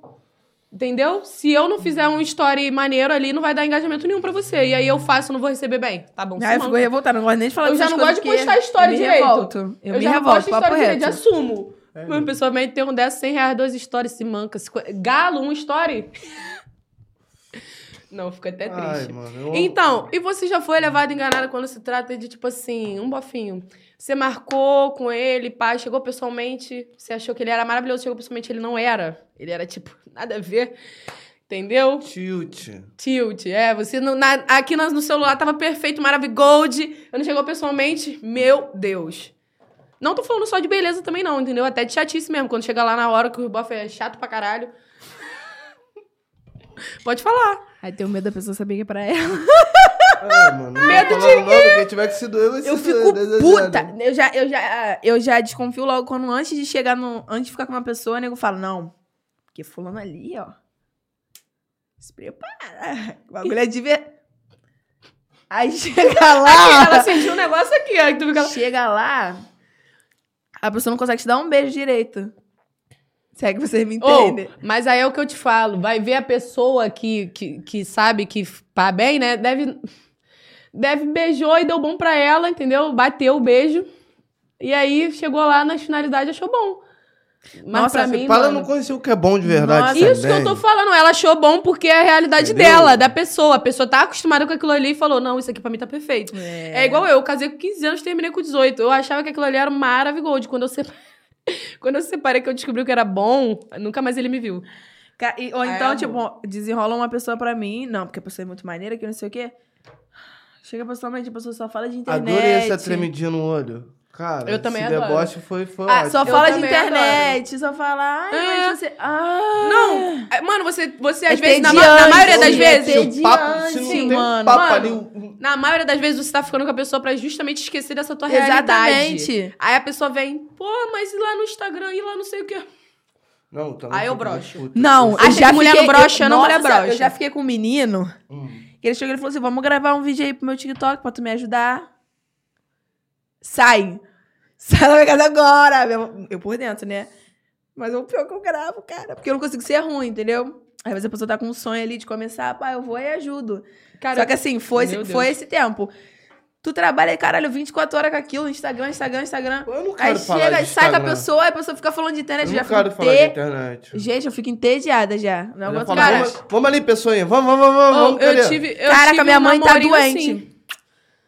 S1: Entendeu? Se eu não fizer um story maneiro ali, não vai dar engajamento nenhum pra você. E aí eu faço, não vou receber bem. Tá bom, se
S3: Aí eu
S1: manda.
S3: fico revoltada, não gosto nem de falar
S1: Eu já
S3: dessas
S1: não
S3: coisas
S1: gosto de
S3: porque
S1: postar história
S3: eu me
S1: direito.
S3: Revolto. Eu, me
S1: já não
S3: revolto,
S1: posto
S3: papo
S1: história direito,
S3: reto.
S1: já assumo.
S2: É
S1: Uma pessoa vem ter um 10, 100 reais, dois stories, se manca. se co- Galo, um story. não, fica
S3: É
S1: até triste.
S2: Ai, mano, eu...
S1: Então, e você já foi levado e enganado quando se trata de, tipo assim, um bofinho? Você marcou com ele, pá, chegou pessoalmente, você achou que ele era maravilhoso, chegou pessoalmente, ele não era. Ele era, tipo, nada a ver. Entendeu?
S2: Tilt.
S1: Tilt, é, você não, na- aqui no, no celular tava perfeito, maravigold, eu não chegou pessoalmente, meu Deus. Não tô falando só de beleza também não, entendeu? Até de chatice mesmo, quando chega lá na hora que o bofe é chato pra caralho. Pode falar.
S3: Aí tenho medo da pessoa saber que é pra ela.
S2: É, mano. Não
S1: Medo
S2: Medo de nome, quem tiver que se doer vai se
S3: Eu
S2: doer,
S3: fico
S2: desejado.
S3: puta. Eu já, eu, já, eu já desconfio logo quando antes de chegar no. Antes de ficar com uma pessoa, o nego fala, não. Porque fulano ali, ó. Se prepara. O bagulho é de ver. Aí chega
S1: Ela
S3: lá.
S1: sentiu um negócio aqui, ó, que tu fica lá.
S3: chega lá. A pessoa não consegue te dar um beijo direito. Se é que vocês me
S1: Ou,
S3: entendem.
S1: mas aí é o que eu te falo, vai ver a pessoa que, que, que sabe que tá bem, né? Deve, deve beijou e deu bom pra ela, entendeu? Bateu o beijo. E aí chegou lá nas finalidades achou bom. Mas
S3: Nossa,
S1: pra
S3: se
S1: mim.
S2: Fala
S1: mano,
S2: não conhecer o que é bom de verdade.
S1: isso que eu
S2: também.
S1: tô falando, ela achou bom porque é a realidade
S2: Entendeu?
S1: dela, da pessoa. A pessoa tá acostumada com aquilo ali e falou: não, isso aqui pra mim tá perfeito. É, igual eu, eu casei com 15 anos, terminei com 18. Eu achava que aquilo ali era maravilhoso. Quando eu separei, quando eu separei que eu descobri que era bom, nunca mais ele me viu.
S3: Ca- e- ou
S1: Ah, é
S3: então,
S1: amor.
S3: tipo, desenrola uma pessoa pra mim. Não, porque a pessoa é muito maneira, que não sei o quê. Chega pessoalmente, a pessoa só fala de internet.
S2: Adorei essa tremidinha no olho. Cara,
S1: Eu também
S2: esse
S1: adoro.
S2: deboche foi, foi
S3: Ah, só
S1: Eu
S2: ótimo.
S3: fala de
S1: também
S3: internet, só fala, ai,
S1: É.
S3: mas você. Ah,
S1: Não, é, mano, você, você às
S3: É
S1: vezes, na, ma-
S3: tediante,
S1: na maioria das
S3: é
S1: vezes,
S3: tediante.
S2: Se o papo, se não
S3: Sim,
S2: tem
S3: mano.
S2: papo
S1: Mano.
S2: ali, um-
S1: na maioria das vezes você tá ficando com a pessoa pra justamente esquecer dessa tua realidade.
S3: Exatamente.
S1: Aí a pessoa vem, pô, mas e lá no Instagram, e lá não sei o quê.
S2: Não, também.
S1: Aí eu
S2: fico
S1: broxo.
S2: puto.
S3: Não,
S1: Acha
S3: eu já
S1: que mulher
S3: fiquei,
S1: não brocha,
S3: eu,
S1: não, mulher
S3: nossa senhora,
S1: brocha.
S3: Eu já fiquei com um menino,
S2: Hum.
S3: que ele chegou e falou assim: vamos gravar um vídeo aí pro meu TikTok pra tu me ajudar. Sai. Sai da minha casa agora. Eu, eu por dentro, né? Mas é o pior que eu gravo, cara. Porque eu não consigo ser ruim, entendeu? Às vezes a pessoa tá com um sonho ali de começar, pá, eu vou e ajudo.
S1: Cara,
S3: Só que assim, foi,
S1: Meu Deus.
S3: foi esse tempo. Tu trabalha, caralho, 24 horas com aquilo, Instagram, Instagram, Instagram.
S2: Eu não quero
S3: Aí
S2: falar
S3: chega,
S2: de
S3: sai com a
S2: Instagram.
S3: pessoa, aí a pessoa fica falando de
S2: Eu
S3: internet, já
S2: não
S3: fica
S2: quero falar de internet.
S3: Gente, eu fico entediada já. Não
S2: Eu
S3: aguento
S2: falo,
S3: mais.
S2: vamos, vamos ali, pessoinha. Vamos, vamos, vamos,
S1: oh,
S2: vamos.
S1: eu
S2: cadê?
S1: tive. Eu
S3: Caraca,
S1: tive
S3: minha
S1: um
S3: mãe tá
S1: namorinho
S3: doente.
S1: assim.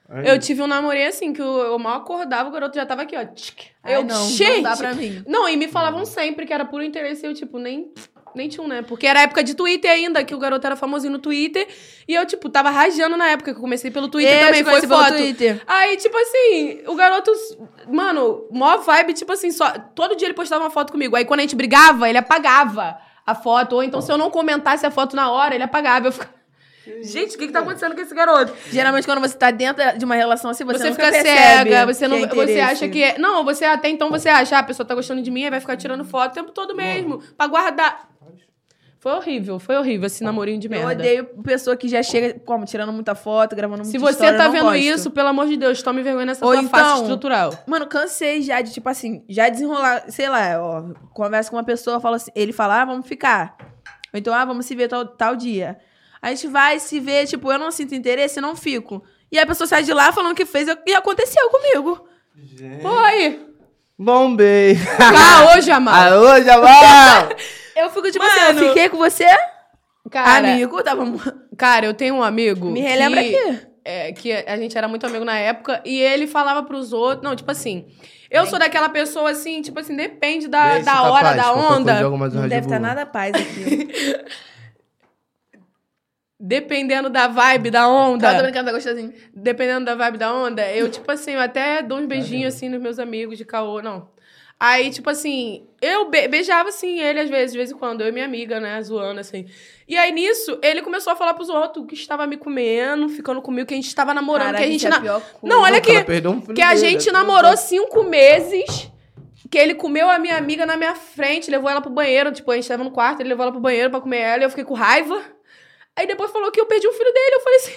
S2: Aí,
S1: Eu tive um namorei assim, que eu, eu mal acordava, o garoto já tava aqui, ó. tchic.
S3: Ai,
S1: eu,
S3: não,
S1: gente!
S3: não dá pra mim.
S1: Não, e me falavam sempre que era puro interesse, e eu, tipo, nem, nem tinha um, né? Porque era época de Twitter ainda, que o garoto era famosinho no Twitter. E eu, tipo, tava rajando na época, que eu comecei pelo Twitter
S3: Eu
S1: também,
S3: te
S1: foi
S3: conheci pelo
S1: foto.
S3: Twitter.
S1: Aí, tipo assim, o garoto, mano, mó vibe, tipo assim, só. Todo dia ele postava uma foto comigo. Aí quando a gente brigava, ele apagava a foto. Ou então, se eu não comentasse a foto na hora, ele apagava. Eu ficava. Gente, o que, que tá acontecendo com esse garoto?
S3: Geralmente, quando você tá dentro de uma relação assim, você,
S1: Você,
S3: nunca
S1: fica
S3: percebe
S1: cega, você não,
S3: que é
S1: você
S3: interesse.
S1: acha que é, não, você até então você acha, ah, a pessoa tá gostando de mim, aí vai ficar tirando foto o tempo todo mesmo, pra guardar. Foi horrível, foi horrível esse namorinho de
S3: Eu
S1: merda.
S3: odeio pessoa que já chega, como, tirando muita foto, gravando muita
S1: Se você
S3: história, eu
S1: tá
S3: não
S1: vendo
S3: gosto.
S1: isso, pelo amor de Deus, tome vergonha nessa
S3: Ou
S1: tua face
S3: então-
S1: estrutural.
S3: Mano, cansei já de, tipo assim, já desenrolar, sei lá, ó, conversa com uma pessoa, fala assim, ele fala, ah, vamos ficar. Ou então, ah, vamos se ver tal, tal dia. A gente vai se ver, tipo, eu não sinto interesse, eu não fico. E a pessoa sai de lá falando que fez e aconteceu comigo. É.
S4: Gente.
S1: Pô, aí. Tá
S2: Bombei!
S1: Caô, Jamal.
S2: Alô, Jamal!
S3: Eu fico tipo assim,
S1: Mano.
S3: eu fiquei com você,
S1: Cara,
S3: amigo, tava. mu-
S1: cara, eu tenho um amigo.
S3: Me relembra
S1: que-
S3: aqui.
S1: é, que a gente era muito amigo na época, e ele falava pros outros. Não, tipo assim, eu sou daquela pessoa assim, tipo assim, depende da, da
S2: tá
S1: hora, da onda.
S3: Não deve estar nada paz aqui.
S1: Dependendo da vibe, da
S3: Tá, tô
S1: onda.
S3: brincando, tá gostosinho.
S1: Dependendo da vibe da onda, eu, tipo assim, eu até dou uns beijinhos assim nos meus amigos de caô, não. Aí, tipo assim, eu be- beijava assim ele às vezes, de vez em quando, eu e minha amiga, né, zoando assim. E aí nisso, ele começou a falar pros outros que estava me comendo, ficando comigo, que a gente estava namorando,
S3: Caralho,
S1: que a gente.
S3: isso é
S1: na-
S3: a pior coisa.
S1: Não, olha aqui.
S2: Perdeu um filho
S1: Que a
S2: dele,
S1: gente
S2: é
S1: namorou cinco meses. Que ele comeu a minha amiga na minha frente, levou ela pro banheiro. Tipo, a gente tava no quarto, ele levou ela pro banheiro pra comer ela e eu fiquei com raiva. Aí depois falou que eu perdi o filho dele. Eu falei assim.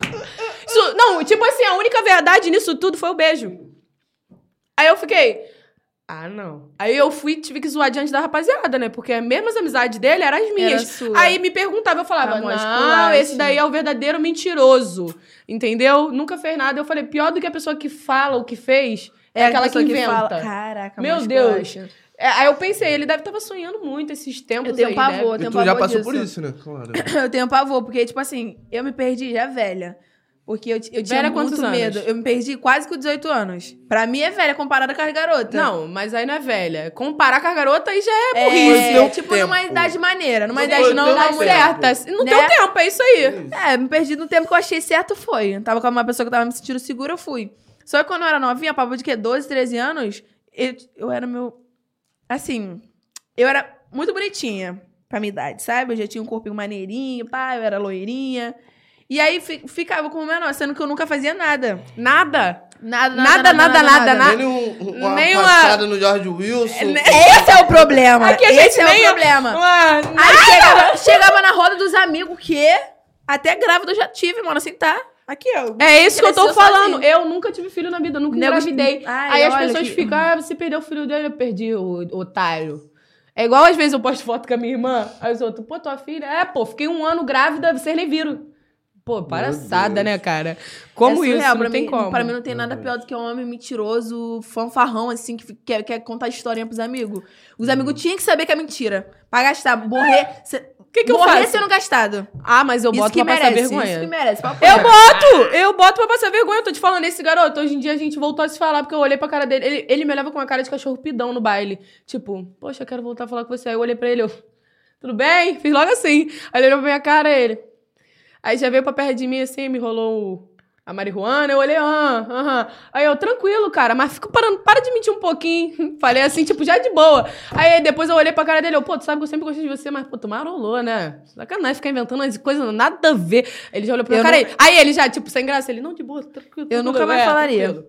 S1: Isso- não, tipo assim, a única verdade nisso tudo foi o beijo. Aí eu fiquei. Ah, não. Aí eu fui tive que zoar diante da rapaziada, né? Porque as mesmas amizades dele eram as minhas.
S3: Era sua.
S1: Aí me perguntava, eu falava,
S3: Amor,
S1: não,
S3: esculacha."
S1: esse daí é o verdadeiro mentiroso. Entendeu? Nunca fez nada. Eu falei, pior do que a pessoa que fala o que fez é,
S3: a
S1: aquela que
S3: pessoa
S1: inventa.
S3: fala, Caraca,
S1: Meu
S3: mas
S1: Deus.
S3: esculacha.
S1: É, aí eu pensei, ele deve tava sonhando muito esses tempos
S3: Eu tenho
S1: aí,
S3: pavor,
S1: né?
S3: eu
S2: E
S3: tenho
S2: tu
S3: pavor
S2: já passou por
S3: disso.
S2: isso, né? Claro.
S3: Eu tenho pavor, porque, tipo assim, eu me perdi já velha. Porque eu, eu tinha
S1: Velha quantos
S3: muito
S1: anos?
S3: medo. Eu me perdi quase com 18 anos. Pra mim é velha comparada com as garotas.
S1: Não, mas aí não é velha. Comparar com a garota aí já é
S3: é
S2: burrice.
S3: é,
S2: Deu
S3: tipo
S2: tempo.
S3: numa idade maneira, numa
S1: Mas
S2: Não
S3: idade
S2: foi
S1: daí
S3: não,
S2: teu
S1: não dá
S3: não
S2: tempo.
S1: certa. No
S3: Né?
S1: teu tempo, é isso aí.
S3: É, me perdi no tempo que eu achei certo foi. Tava com uma pessoa que eu tava me sentindo segura, eu fui. Só que quando eu era novinha, pavor de quê? 12, 13 anos, eu, eu era meu. Assim, eu era muito bonitinha pra minha idade, sabe? Eu já tinha um corpinho maneirinho, pá, eu era loirinha. E aí fi- ficava com o menor, sendo que eu nunca fazia nada.
S1: Nada.
S3: Nada,
S1: Nada, nada, nada, nada.
S2: Nem um, um- uma
S1: Nem uma-
S2: passada no George Wilson.
S3: Esse é o problema.
S1: Aqui a gente
S3: Esse é
S1: nem-
S3: o problema.
S1: Ah,
S3: Aí chegava, chegava na roda dos amigos, que até grávida eu já tive, mano, assim, tá? Aqui, ó.
S1: É isso que eu tô
S3: Cresceu
S1: falando.
S3: sozinho.
S1: Eu nunca tive filho na vida, eu nunca
S3: Nego-
S1: engravidei.
S3: Ai,
S1: Aí as
S3: olha
S1: pessoas
S3: que-
S1: ficam, ah, você perdeu o filho dele, eu perdi o o otário. É igual às vezes eu posto foto com a minha irmã, aí os outros, pô, tua filha, é, pô, fiquei um ano grávida, vocês nem viram. Pô, palhaçada,
S2: Deus.
S1: né, cara? Como
S3: É
S1: isso?
S3: surreal,
S1: Não
S3: pra
S1: tem
S3: mim,
S1: como.
S3: Pra mim não tem nada pior do que um homem mentiroso, fanfarrão, assim, que fi- quer, quer contar historinha pros amigos. Os amigos tinham que saber que é mentira. Pra gastar, morrer... cê-
S1: que que eu
S3: morrer
S1: faço?
S3: sendo gastado.
S1: Ah, mas eu
S3: isso
S1: boto
S3: que
S1: pra
S3: merece,
S1: passar
S3: Isso que
S1: vergonha.
S3: merece. papo
S1: Eu
S3: reto.
S1: boto! Eu boto pra passar vergonha. Eu tô te falando, esse garoto, hoje em dia a gente voltou a se falar, porque eu olhei pra cara dele. Ele, ele me olhava com uma cara de cachorro pidão no baile. Tipo, poxa, eu quero voltar a falar com você. Aí eu olhei pra ele, eu, tudo bem? Fiz logo assim. Aí ele olhou pra minha cara, ele. Aí já veio pra perto de mim assim, me rolou o- a marihuana. Eu olhei, ah, aham. Aí eu, tranquilo, cara, mas fico parando, para de mentir um pouquinho. Falei assim, tipo, já de boa. Aí depois eu olhei pra cara dele, eu, pô, tu sabe que eu sempre gostei de você, mas, pô, tu marolou, né? Sacanagem, ficar inventando umas coisas, nada a ver. Ele já olhou pra
S3: Eu
S1: minha cara,
S3: não-
S1: ele- aí ele já, tipo, sem graça, ele, não, de boa, tranquilo.
S3: Eu nunca
S1: tranquilo,
S3: mais
S1: é,
S3: falaria.
S1: tranquilo.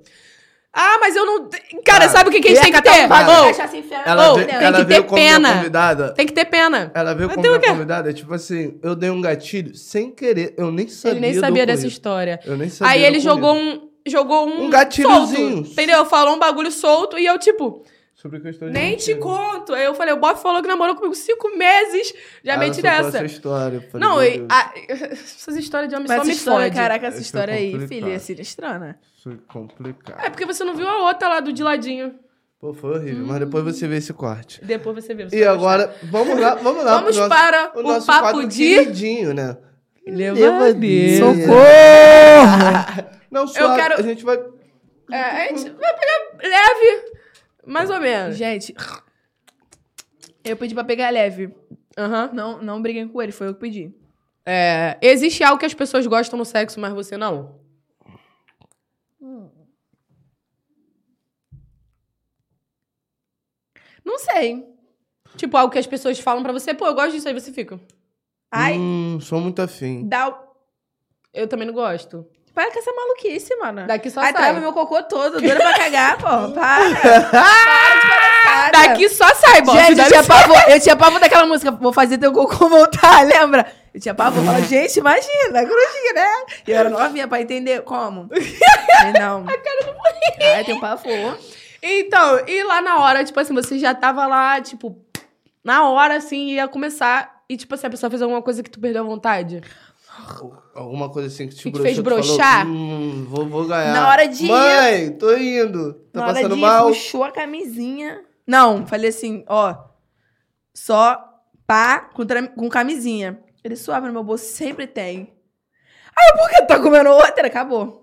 S1: Ah, mas eu não. Cara,
S2: Ah,
S1: sabe o que, que a gente
S3: Ia
S1: tem que
S3: catar um
S1: ter?
S3: vaso
S1: Bom,
S3: de cachaça e enfiar na
S2: Ela,
S1: Oh,
S3: boca
S2: veio-
S3: dela.
S1: tem
S2: ela
S1: que ter
S2: veio como minha
S1: pena.
S2: convidada.
S1: tem que ter pena.
S2: Ela veio
S1: Mas
S2: como
S1: tem o
S2: minha
S1: quê?
S2: convidada. Tipo assim, eu dei um gatilho sem querer. Eu nem sabia
S1: Ele nem
S2: do
S1: sabia dessa
S2: ocorrido.
S1: história.
S2: Eu nem sabia
S1: Aí
S2: do
S1: ele
S2: ocorrido.
S1: jogou um. Jogou um.
S2: Um gatilhozinho.
S1: solto, entendeu? Falou um bagulho solto e eu, tipo,
S2: Sobre questão de
S1: nem te
S2: mentira.
S1: conto. Aí eu falei, o Bob falou que namorou comigo cinco meses. Já
S2: Ela
S1: meti
S2: soltou
S1: nessa.
S2: Ah, essa história. eu falei,
S1: Não,
S2: meu
S1: e,
S2: Deus,
S1: a- essas histórias de homem
S3: Mas
S1: só
S3: essa
S1: me
S3: história,
S1: fode.
S3: caraca, essa
S2: Isso é
S3: história aí,
S2: complicado.
S3: filha, é sinistrana.
S2: Isso é complicado.
S1: É porque você não viu a outra lá do de ladinho.
S2: Pô, foi horrível.
S1: Hum.
S2: Mas depois você vê esse corte.
S1: Depois você vê. você
S2: E
S1: vai
S2: agora, vamos lá, vamos lá.
S1: Vamos
S2: pro nosso-
S1: para o
S2: nosso
S1: papo
S2: quadro
S1: de-
S2: queridinho, né?
S1: gostar. Leva a
S2: Deus.
S1: Deus.
S2: Socorro! Não, só
S1: quero-
S2: a gente vai.
S1: É, a gente vai pegar leve, mais ou menos.
S3: Gente, eu pedi pra pegar leve.
S1: Aham.
S3: Não, não briguem com ele, foi eu que pedi.
S1: É, existe algo que as pessoas gostam no sexo, mas você não?
S3: Não sei.
S1: Tipo, algo que as pessoas falam pra você, pô, eu gosto disso, aí você fica.
S3: Ai,
S2: Hum, sou muito afim.
S3: dá o...
S1: Eu também não gosto.
S3: Para com essa maluquice, mano.
S1: Daqui só
S3: Ai,
S1: sai.
S3: trava meu cocô todo, dura pra cagar, pô. Para. Para de palhaçada.
S1: Daqui só sai, bosta.
S3: Gente, eu
S1: Deve
S3: tinha,
S1: ser.
S3: pavor, eu tinha pavor daquela música, vou fazer teu cocô voltar, lembra? Eu tinha pavor, falava, gente, imagina, cruz, né? E eu era novinha pra entender como. Falei, não. A cara do Ai, tem pavor.
S1: Então, e lá na hora, tipo assim, você já tava lá, tipo, na hora, assim, ia começar. E, tipo assim, a pessoa fez alguma coisa que tu perdeu a vontade.
S2: Alguma coisa assim que te,
S1: Que te
S2: broxou,
S1: fez
S2: tu falou,
S1: broxar?
S2: hum, vou, vou ganhar.
S3: Na hora de ir.
S2: Mãe, tô indo. Tá
S3: Na hora
S2: passando
S3: de ir,
S2: mal?
S3: puxou a camisinha. Não, falei assim, ó, só pá com, tra- com camisinha. Ele suave no meu bolso, sempre tem. Aí, por que tu tá comendo outra? Acabou.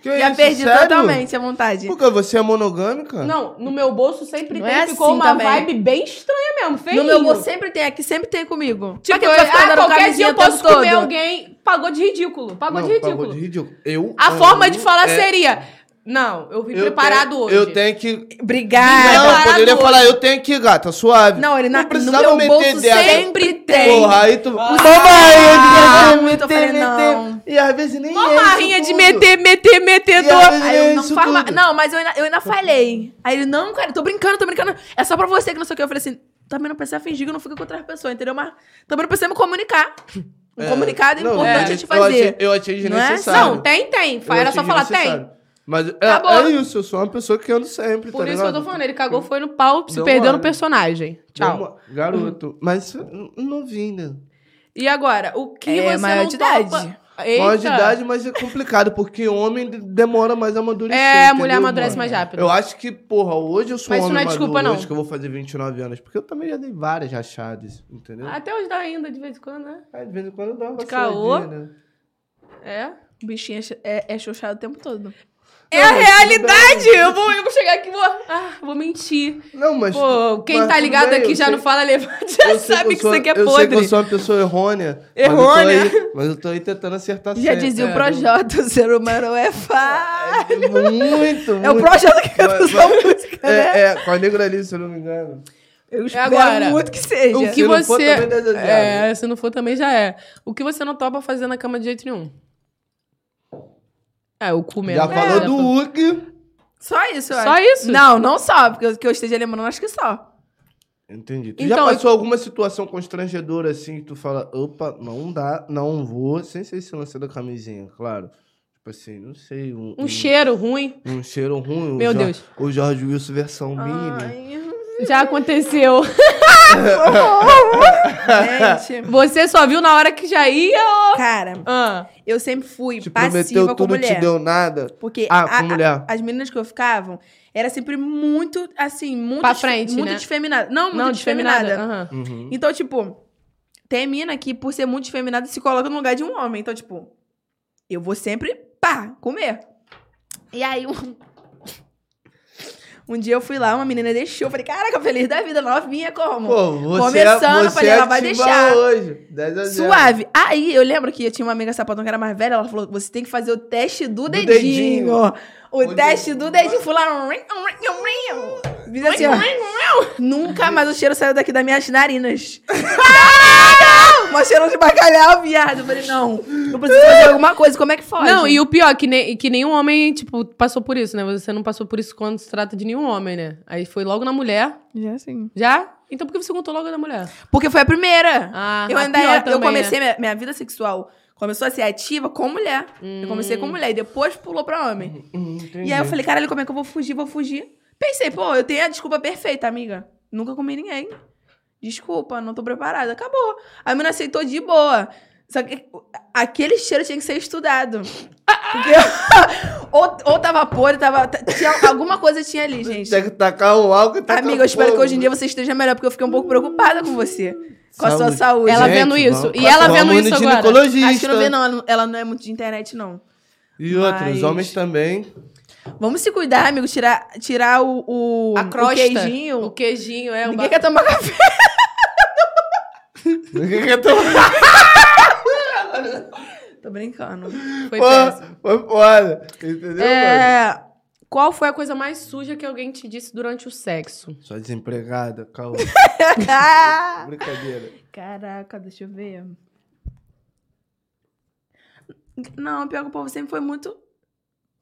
S2: Que
S3: Já
S2: isso,
S3: perdi
S2: sério?
S3: totalmente a vontade.
S2: Porque você é monogâmica?
S1: Não, no meu bolso sempre
S3: Não
S1: tem.
S3: é
S1: ficou
S3: assim
S1: uma
S3: também.
S1: vibe bem estranha mesmo, feinho.
S3: No meu bolso sempre tem, aqui sempre tem comigo. Pra
S1: Tipo,
S3: que tu vai ficar
S1: ah,
S3: andando com
S1: qualquer
S3: camisinha
S1: dia eu
S3: o tempo
S1: posso comer
S3: todo?
S1: alguém. Pagou de ridículo. Pagou
S2: Não,
S1: de ridículo.
S2: Pagou de ridículo. Eu
S1: A
S2: amo
S1: forma de falar
S2: é-
S1: seria: Não, eu vim
S2: eu
S1: preparado
S2: tenho-
S1: hoje. É,
S2: Eu tenho que
S3: Obrigada.
S2: Não,
S1: Preparado
S2: poderia
S1: hoje.
S2: falar, eu tenho aqui, gata, suave.
S3: Não, ele na,
S2: Não
S3: no
S2: precisava
S3: meu
S2: meter
S3: bolso
S2: dela.
S3: sempre tem.
S2: Porra, aí tu.
S3: Ah,
S2: Mamãe, eu devia
S3: muito, eu falei,
S2: meter,
S3: não.
S2: meter. E às vezes nem
S1: Uma
S2: é isso
S1: marrinha de
S2: tudo.
S1: meter, meter, meter
S2: E às
S1: dor.
S2: vezes
S3: Aí
S2: nem é
S3: eu não
S2: isso
S3: faz mais-
S2: tudo.
S3: Não, mas eu ainda, eu ainda falhei. Aí ele, não, cara, tô brincando, tô brincando. É só pra você que não sei o que. Eu falei assim, também não precisa fingir que eu não fico com outra pessoa, entendeu? Mas também não precisa me comunicar. Um
S2: É.
S3: comunicado é
S2: Não,
S3: importante
S2: é,
S3: a te fazer.
S2: Eu achei, eu achei
S3: Não é?
S2: desnecessário.
S1: Não, tem, tem.
S2: Eu
S1: Era só
S2: achei
S1: falar, tem.
S2: desnecessário. Mas é,
S1: Acabou.
S2: é isso, eu sou uma pessoa que ando sempre,
S1: Por
S2: tá
S1: isso que eu
S2: ligado?
S1: tô falando, ele cagou, foi no pau, se
S2: Deu
S1: perdeu
S2: mole.
S1: no personagem. Tchau.
S2: Vamos lá, Garoto. Mas n- né? novinha.
S1: E agora, o que
S3: É,
S1: você
S3: maior
S1: não
S3: de
S1: topa?
S3: idade.
S1: Eita.
S2: Maior de idade, mas é complicado, porque homem de- demora mais a amadurecer.
S1: É, a
S2: entendeu,
S1: mulher amadurece
S2: mano?
S1: mais rápido.
S2: Eu acho que, porra, hoje eu sou
S1: Mas
S2: um
S1: isso
S2: homem
S1: não é
S2: maduro,
S1: desculpa, não.
S2: hoje que eu vou fazer 29 anos, porque eu também já dei várias rachadas, entendeu?
S1: Até hoje dá ainda, de vez em quando, né?
S2: Ah, de vez em quando dá uma
S1: De caô.
S2: vaciladinha, né?
S1: É.
S3: O bichinho é, é, é xoxado o tempo todo.
S1: É a realidade! Eu vou, eu vou chegar aqui e vou. Ah, vou mentir.
S2: Não, mas.
S1: Pô, quem
S2: mas
S1: tá
S2: tudo
S1: ligado
S2: bem,
S1: aqui
S2: eu
S1: já
S2: sei-
S1: não fala levante, já
S2: eu sei
S1: sabe que,
S2: eu sou-
S1: isso aqui é
S2: eu sei que eu
S1: podre.
S2: sou uma pessoa errônea.
S1: Errônea.
S2: Mas eu tô aí, mas eu tô aí tentando acertar
S3: Já
S2: sempre.
S3: dizia
S2: É,
S3: o Projota, o ser humano é fácil.
S2: Muito, muito.
S3: É o Projota que canta
S2: Mas-
S3: essa
S2: mas-
S3: música, né?
S2: É, é, com a negra ali, se eu não me engano.
S3: Eu espero
S1: É agora,
S3: muito que seja.
S1: O que
S2: Se não for,
S1: você.
S2: também dá zero.
S1: é, se não for também já é. O que você não topa fazer na cama de jeito nenhum? É, o comer.
S2: Já
S1: né?
S2: falou
S1: Já
S2: do
S1: falou.
S2: Hulk.
S3: Só isso, eu
S1: Só
S3: acho.
S1: isso?
S3: Não, não só, porque eu- que eu esteja lembrando, acho que só.
S2: Entendi. Tu já
S1: Então,
S2: passou alguma situação constrangedora assim que tu fala, opa, não dá, não vou, sem ser esse lance da camisinha, claro. Tipo assim, não sei. Um,
S1: Um cheiro ruim.
S2: Um cheiro ruim. o
S1: Meu
S2: Jo-
S1: Deus.
S2: O Jorge Wilson versão mini.
S1: Já aconteceu.
S3: Ai, gente.
S1: Você só viu na hora que já ia.
S3: Cara,
S1: Ah,
S3: eu sempre fui
S2: Te prometeu
S3: passiva com
S2: tudo,
S3: mulher.
S2: te deu nada.
S3: Porque
S2: Ah,
S3: a-
S2: com mulher.
S3: a- as meninas que eu ficava era sempre muito, assim, muito.
S1: Pra
S3: des-
S1: frente,
S3: Muito
S1: né?
S3: desfeminada. Não, muito
S1: não,
S3: desfeminada.
S1: desfeminada. Aham.
S2: Uhum.
S3: Então, tipo, tem mina que, por ser muito desfeminada, se coloca no lugar de um homem. Então, tipo, eu vou sempre, pá, comer. E aí, um. Um dia eu fui lá, uma menina deixou. Eu falei, caraca, feliz da vida, novinha como?
S2: Pô, você é-
S3: Começando,
S2: você
S3: Então, falei, ela vai
S2: ativa
S3: deixar.
S2: hoje. 10 a 0.
S3: Suave. Aí eu lembro que eu tinha uma amiga sapatão que era mais velha, ela falou: você tem que fazer o teste do, dedinho.
S2: dedinho.
S3: O
S2: O
S3: teste
S2: dedinho.
S3: do dedinho. Fui lá. rim, rim, rim, rim. Fiz assim, ó. Nunca mais o cheiro saiu daqui das minhas narinas. Uma cheiro de bacalhau, viado. Eu falei, não, eu preciso fazer alguma coisa, como é que faz?
S1: Não, e o pior, que, ne que nenhum homem, tipo, passou por isso, né? Você não passou por isso quando se trata de nenhum homem, né? Aí foi logo na mulher.
S3: Já sim.
S1: Já? Então por que você contou logo na mulher?
S3: Porque foi a primeira.
S1: Ah,
S3: eu
S1: a
S3: ainda
S1: pior
S3: era, eu
S1: também, é.
S3: comecei minha, minha vida sexual. Começou a ser ativa com mulher. Eu comecei
S1: Hum.
S3: com mulher e depois pulou pra homem.
S2: Hum, entendi.
S3: E aí eu falei, caralho, como é que eu vou fugir? Vou fugir. Pensei, pô, eu tenho a desculpa perfeita, amiga. Nunca comi ninguém. Desculpa, não tô preparada. Acabou. A menina aceitou de boa. Só que aquele cheiro tinha que ser estudado. Porque ou, ou tava podre, tava. t- Tinha, alguma coisa tinha ali, gente.
S2: Tinha que tacar o álcool e tacar
S3: Amiga, eu espero
S2: tá fogo.
S3: que hoje em dia você esteja melhor, porque eu fiquei um pouco preocupada com você. Com a sua
S2: Saúde.
S3: saúde.
S1: Ela
S2: Gente,
S1: vendo isso.
S2: vamos-
S1: E ela
S2: vamos
S1: vendo
S2: no
S1: isso agora.
S2: ginecologista.
S3: Acho que não vê, não. Ela, ela não é muito de internet, não.
S2: E outra,
S3: Mas-
S2: os homens também.
S3: Vamos se cuidar, amigo. Tirar, tirar o, o,
S1: A crosta.
S3: o queijinho.
S1: O queijinho, é.
S3: Ninguém
S1: Uma...
S3: quer tomar café.
S2: Ninguém quer tomar.
S3: Tô brincando.
S1: Foi péssimo.
S2: Foi foda. Entendeu, mano?
S1: É... Qual foi a coisa mais suja que alguém te disse durante o sexo?
S2: Só desempregada, calma. Brincadeira.
S3: Caraca, deixa eu ver. Não, pior que o povo sempre foi muito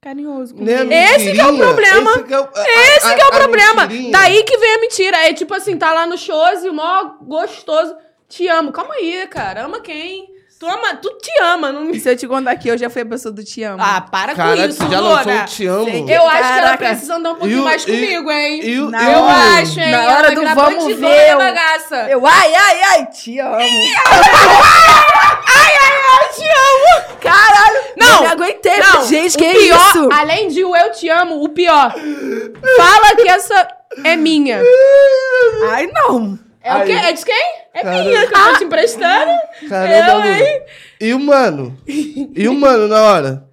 S3: carinhoso comigo.
S1: Esse que é o problema.
S2: Esse que é o,
S1: Esse que é o problema. Daí que vem a mentira. É tipo assim, tá lá no shows e o maior gostoso. Te amo. Calma aí, cara. Ama quem? Tu ama, tu te ama. Não... me-
S3: E se eu te contar aqui, eu já fui a pessoa do Te Amo.
S1: Ah, para
S2: Cara,
S1: com isso,
S2: já lançou
S1: Luna.
S2: o Te Amo.
S3: Sei que-
S1: Eu acho que ela
S3: Caraca.
S1: precisa andar um pouquinho
S2: E o-
S1: mais
S2: e-
S1: comigo, hein?
S2: E o-
S3: Na
S2: eu-
S1: Eu acho, hein?
S3: na
S1: Ela
S3: hora
S1: vai
S3: do
S1: virar
S3: vamos
S1: bandidona
S3: ver,
S1: da
S3: eu-
S1: bagaça.
S3: Eu, ai, ai, ai, te amo. Ai, ai, ai, te amo. Caralho.
S1: Não,
S3: eu aguentei.
S1: Não,
S3: gente,
S1: o
S3: que
S1: pior,
S3: isso?
S1: Além de o eu te amo, o pior. Fala que essa é minha.
S3: Ai, não.
S1: É o
S2: Aí.
S1: quê? É de quem? É
S2: Cara.
S1: minha, que eu tô te emprestando.
S3: Ah.
S2: Caramba,
S1: Eu,
S2: Luna.
S1: hein?
S2: E o mano? E o mano na hora?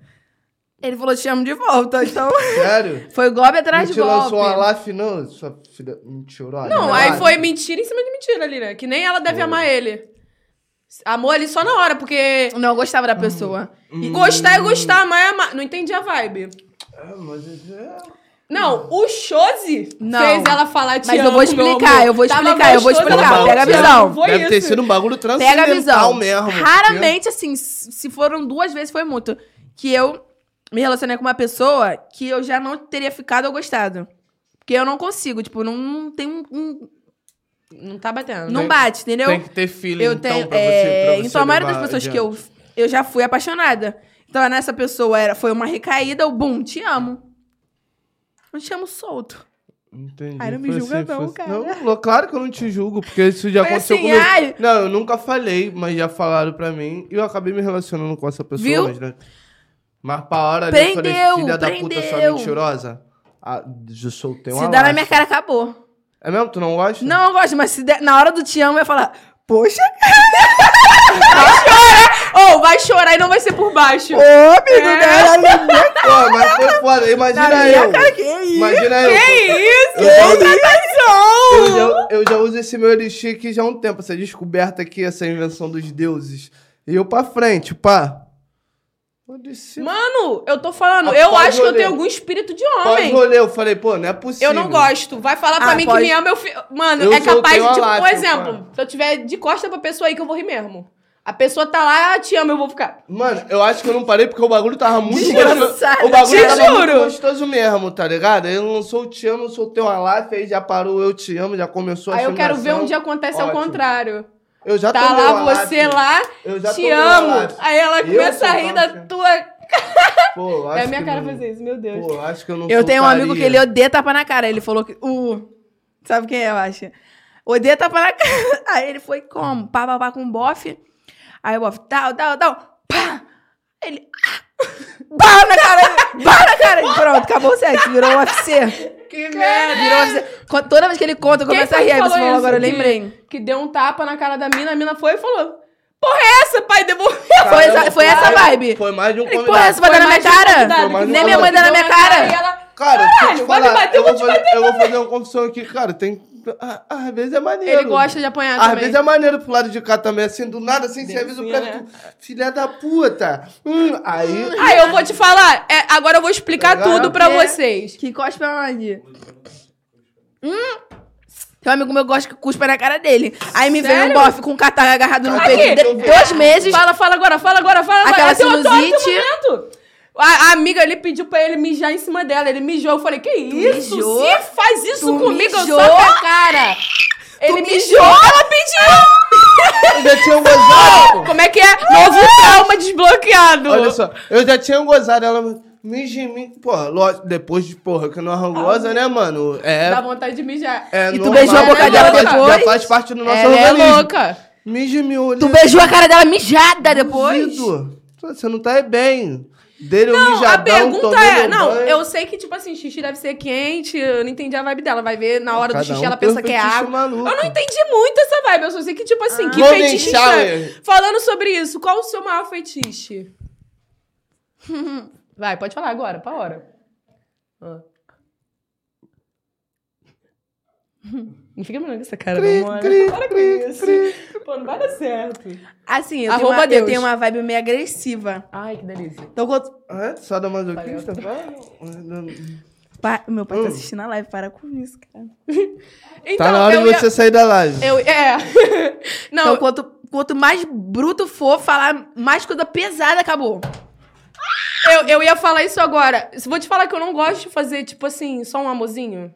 S3: Ele falou, te amo de volta, então...
S2: Sério?
S3: Foi golpe atrás
S2: Não te
S3: de golpe.
S2: lançou uma laf, não? Sua filha né? mentirosa.
S1: Não,
S3: Não,
S1: aí
S3: acho.
S1: foi mentira em cima de mentira ali, né? Que nem ela deve
S2: Foi.
S1: amar ele. Amou ali só na hora, porque
S3: Não, eu gostava
S2: Uhum.
S3: da pessoa.
S2: Hum.
S1: gostar é gostar, amar é amar. Não entendi a vibe.
S2: É, mas é...
S1: Não, o Chose
S3: Não.
S1: fez ela falar te
S3: Mas eu
S1: amo,
S3: vou
S1: meu
S3: explicar,
S1: amor.
S3: eu vou
S1: Tava
S3: explicar, eu vou
S1: gostoso, ela
S3: explicar,
S1: falou,
S3: pega a
S1: "Te amo",
S3: visão.
S1: Foi
S2: Deve
S1: isso.
S2: ter sido um bagulho
S3: Pega a visão.
S2: transcendental mesmo. porque-
S3: Raramente, assim, s- se foram duas vezes foi muito. Que eu me relacionei com uma pessoa que eu já não teria ficado ou gostado. Porque eu não consigo, tipo, não, não tem um. um-
S1: Não tá batendo.
S3: não bate, entendeu?
S2: Tem que ter filho,
S3: eu
S2: então,
S3: tenho.
S2: pra
S3: é,
S2: você, pra você
S3: então, a maioria das
S2: levar
S3: pessoas que
S2: adiante.
S3: eu, eu já fui apaixonada. Então, nessa pessoa era, foi uma recaída, o bum, te amo. Não te amo solto.
S2: Entendi.
S3: Ai, não me
S2: Foi assim,
S3: julga não,
S2: foi
S3: cara.
S2: Não, lo- claro que eu não te julgo, porque isso já
S3: Foi
S2: aconteceu
S3: assim,
S2: comigo.
S3: ai.
S2: Não, eu nunca falei, mas já falaram pra mim. E eu acabei me relacionando com essa pessoa,
S3: Viu?
S2: mas, né? Mas pra hora ali, eu falei,
S3: Prendeu,
S2: filha da puta, sua
S3: prendeu.
S2: mentirosa. Ah, eu soltei uma
S3: se dá na
S2: laça.
S3: minha cara, acabou.
S2: É mesmo? Tu não gosta?
S3: Não, eu gosto, mas se der, na hora do te amo, eu ia falar, poxa,
S1: Ou vai chorar e não vai ser por baixo.
S3: ô, amigo,
S1: É.
S3: cara,
S2: Pô, mas foi foda.
S3: na
S2: Imagina
S3: minha
S2: eu.
S3: cara, que
S1: é
S3: isso?
S2: Imagina eu.
S1: isso?
S2: Eu já uso-
S3: Não!
S2: Eu já, eu já uso esse meu elixir aqui já há um tempo, essa descoberta aqui, essa invenção dos deuses. E eu pra frente, pá. Foda-se.
S1: Mano, eu tô falando,
S2: Ah,
S1: eu
S2: pode
S1: acho que eu
S2: olhar.
S1: tenho algum espírito de
S2: Pós
S1: homem.
S2: rolê, eu falei, pô, não é possível.
S1: Eu não gosto. Vai falar pra
S3: Ah,
S1: mim
S3: pode.
S1: que me ama, eu fi... Mano,
S2: Eu
S1: é capaz
S2: soltei
S1: de,
S2: uma
S1: tipo,
S2: lata,
S1: por exemplo,
S2: cara.
S1: se eu tiver de costa pra pessoa aí que eu vou rir mesmo. A pessoa tá lá, ah, te amo, eu vou ficar.
S2: Mano, eu acho que eu não parei porque o bagulho tava muito
S3: Desgraçado,
S2: gostoso. O bagulho
S1: te
S2: tava muito
S1: juro.
S2: gostoso mesmo, tá ligado? Ele lançou o Te Amo, soltei uma live, aí já parou Eu Te Amo, já começou a
S1: Aí eu quero ver
S2: chaminação.
S1: onde acontece ao
S2: Ótimo.
S1: contrário.
S2: Eu já
S1: Tá
S2: tomei
S1: lá
S2: uma
S1: você
S2: live.
S1: lá,
S2: Eu já
S1: te
S2: tomei
S1: amo.
S2: uma live.
S1: Aí ela
S2: Eu
S1: começa a
S2: sou
S1: rir
S2: baixo.
S1: da tua.
S2: Pô, eu
S1: É
S2: acho
S1: a minha
S2: que
S1: cara
S2: não-
S1: fazer isso, meu Deus.
S2: Pô, eu acho que eu não
S3: Eu tenho um amigo que
S2: soltaria.
S3: ele odeia tapa na cara. Ele falou que. Uh, sabe quem é, eu acho? Odeia tapa na cara. Aí ele foi como? Pá, pá, pá com o bofe. Aí o bofe, tal, tal, tal. um, Pá! Ele. Ah, bah na cara! Bah na cara! E pronto, acabou o sexo. Virou um UFC.
S1: Que
S3: Virou um UFC. Co- Toda vez que ele conta, eu
S1: é? Quem
S3: começo a
S1: foi que
S3: rir. Aí você
S1: falou
S3: falou,
S1: isso?
S3: agora eu
S1: Que-
S3: lembrei.
S1: Que deu um tapa na cara da mina, a mina foi e falou: Porra, é essa, pai? Devolveu.
S3: Foi, essa, foi essa
S2: cara,
S3: vibe.
S2: Foi mais de um
S3: Ele,
S2: convidado.
S3: porra, você vai dar na minha
S1: mais um
S3: cara?
S1: convidado
S2: Foi mais
S1: que
S3: Nem
S2: um
S3: minha mãe dá na
S1: é
S3: minha
S1: E
S3: cara.
S1: ela,
S2: Cara, deixa eu te
S1: Caralho, vai me
S2: falar,
S1: bater,
S2: eu,
S1: vou
S2: vou
S1: te
S2: fazer, eu vou fazer uma confissão aqui, cara, tem... ah, Às vezes é maneiro.
S1: ele gosta de apanhar
S2: Às
S1: Ah, também.
S2: vezes é maneiro pro lado de cá também, assim, do nada, sem assim, serviço pra
S1: né?
S2: tu. Filha da puta. Hum, aí...
S1: Aí Ah, eu vou te falar, é, agora eu vou explicar
S2: Tá ligado?
S1: tudo pra
S3: É.
S1: vocês.
S3: Que cospe aonde? Tem um amigo meu que gosta que cuspa na cara dele. Aí me veio um
S1: Sério?
S3: bofe com um catarro agarrado no
S2: Aqui.
S3: peito. de- Dois meses.
S1: Fala, fala agora, fala agora, fala agora.
S3: Aquela
S1: É teu- teu-
S3: sinusite.
S1: teu momento. A, a amiga ali pediu pra ele mijar em cima dela. Ele mijou. Eu falei, que isso?
S3: mijou?
S1: Se faz isso
S3: Tu
S1: comigo,
S3: mijou?
S1: eu sou a cara. Ele
S3: mijou?
S1: mijou, ela pediu.
S2: Eu já tinha gozado, pô.
S1: Como é que é? Novo trauma desbloqueado.
S2: Olha só, eu já tinha gozado, ela... Mija em mim, porra, lógico, depois de, porra, que não arrangosa, né, mano? É...
S1: Dá vontade de mijar.
S2: É
S3: E tu
S2: normal.
S3: beijou a boca
S2: Já
S1: dela
S2: faz- Já
S3: depois?
S2: faz parte do nosso
S1: Ela é
S2: organismo.
S1: louca.
S2: Mija em mim, olha.
S3: Tu beijou a cara dela mijada depois.
S2: Duvido. Você não tá aí bem. Dele não,
S1: Não, a
S2: mijadão,
S1: pergunta
S2: um tomei
S1: é...
S2: meu
S1: Não,
S2: banho.
S1: eu sei que, tipo assim, xixi deve ser quente. Eu não entendi a vibe dela. Vai ver, na hora
S2: Cada
S1: do xixi,
S2: um
S1: ela
S2: tem um
S1: pensa que é
S2: fetiche
S1: água.
S2: maluco.
S1: Eu não entendi muito essa vibe. Eu só sei que, tipo assim, que
S2: Golden
S1: fetiche
S2: shower.
S1: Falando sobre isso, qual o seu maior fetiche? Vai, pode falar agora, pra hora. Ah. Ó. Não fica me olhando com essa cara,
S2: Cri,
S1: não, mano.
S2: cri,
S1: Para com
S2: cri,
S1: isso. Pô, não vai dar certo.
S3: Assim, eu, tenho
S1: Arroba
S3: uma, eu
S1: Deus.
S3: tenho uma vibe meio agressiva.
S1: Ai, que delícia.
S3: Então, quando...
S2: É? Sadomasoquista?
S3: Pa- Meu pai
S2: Hum.
S3: tá assistindo a live, para com isso, cara.
S1: Então,
S2: Tá na hora
S1: eu
S2: de
S1: ia-
S2: você Tá sair da live.
S1: Eu, é. Não,
S3: Então, quanto, quanto mais bruto for, falar mais coisa pesada, acabou.
S1: eu, eu ia falar isso agora. Vou te falar que eu não gosto de fazer, tipo assim, só um amorzinho.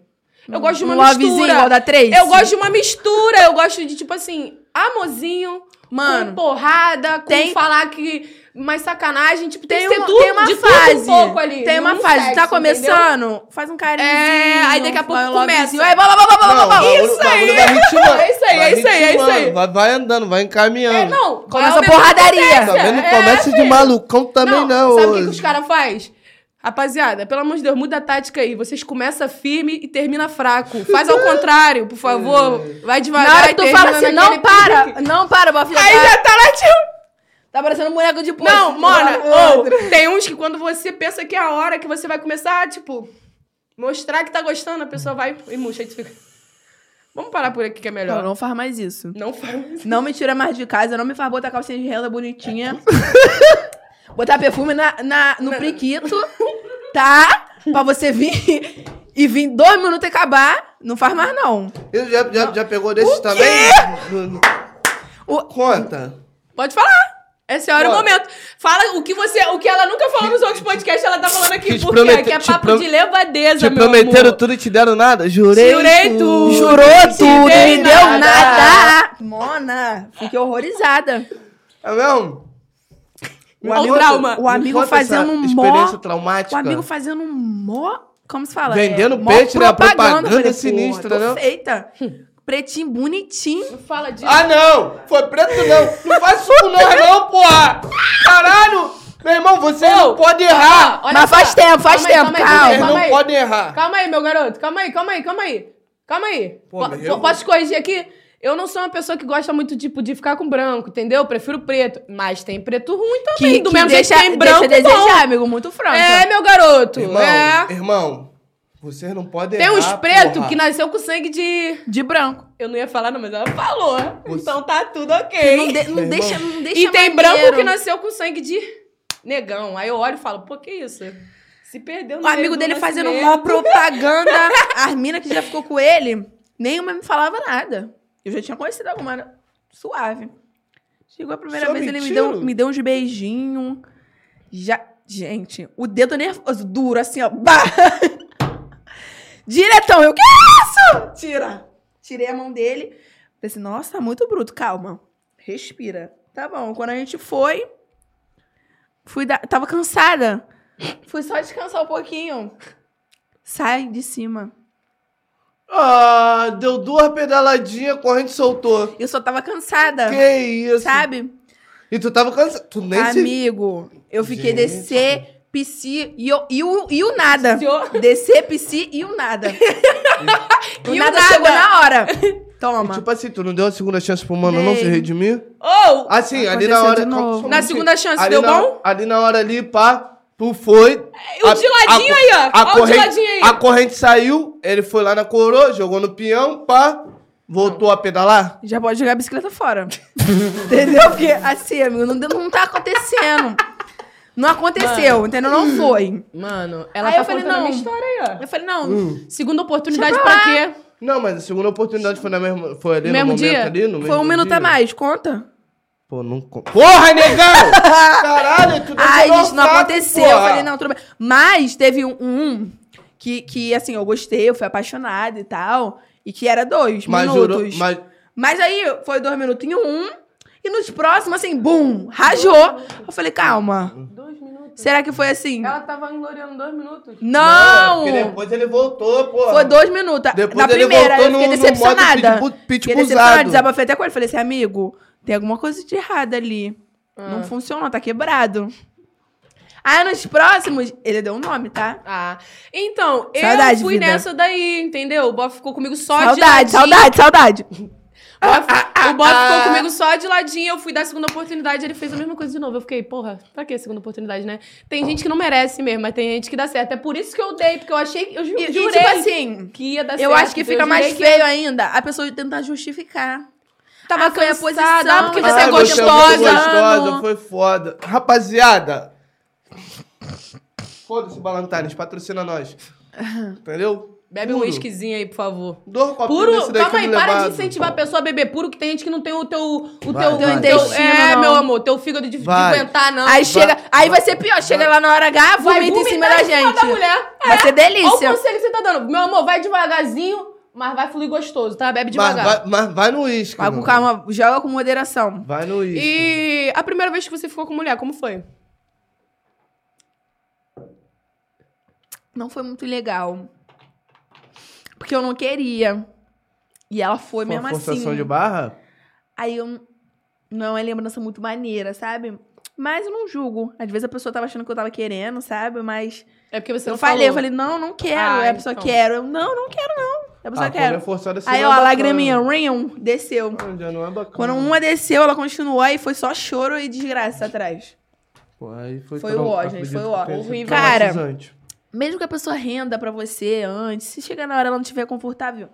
S1: Eu gosto de uma
S3: um lovezinho igual
S1: mistura.
S3: da três.
S1: Eu gosto de uma mistura. Eu gosto de, tipo assim, amorzinho,
S3: Mano,
S1: com porrada, com
S3: tem-
S1: falar que... Mas sacanagem, tipo, tem,
S3: tem,
S1: que ser
S3: uma,
S1: tudo,
S3: tem uma
S1: de
S3: fase.
S1: tudo um pouco ali.
S3: tem uma
S1: no
S3: fase.
S1: sexo,
S3: tá
S1: entendeu?
S3: começando? Faz um carinho.
S1: É, aí daqui a pouco
S3: um lovezinho.
S1: começa.
S3: Aí, blá, blá, blá, blá, blá, blá, blá.
S2: o
S1: isso
S2: bagulho
S1: aí.
S2: Vai ritmando,
S1: É isso aí, é
S2: vai
S1: isso aí, é isso
S2: ritmando,
S1: aí.
S2: Vai, vai andando, vai encaminhando.
S1: É, não.
S3: Começa a
S1: vai ao mesmo
S3: porradaria.
S1: tempo.
S2: Também não
S1: É,
S2: começa de
S1: filho.
S2: malucão também não.
S1: Sabe o que, que
S2: hoje.
S1: os caras faz? Rapaziada, pelo amor de Deus, muda a tática aí. Vocês começam firme e termina fraco. Faz ao contrário, por favor. Vai devagar.
S3: É. Na hora que
S1: e
S3: tu
S1: termina
S3: fala assim,
S1: naquele
S3: não para, não para, boa filha.
S1: Aí
S3: tá,
S1: já tá latindo.
S3: tá parecendo um boneco de poço.
S1: Não, mona,
S3: Um lado,
S1: ou,
S3: outro.
S1: tem uns que quando você pensa que é a hora que você vai começar, tipo, mostrar que tá gostando, a pessoa vai e murcha. Aí tu fica. Vamos parar por aqui que é
S3: Não,
S1: melhor.
S3: não faz mais isso.
S1: Não faz isso.
S3: Não me tira mais de casa, não me faz botar calcinha de renda bonitinha. botar perfume na, na- no priquito, tá? Pra você vir e vir dois minutos e acabar. Não faz mais, não.
S2: Ele já, já, já pegou desses também?
S3: O-
S2: Conta.
S1: Pode falar. Essa é a hora e o
S2: Bora.
S1: momento. Fala o que você, o que ela nunca falou nos outros podcasts, ela tá falando aqui.
S2: Te
S1: Porque
S2: promete-
S1: aqui é
S2: te
S1: papo
S2: prom-
S1: de levadeza,
S2: Te
S1: meu
S2: prometeram
S1: amor.
S2: tudo e te deram nada? Jurei.
S1: Jurei tudo.
S3: Jurou tudo,
S1: dei
S3: me deu
S1: nada.
S3: nada. Mona, fiquei horrorizada.
S2: É mesmo?
S1: Olha o trauma.
S3: O amigo
S2: Conta
S3: fazendo
S2: essa
S3: um mó-
S2: experiência
S3: O
S2: traumática.
S3: amigo fazendo um mó. Como se fala? É,
S2: Vendendo
S3: mó
S2: peixe, né? A propaganda
S3: Eu falei, pô,
S2: sinistra,
S3: tô
S2: né?
S3: feita. Pretinho, bonitinho.
S1: Não fala disso.
S2: Ah, não! Foi preto, não! Não faz isso com nós, não, porra! Caralho! Meu irmão, você não pode errar!
S1: Ó, olha
S3: Mas
S1: só.
S3: faz tempo, faz
S1: Calma aí,
S3: tempo,
S1: calma aí,
S2: Vocês
S3: calma.
S1: calma
S2: não
S1: aí.
S2: podem errar!
S1: Calma aí, meu garoto. Calma aí, calma aí, calma aí. Calma aí.
S2: Pô,
S1: Po-
S2: mas
S1: po-
S2: eu-
S1: Posso te corrigir aqui? Eu não sou uma pessoa que gosta muito tipo, de ficar com branco, entendeu? Eu prefiro preto. Mas tem preto ruim também. do mesmo jeito que tem branco bom.
S3: deixa desejar, amigo, muito franco.
S1: É, meu garoto.
S2: Irmão,
S1: é.
S2: irmão, vocês não podem
S1: Tem
S2: errar.
S1: uns pretos
S2: porra.
S1: que nasceu com sangue de...
S3: De branco.
S1: Eu não ia falar, não, mas ela falou.
S2: Você-
S1: Então tá tudo
S3: Não,
S1: ok.
S3: de- não
S2: Meu
S3: deixa, não deixa
S1: E tem
S3: maneiro.
S1: branco que nasceu com sangue de negão. Aí eu olho e falo, pô, que isso? Se perdeu no
S3: O amigo
S1: meio do
S3: dele fazendo
S1: nascimento.
S3: mó propaganda. As mina que já ficou com ele, nenhuma me falava nada. Eu já tinha conhecido alguma, era suave. Chegou a primeira
S2: Só
S3: vez, ele me
S2: mentira.
S3: deu, um, me deu uns beijinhos. Já. Gente, o dedo nervoso, duro, assim, ó. Bah! Diretão, eu, que isso? Tira. Tirei a mão dele. Falei assim, nossa, tá muito bruto, calma. Respira. Tá bom. Quando a gente foi, fui dar. Tava cansada. Fui só descansar um pouquinho. Sai de cima.
S2: Ah, deu duas pedaladinhas, a corrente soltou.
S3: Eu só tava
S1: É.
S3: cansada.
S2: Que isso?
S3: Sabe?
S2: E tu tava cansado. Tu nem se...
S3: Amigo, eu fiquei
S2: Gente.
S3: descer, pisci e, eu, e, o, e o nada.
S1: Senhor.
S3: Descer, pisci e o nada. o
S1: E o
S3: nada,
S1: nada.
S3: chegou na hora. Toma.
S2: Tipo assim, tu não deu a segunda chance pro mano não se
S3: Dei.
S2: redimir?
S1: Ou,
S2: Assim, ali
S3: Aconteceu
S2: na hora...
S3: de novo.
S2: só um
S1: na
S2: minutinho.
S1: segunda chance,
S2: ali
S1: deu
S2: na,
S1: bom?
S2: Ali na hora ali, pá, tu foi...
S1: O de ladinho
S2: a-
S1: aí, ó.
S2: A
S1: Ó o de
S2: corrente,
S1: ladinho aí.
S2: a corrente saiu, ele foi lá na coroa, jogou no peão, pá, voltou a pedalar.
S3: já pode jogar a bicicleta fora. entendeu? Porque, assim, amigo, não, não tá acontecendo. Não aconteceu, entendeu? Não foi.
S1: Mano, ela
S3: Aí
S1: tá
S3: eu falei,
S1: contando a
S3: não.
S1: minha história aí, ó.
S3: Eu falei, não,
S1: Segunda oportunidade pra quê?
S2: Não, mas a segunda oportunidade foi, na mesma, foi ali
S1: Mesmo
S2: no momento
S1: dia?
S2: ali, no mesmo
S3: foi um minuto
S2: dia.
S3: a mais, conta.
S2: Pô, não... con- Porra, negão! Caralho, tu
S3: Ai,
S2: tirou
S3: gente, não
S2: saco,
S3: aconteceu. Eu
S2: porra.
S3: falei, não, tudo bem. Mas teve um, um que, que, assim, eu gostei, eu fui apaixonada e tal. E que era dois
S2: Mas
S3: minutos.
S2: jurou,
S3: mas...
S2: mas...
S3: aí foi dois minutos em um. E nos próximos, assim, bum, rajou. Eu falei, calma.
S1: Dois minutos.
S3: Será que foi assim?
S1: Ela tava vangloriando dois minutos.
S3: Não!
S2: é porque depois ele voltou, porra.
S3: Foi dois minutos.
S2: Depois
S3: Na
S2: ele
S3: primeira,
S2: voltou
S3: eu fiquei
S2: no- no modo tipo
S3: decepcionada.
S2: pitbull-
S3: Fiquei
S2: pitbullzado.
S3: decepcionada, desabafei até com ele. Falei assim, amigo, tem alguma coisa de errado ali.
S1: Ah.
S3: Não funcionou, tá quebrado. Aí nos próximos, ele deu um nome, tá?
S1: Ah, então, eu
S3: Saudade,
S1: fui
S3: vida.
S1: nessa daí, entendeu? O Bob ficou comigo só de
S3: Saudade, Ah,
S1: ladinho.
S3: saudade, saudade.
S1: O boss ficou comigo só de ladinho, eu fui dar a segunda oportunidade, ele fez a mesma coisa de novo. Eu fiquei, porra, pra que a segunda oportunidade, né? Tem gente que não merece mesmo, mas tem gente que dá certo. É por isso que eu dei, porque eu achei, eu ju-
S3: E, e,
S1: jurei
S3: tipo assim,
S1: que ia dar Tá certo.
S3: eu acho que
S1: entendeu?
S3: fica
S1: Eu
S3: mais
S1: jurei que
S3: feio ainda a pessoa tentar justificar.
S1: Tava
S3: Ah, foi a
S1: cansada, ah, porque você é
S3: posição, ah,
S2: você é muito
S1: gostosa.
S2: gostosa, foi foda. Rapaziada. Foda-se, Balantines, patrocina nós. Entendeu?
S1: Bebe um
S2: Puro.
S1: whiskyzinho aí, por favor.
S2: Dois copinhos
S1: Puro,
S2: desse daí
S1: calma
S2: que
S1: aí,
S2: eu
S1: para
S2: levado.
S1: de incentivar a pessoa a beber puro, que tem gente que não tem o teu. O
S2: Vai,
S1: teu,
S2: vai.
S1: o teu-
S3: Intestino,
S1: é,
S3: não.
S1: meu amor, teu fígado de, de
S2: Vai.
S1: aguentar, não.
S3: Aí chega, aí vai ser pior, chega lá na hora H, vomita em cima
S1: vomitar
S3: da É,
S1: cima da
S3: gente.
S1: mulher.
S3: Vai ser
S1: Olha o
S3: delícia.
S1: conselho que você tá dando. Meu amor, vai devagarzinho, mas vai fluir gostoso, tá? Bebe
S2: Mas
S1: devagar.
S2: vai, mas vai no uísque.
S3: Vai com
S2: mano.
S3: calma, joga com moderação.
S2: Vai no uísque.
S1: E a primeira vez que você ficou com mulher, como foi?
S3: Não foi muito legal. Porque eu não queria. E ela foi
S2: Uma
S3: mesmo
S2: forçação
S3: assim.
S2: de barra?
S3: Aí eu. n- Não é uma lembrança muito maneira, sabe? Mas eu não julgo. Às vezes a pessoa tava achando que eu tava querendo, sabe? Mas.
S1: É porque você
S3: eu
S1: não
S3: falei,
S1: falou.
S3: eu falei, não, não quero.
S1: Ah,
S3: Aí a pessoa
S1: então.
S3: quero. Eu, não, não quero, não. Aí A pessoa
S2: Ah, quando é
S3: quero.
S2: forçada, assim
S3: Aí,
S2: não
S3: ó,
S2: é
S3: a
S2: bacana.
S3: lagriminha, ring, desceu.
S2: Ah, Já não é bacana.
S3: Quando uma desceu, ela continuou aí foi só choro e desgraça atrás.
S2: Pô, aí foi
S3: Foi o
S2: trau-
S3: ó, gente,
S2: acredito
S3: foi o ó.
S2: que tenha sido
S1: Horrível.
S3: Cara,
S2: traumatizante.
S3: Mesmo que a pessoa renda pra você antes, se chegar na hora e ela não estiver confortável,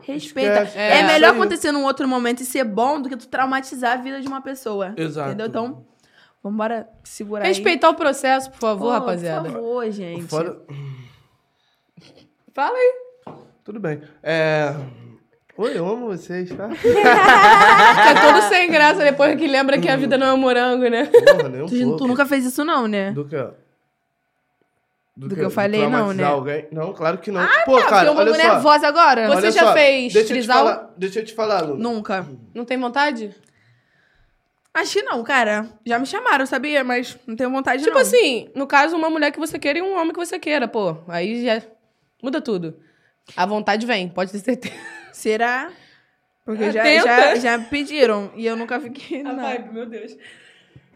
S3: respeita.
S2: Esquece.
S3: É,
S1: É,
S3: melhor
S2: isso aí.
S3: acontecer num outro momento e ser bom do que tu traumatizar a vida de uma pessoa.
S2: Exato.
S3: Entendeu? Então, vambora segurar
S1: Respeitar o processo, por
S3: aí.
S1: favor,
S3: Pô,
S1: rapaziada.
S3: Por favor, gente.
S2: Fora-
S1: Fala aí.
S2: Tudo bem. É... Oi, eu amo vocês, tá?
S1: Fica é todo sem graça depois que lembra
S2: Hum.
S1: que a vida não é um morango, né?
S2: Porra, nem um
S3: Tu, tu
S2: pouco.
S3: nunca fez isso não, né?
S2: Do que? Do,
S3: que eu falei, não,
S2: traumatizar
S3: né? Ah,
S2: Alguém? Não, claro que não. Pô, cara,
S3: eu é vou
S2: olha só.
S3: nervosa agora.
S1: Você
S2: olha
S1: já
S2: só,
S1: fez
S2: deixa eu te
S1: trisal?
S2: falar, Deixa eu te falar, Luna.
S3: Nunca.
S1: Não tem vontade?
S3: Acho que não, cara. Já me chamaram, sabia? Mas não tenho vontade
S1: Tipo
S3: não.
S1: assim, no caso, uma mulher que você queira e um homem que você queira, pô. Aí já muda tudo. A vontade vem, pode ter certeza.
S3: Será? Porque
S1: Ah,
S3: já,
S1: tenta.
S3: já, já me pediram e eu nunca fiquei. Não.
S1: meu Deus.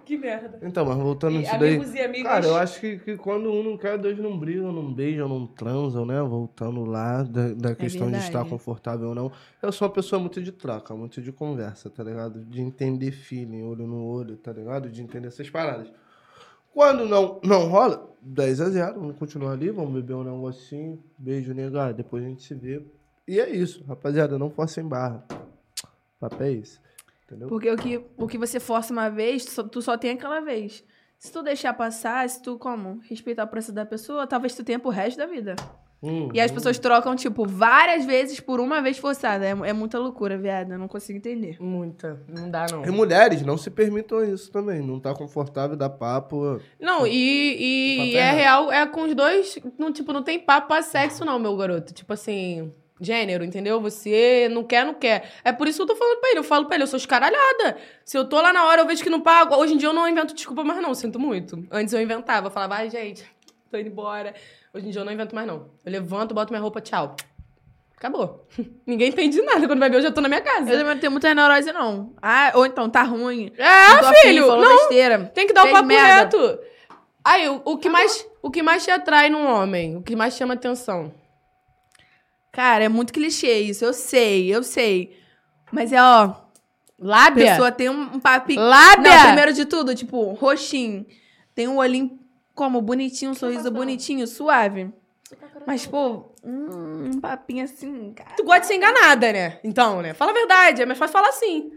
S1: Que merda.
S2: Então, mas voltando nisso daí.
S1: e amigas.
S2: Cara, eu acho que, que quando um não quer, dois não brigam, não beijam, não transam, né? Voltando lá da, da questão de
S3: É verdade.
S2: estar confortável ou não. Eu sou uma pessoa muito de troca, muito de conversa, tá ligado? De entender feeling, olho no olho, tá ligado? De entender essas paradas. Quando não, não rola, 10 a 0, vamos continuar ali, vamos beber um negocinho, beijo, negado, depois a gente se vê. E é isso, rapaziada, não forcem barra. Papo é esse, entendeu?
S3: Porque o que, o que você força uma vez, tu só, tu só tem aquela vez. Se tu deixar passar, se tu, como, respeitar o processo da pessoa, talvez tu tenha pro resto da vida.
S2: Hum,
S3: E as
S2: hum.
S3: pessoas trocam, tipo, várias vezes por uma vez forçada. É, é muita loucura, viado. Eu não consigo entender.
S1: Muita. Não dá, não.
S2: E mulheres, não se permitam isso também. Não tá confortável, dá papo.
S1: Não, e, e
S2: Tá
S1: é
S2: errado.
S1: real, é com os dois. Não, tipo, não tem papo a sexo, não, meu garoto. Tipo assim, gênero, entendeu? Você não quer, não quer. É por isso que eu tô falando pra ele. Eu falo pra ele, eu sou escaralhada. Se eu tô lá na hora, eu vejo que não pago. Hoje em dia eu não invento desculpa mais, não. Sinto muito. Antes eu inventava, eu falava, ai, gente, tô indo embora. Hoje em dia eu não invento mais, não. Eu levanto, boto minha roupa, tchau. Acabou. Ninguém entende nada. Quando vai ver, eu já tô na minha casa.
S3: Eu também não tenho muita neurose, não. Ah, ou então, tá ruim.
S1: É,
S3: não tô afim,
S1: filho,
S3: falou
S1: não.
S3: besteira.
S1: Tem que dar o
S3: Fez
S1: papo
S3: merda.
S1: reto. Aí, o, o que mais, o que mais te atrai num homem? O que mais chama atenção?
S3: Cara, é muito clichê isso. Eu sei, eu sei. Mas é, ó, a
S1: Lábia?
S3: pessoa tem um, um papinho.
S1: Lábia?
S3: Não, primeiro de tudo, tipo, roxinho. Tem um olhinho como bonitinho, um sorriso bonitinho, suave. Mas, pô, hum, um papinho assim, cara.
S1: Tu gosta de ser enganada, né? Então, né? Fala a verdade, é mais fácil falar assim.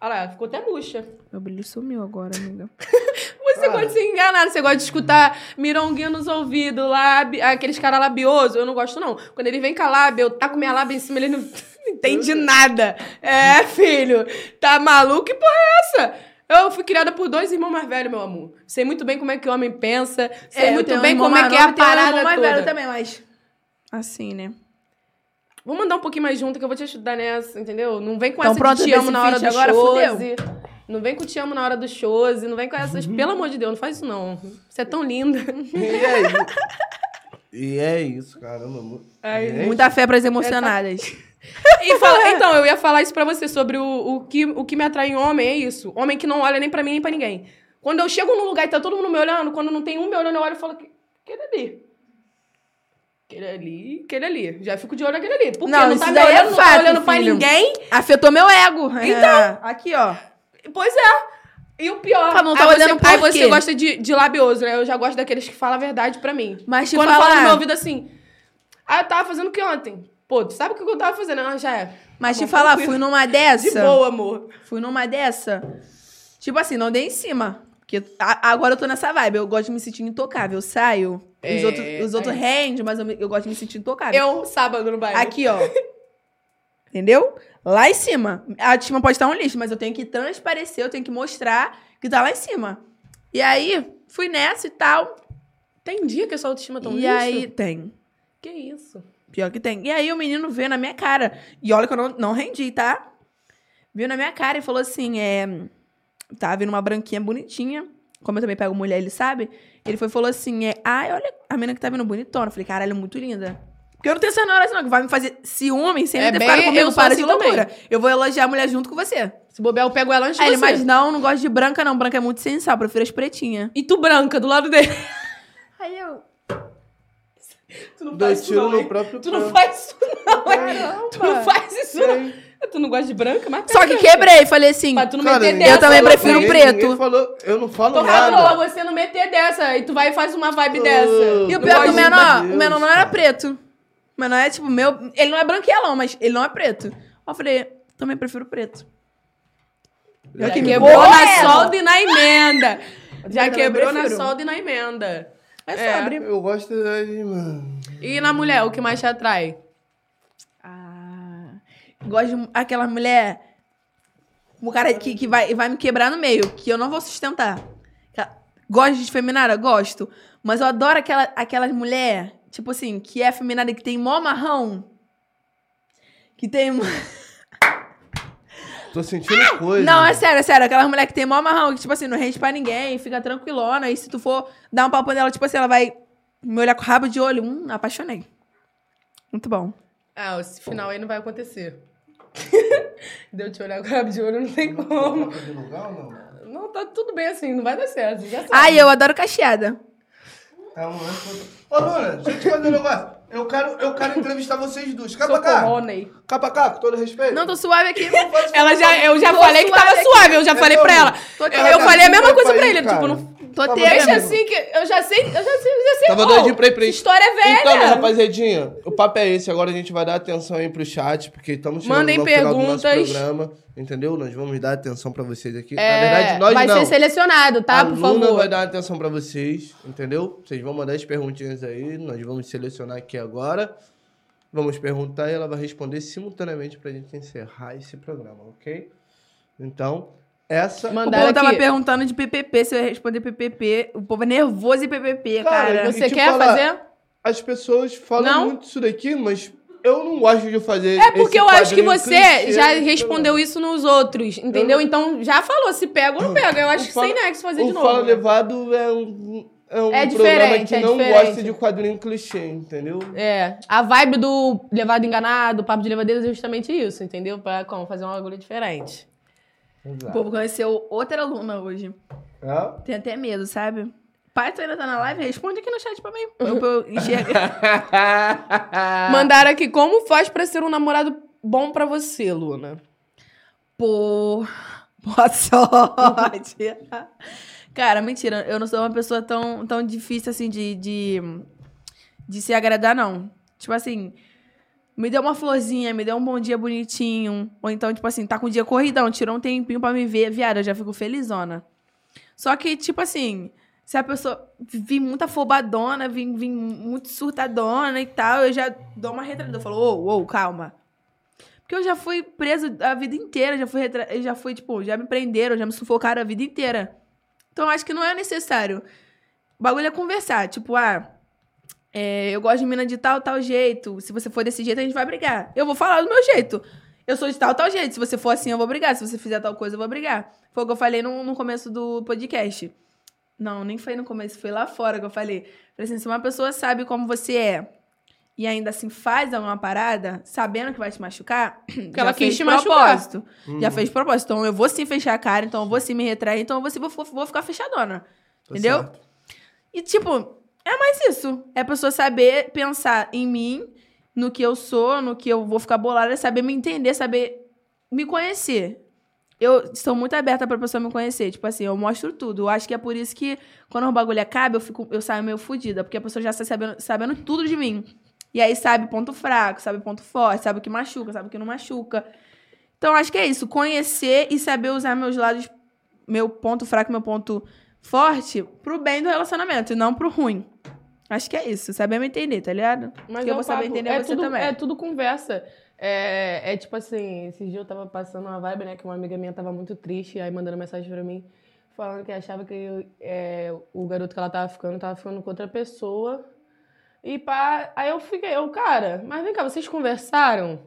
S1: Olha lá, ficou até murcha.
S3: Meu brilho sumiu agora, amiga.
S1: Você
S2: Claro.
S1: gosta de ser enganada, você gosta de escutar mironguinho nos ouvidos, lábia, aqueles caras labiosos, eu não gosto não. Quando ele vem com a lábia, eu taco minha lábia em cima, ele não, não entende
S3: Uhum.
S1: nada. É, filho, tá maluco? Que porra é essa? Eu fui criada por dois irmãos mais velhos, meu amor. Sei muito bem como é que o homem pensa, sei
S3: eu
S1: muito
S3: tenho um
S1: bem
S3: irmão
S1: como é
S3: mais
S1: que é a
S3: novo e tenho um irmão
S1: parada
S3: mais
S1: toda.
S3: velho também, mas... Assim, né?
S1: Vou mandar um pouquinho mais junto que eu vou te ajudar nessa, entendeu? Não vem com
S3: Então
S1: essa
S3: pronto,
S1: de te amo
S3: nesse
S1: na hora do
S3: feat agora,
S1: chose. Não vem com te amo na hora do chose. Não vem com essas. Pelo amor de Deus, não faz isso não. Você é tão linda.
S2: E é isso. e é isso, caramba. mu-
S1: Ai,
S2: gente,
S3: Muita fé
S1: tá
S3: pras emocionadas.
S1: E fala-
S3: É.
S1: então, eu ia falar isso pra você sobre o, o, que, o que me atrai em homem, é isso. Homem que não olha nem pra mim nem pra ninguém. Quando eu chego num lugar e tá todo mundo me olhando, quando não tem um me olhando, eu olho e falo, que, que é dali? Aquele ali, aquele ali. Já fico de olho naquele ali. Porque
S3: Não,
S1: não,
S3: isso
S1: tá me
S3: daí é
S1: olhando, não tá
S3: fato,
S1: olhando pra
S3: filho.
S1: ninguém.
S3: Afetou meu ego. Então. Aqui, ó.
S1: Pois é. E o pior,
S3: Ah, não tá
S1: aí, você,
S3: olhando por
S1: aí você
S3: quê?
S1: gosta de, de labioso, né? Eu já gosto daqueles que falam a verdade pra mim.
S3: Mas te
S1: Quando
S3: falar-
S1: fala no meu ouvido assim, ah, eu tava fazendo o que ontem? Pô, tu sabe o que eu tava fazendo? Ah, já é.
S3: Mas te
S1: Bom,
S3: falar,
S1: tranquilo.
S3: fui numa
S1: De
S3: dessa.
S1: boa, amor.
S3: Fui numa dessa. Tipo assim, não dei em cima. Porque a- agora eu tô nessa vibe. Eu gosto de me sentir intocável. Eu saio. Os
S1: É,
S3: outros os
S1: é
S3: outros
S1: isso.
S3: rendem, mas eu, me- eu gosto de me sentir intocável.
S1: Eu, É um sábado, no bairro.
S3: Ah, Aqui, ó. Entendeu? Lá em cima. A cima pode estar um lixo, mas eu tenho que transparecer, eu tenho que mostrar que tá lá em cima. E aí, fui nessa e tal.
S1: Tem dia que a sua autoestima é tão
S3: e
S1: lixo?
S3: aí, tem.
S1: Que isso?
S3: Pior que tem. E aí o menino veio na minha cara. E olha que eu não, não rendi, tá? Veio na minha cara e falou assim: é. Tava vindo uma branquinha bonitinha. Como eu também pego mulher, ele sabe. Ele foi e falou assim: é, ai, olha a menina que tá vindo bonitona. Eu falei, caralho, muito linda. Porque eu não tenho essa hora assim, não, que vai me fazer ciúme sem
S1: É
S3: ele ter
S1: bem-
S3: ficado
S1: eu
S3: comigo.
S1: sou
S3: Para
S1: assim
S3: de loucura. Eu vou elogiar a mulher junto com você. Tipo assim,
S1: Se bobear, eu pego ela antes
S3: Aí
S1: de
S3: ele,
S1: você.
S3: mas não, não gosto de branca, não. Branca é muito sensual, prefiro as pretinhas.
S1: E tu branca, do lado dele.
S3: Aí eu.
S1: Tu não
S2: Dois
S1: isso não,
S2: tiros no
S1: hein?
S2: próprio
S1: Tu não
S2: pé.
S1: faz isso não, hein?
S3: Caramba.
S1: Tu não faz isso não.
S2: Sim.
S1: Tu não gosta de branca, mas...
S3: Só que quebrei, falei assim.
S1: Mas tu não
S2: Cara,
S1: meter
S2: ninguém
S1: dessa.
S3: Eu também
S2: falou,
S3: prefiro
S2: ninguém-
S3: preto.
S2: ninguém falou, eu não falo
S1: Tô falando,
S2: nada.
S1: você não meter dessa. E tu vai e faz uma vibe
S2: Oh.
S1: dessa.
S3: E o
S1: Não
S3: pior é que
S1: gosto
S3: o
S1: de-
S3: menor,
S2: Deus,
S3: o menor não era
S2: cara.
S3: preto. O menor é tipo, meu. Ele não é branquelão, mas ele não é preto. Aí Eu falei, também prefiro preto.
S1: Já
S3: que
S1: quebrou
S3: boa
S1: na
S3: ela.
S1: solda e na emenda. Já
S3: Eu
S1: quebrou na
S3: prefiro.
S1: solda e na emenda.
S3: É
S1: É.
S3: sobre.
S2: Eu gosto de... mano.
S1: E na mulher, o que mais te atrai?
S3: Ah. Gosto de aquela mulher. O cara que, que vai, vai me quebrar no meio, que eu não vou sustentar. Aquela- Gosto de feminada? Gosto. Mas eu adoro aquela, aquelas mulher, tipo assim, que é feminada que tem mó marrão. Que tem.
S2: Tô sentindo coisa.
S3: Não, é sério, é sério. Aquelas mulher que tem mó marrão, que, tipo assim, não rende pra ninguém, fica tranquilona. E se tu for dar um papo nela, tipo assim, ela vai me olhar com o rabo de olho. Hum, apaixonei. Muito bom.
S1: Ah, esse final aí não vai acontecer. Deu te olhar com o rabo de olho, não tem como.
S2: De lugar ou não?
S1: Não, tá tudo bem assim, não vai dar certo. Já sabe.
S3: Ai, eu adoro cacheada.
S2: Tá um lance contra- Ô, Luna, deixa eu te fazer um negócio. Eu quero, eu quero entrevistar vocês duas. Capa
S1: Sou
S2: cá.
S1: corrone.
S2: Capa cá, com todo respeito. assim,
S3: Não, tô suave aqui.
S1: Ela já, eu já
S3: Tô
S1: falei que tava
S3: suave aqui.
S1: suave, eu já falei pra ela.
S3: Tô
S1: Eu,
S3: tendo-
S1: eu falei a mesma
S2: Vai
S1: coisa
S2: pra
S1: pra
S2: aí,
S1: ele,
S2: cara.
S1: tipo, não
S3: Tô
S2: Tava
S3: tendo.
S1: Deixa
S2: doidinho.
S1: assim que eu já sei, eu já sei, eu já sei.
S2: Tava
S1: Ô,
S2: doidinho pra ir pra
S1: essa história é velha.
S2: Então, minha rapaziadinha, o papo é esse. Agora a gente vai dar atenção aí pro chat, porque estamos chegando
S1: Mandem
S2: no final do nosso
S1: perguntas.
S2: programa, entendeu? Nós vamos dar atenção pra vocês aqui.
S1: É,
S2: Na verdade, nós
S1: vai
S2: não.
S1: ser selecionado, tá?
S2: a
S1: Por
S2: Luna
S1: favor.
S2: vai dar atenção pra vocês, entendeu? Vocês vão mandar as perguntinhas aí, nós vamos selecionar aqui agora. Vamos perguntar e ela vai responder simultaneamente pra gente encerrar esse programa, ok? Então, essa...
S3: O
S1: Mandaram
S3: povo tava
S1: aqui.
S3: perguntando de PPP, se eu ia responder PPP. O povo é nervoso em PPP,
S2: Cara,
S3: cara.
S2: eu-
S1: Você
S2: te
S1: quer
S2: falar,
S1: fazer? É
S2: As pessoas falam
S1: Não?
S2: muito isso daqui, mas eu não gosto de fazer
S1: É porque eu acho que você já
S2: respondeu
S1: respondeu isso nos outros, entendeu? Então já falou se pega ou não pega. Eu acho que
S2: Fala-
S1: sem nexo fazer
S2: o
S1: de
S2: Fala
S1: novo. né?
S2: Levado é um, é um
S1: É
S2: programa
S1: diferente,
S2: que
S1: é
S2: não
S1: diferente.
S2: gosta de quadrinho clichê, entendeu?
S1: É, a vibe do levado enganado, papo de levadeira é justamente isso, entendeu? Pra como fazer uma agulha diferente.
S3: O
S2: Exato.
S3: povo conheceu outra aluna hoje.
S2: Ah.
S3: Tem até medo, sabe? Pai, tu ainda tá na live? Responde aqui no chat pra mim. Eu, pra eu enxergar.
S2: Ah.
S1: Mandaram aqui como faz pra ser um namorado bom pra você, Luna.
S3: Pô. Boa sorte. Cara, mentira. Eu não sou uma pessoa tão, tão difícil assim de, de, de se agradar, não. Tipo assim, me deu uma florzinha, me deu um bom dia bonitinho. Ou então, tipo assim, tá com o dia corridão, tirou um tempinho pra me ver. Viado, eu já fico felizona. Só que, tipo assim, se a pessoa vir muito afobadona, vir, vir muito surtadona e tal, eu já dou uma retraída. Eu falo, ô, ô, calma. Porque eu já fui preso a vida inteira, já fui, retra... eu já fui, tipo, já me prenderam, já me sufocaram a vida inteira. Então, eu acho que não é necessário. O bagulho é conversar. Tipo, ah, é, eu gosto de mina de tal, tal jeito. Se você for desse jeito, a gente vai brigar. Eu vou falar do meu jeito. Eu sou de tal, tal jeito. Se você for assim, eu vou brigar. Se você fizer tal coisa, eu vou brigar. Foi o que eu falei no, no começo do podcast. Não, nem foi no começo, foi lá fora que eu falei. Falei assim, se uma pessoa sabe como você é e ainda assim faz alguma parada, sabendo que vai te machucar, porque
S1: ela quis te
S3: propósito.
S2: Uhum.
S3: Já fez propósito. Então eu vou sim fechar a cara, então eu vou sim me retrair, então eu vou sim vou, vou ficar fechadona.
S2: Tá
S3: entendeu?
S2: certo.
S3: E, tipo, Mas isso. É a pessoa saber pensar em mim, no que eu sou, no que eu vou ficar bolada, saber me entender, saber me conhecer. Eu sou muito aberta pra pessoa me conhecer. Tipo assim, eu mostro tudo. Eu acho que é por isso que quando o bagulho acaba, eu, fico, eu saio meio fodida. Porque a pessoa já está sabendo, sabendo tudo de mim. E aí sabe ponto fraco, sabe ponto forte, sabe o que machuca, sabe o que não machuca. Então acho que é isso. Conhecer e saber usar meus lados, meu ponto fraco, meu ponto forte, pro bem do relacionamento e não pro ruim. Acho que é isso. Saber me entender, tá ligado?
S1: Mas
S3: que
S1: é
S3: eu
S1: um
S3: vou saber
S1: papo.
S3: entender
S1: é
S3: você
S1: tudo,
S3: também.
S1: É tudo conversa. É, é tipo assim, esse dia eu tava passando uma vibe, né? Que uma amiga minha tava muito triste, aí mandando mensagem pra mim, falando que achava que eu- é, o garoto que ela tava ficando, tava ficando com outra pessoa. E pá, aí eu fiquei, eu, cara, mas vem cá, vocês conversaram?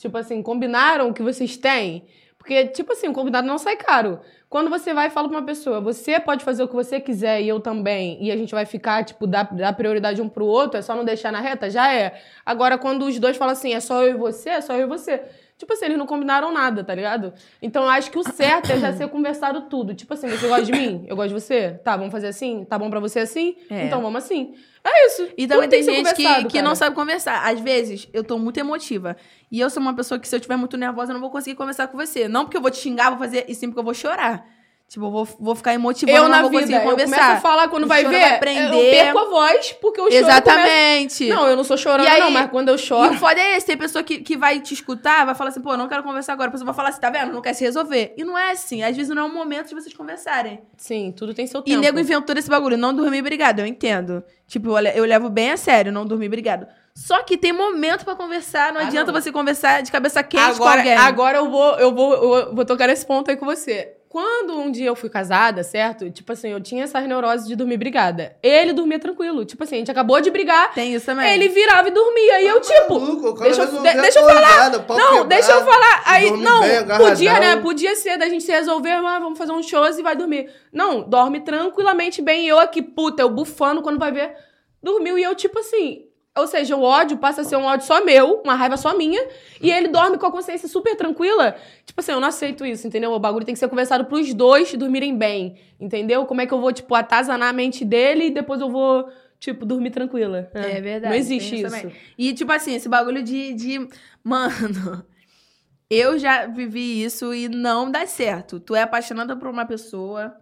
S1: Tipo assim, combinaram o que vocês têm? Porque, tipo assim, o combinado não sai caro. Quando você vai e fala pra uma pessoa, você pode fazer o que você quiser e eu também, e a gente vai ficar, tipo, dar, dar prioridade um pro outro, é só não deixar na reta, já é. Agora, quando os dois falam assim, é só eu e você, é só eu e você. Tipo assim, eles não combinaram nada, tá ligado? Então, eu acho que o certo é já ser conversado tudo. Tipo assim, você gosta de mim? Eu gosto de você? Tá, vamos fazer assim? Tá bom pra você assim?
S3: É.
S1: Então, vamos assim. É isso.
S3: E
S1: Tudo
S3: também tem,
S1: que ser
S3: gente que,
S1: conversado,
S3: que não
S1: cara.
S3: sabe conversar. Às vezes, eu tô muito emotiva. E eu sou uma pessoa que, se eu estiver muito nervosa, eu não vou conseguir conversar com você. Não porque eu vou te xingar, vou fazer, e sim porque eu vou chorar. Tipo, eu vou, vou ficar emotiva, eu
S1: Eu
S3: não
S1: na
S3: vou
S1: vida,
S3: conseguir
S1: eu
S3: conversar.
S1: começo a falar quando
S3: O
S1: vai
S3: choro
S1: ver,
S3: vai
S1: eu
S3: prender.
S1: perco a voz porque o choro começa...
S3: Exatamente.
S1: Não, eu não sou chorando
S3: E aí-
S1: não, mas quando eu choro...
S3: E o foda é esse, tem pessoa que, que vai te escutar, vai falar assim, pô, não quero conversar agora. A pessoa vai falar assim, tá vendo? Não quer se resolver. E não é assim. Às vezes não é o momento de vocês conversarem.
S1: Sim, tudo tem seu
S3: E
S1: tempo.
S3: nego inventou esse bagulho, não dormir brigado, eu entendo. Tipo, eu, le- eu levo bem a sério, não dormir brigado. Só que tem momento pra conversar, não
S1: Ah,
S3: adianta
S1: não.
S3: você conversar de cabeça quente com
S1: agora,
S3: alguém.
S1: agora eu vou, eu vou, eu vou tocar nesse ponto aí com você. Quando um dia eu fui casada, certo? Tipo assim, eu tinha essas neuroses de dormir brigada. Ele dormia tranquilo. Tipo assim, a gente acabou de brigar,
S3: Tem isso também.
S1: ele virava e dormia. E eu,
S3: Tá
S1: tipo,
S2: Tá Maluco, o cara
S1: deixa, eu-
S2: resolveu
S1: de- deixa eu
S2: a
S1: falar.
S2: parada, pau
S1: Não,
S2: quebrado.
S1: deixa eu falar. Aí,
S2: dorme
S1: não,
S2: bem, agarradão.
S1: podia, né? Podia ser da gente se resolver, ah, vamos fazer um show e vai dormir. Não, dorme tranquilamente bem. E Eu aqui, puta, eu bufando quando vai ver. Dormiu e eu, tipo assim. Ou seja, o ódio passa a ser um ódio só meu, uma raiva só minha, e ele dorme com a consciência super tranquila. Tipo assim, eu não aceito isso, entendeu? O bagulho tem que ser conversado pros dois dormirem bem, entendeu? Como é que eu vou, tipo, atazanar a mente dele e depois eu vou, tipo, dormir tranquila.
S3: É verdade,
S1: Não
S3: tem
S1: existe
S3: isso
S1: isso.
S3: também. E, tipo assim, esse bagulho de, de. Mano, eu já vivi isso e não dá certo. Tu é apaixonada por uma pessoa,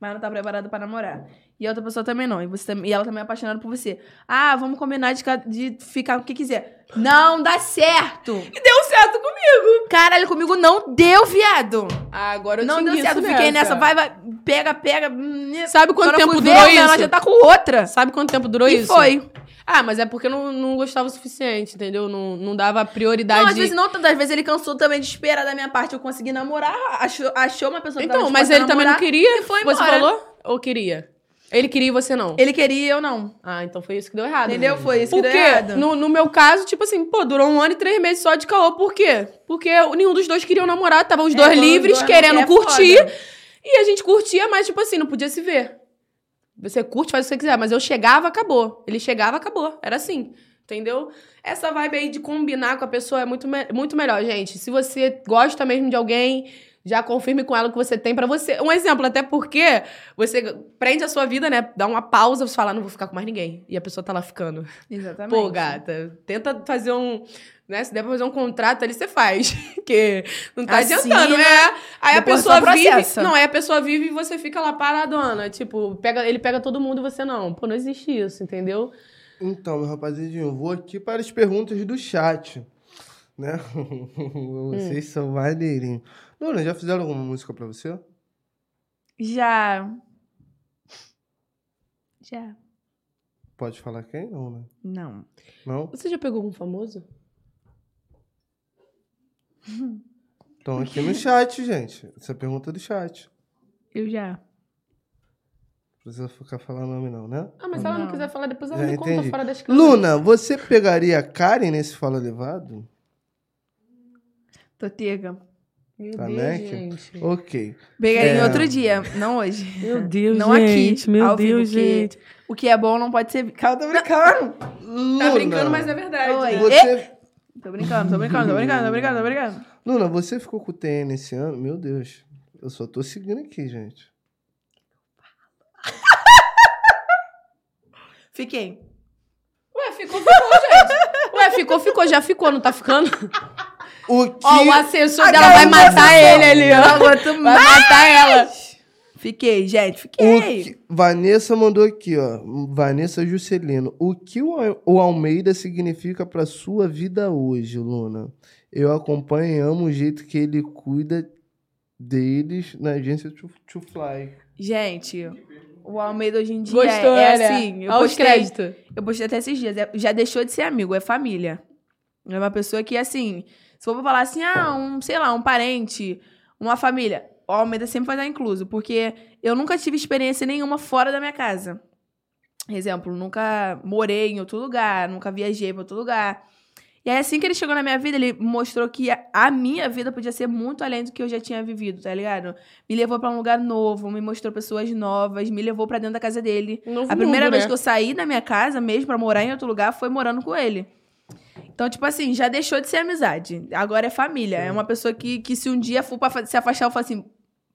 S3: mas não tá preparada pra namorar. E a outra pessoa também não. E, você, tam- e ela também é apaixonada por você. Ah, vamos combinar de, ca- de ficar com o que quiser. Não dá certo!
S1: E deu certo comigo!
S3: Caralho, comigo não deu, viado!
S1: Agora eu
S3: não
S1: te
S3: deu
S1: enguiço
S3: certo, fiquei
S1: nessa
S3: nessa. Vai, vai, pega, pega. hum,
S1: Sabe quanto
S3: Quando eu
S1: tempo
S3: fui ver,
S1: durou isso?
S3: Ela já tá com outra.
S1: Sabe quanto tempo durou
S3: e
S1: isso?
S3: foi.
S1: Ah, mas é porque não, não gostava o suficiente, entendeu? Não, não dava prioridade.
S3: Não, às vezes não tantas vezes ele cansou também de esperar da minha parte eu conseguir namorar, achou, achou uma pessoa que tava
S1: então, mas
S3: disposta a
S1: ele também não
S3: namorar,
S1: queria.
S3: e foi
S1: Você
S3: embora.
S1: falou? Ou queria? Ele queria e você não.
S3: Ele queria e eu não.
S1: Ah, então foi isso que deu errado.
S3: Entendeu? Foi isso que deu
S1: Porque,
S3: errado.
S1: no, no meu caso, tipo assim, pô, durou um ano e três meses só de caô. Por quê? Porque nenhum dos dois queriam namorar, estavam os
S3: É,
S1: dois
S3: quando os
S1: livres,
S3: dois não
S1: querendo
S3: quer,
S1: curtir.
S3: foda.
S1: E a gente curtia, mas, tipo assim, não podia se ver. Você curte, faz o que você quiser, mas eu chegava, acabou. Ele chegava, acabou. Era assim. Entendeu? Essa vibe aí de combinar com a pessoa é muito, me- muito melhor, gente. Se você gosta mesmo de alguém, já confirme com ela o que você tem pra você. Um exemplo, até porque você g- prende a sua vida, né? Dá uma pausa, você fala, não vou ficar com mais ninguém. E a pessoa tá lá ficando.
S3: Exatamente.
S1: Pô, gata, tenta fazer um. Né? Se der pra fazer um contrato ali, você faz. Porque não tá
S3: Assina,
S1: adiantando, né? Aí a
S3: depois
S1: pessoa
S3: só
S1: vive.
S3: processa.
S1: Não, aí a pessoa vive e você fica lá paradona. Tipo, pega, ele pega todo mundo e você não. Pô, não existe isso, entendeu?
S2: Então, meu rapazinho, eu vou aqui para as perguntas do chat. Né?
S1: Hum.
S2: Vocês são maneirinhos. Luna, já fizeram alguma música pra você?
S3: Já. Já.
S2: Pode falar quem? Não, né?
S3: Não.
S2: Não?
S1: Você já pegou algum famoso?
S2: Estão Então, aqui no chat, gente. Essa é a pergunta do chat.
S3: Eu já.
S2: Não precisa ficar falando nome, não, né?
S1: Ah, mas se ela não
S3: Não.
S1: quiser falar depois, ela
S2: Já
S1: me conta
S2: entendi.
S1: fora das câmeras.
S2: Luna, você pegaria a Karen nesse Fala Levado?
S3: Totega.
S1: Meu
S2: Tá,
S1: Deus,
S2: né, que-
S1: gente.
S2: Ok.
S3: Pegaria em
S2: É.
S3: outro dia, não hoje.
S1: Meu Deus,
S3: Não aqui, ao vivo, que-
S1: gente.
S3: O que é bom não pode ser. Calma, tô brincando.
S2: Luna,
S1: Tá brincando, mas é verdade.
S3: Oi.
S1: né?
S2: você...
S3: Tô brincando, tô brincando, tô brincando, tô brincando, tô brincando.
S2: Luna, você ficou com o TN esse ano? Meu Deus. Eu só tô seguindo aqui, gente.
S3: Fiquei.
S1: Ué, ficou, ficou, gente. Ué, ficou, ficou, já ficou, não tá ficando?
S2: O que...
S1: Ó, o assessor
S3: A
S1: dela vai
S3: garota
S1: matar ele ali, ó.
S3: Não aguento
S1: Vai
S3: mais.
S1: matar ela.
S3: Fiquei, gente,
S1: é
S2: O
S3: fiquei.
S2: que- Vanessa mandou aqui, ó. Vanessa Juscelino. O que o, Al- o Almeida significa pra sua vida hoje, Luna? Eu acompanho e amo o jeito que ele cuida deles na agência to, to Fly.
S3: Gente, o Almeida hoje em dia
S1: Gostou,
S3: é,
S1: né?
S3: assim. Eu
S1: Olha os
S3: postei,
S1: créditos.
S3: eu postei até esses dias. é- Já deixou de ser amigo, é família. É uma pessoa que, assim, se for pra falar assim, ah, um, sei lá, um parente, uma família, o Almeida sempre vai estar incluso, porque eu nunca tive experiência nenhuma fora da minha casa. Exemplo, nunca morei em outro lugar, nunca viajei pra outro lugar. E aí, assim que ele chegou na minha vida, ele mostrou que a- a minha vida podia ser muito além do que eu já tinha vivido, tá ligado? Me levou pra um lugar novo, me mostrou pessoas novas, me levou pra dentro da casa dele. A primeira
S2: né?
S3: vez que eu saí da minha casa mesmo pra morar em outro lugar foi morando com ele. Então, tipo assim, já deixou de ser amizade. Agora é família. É uma pessoa que, que se um dia for pra fa- se afastar, eu falo assim: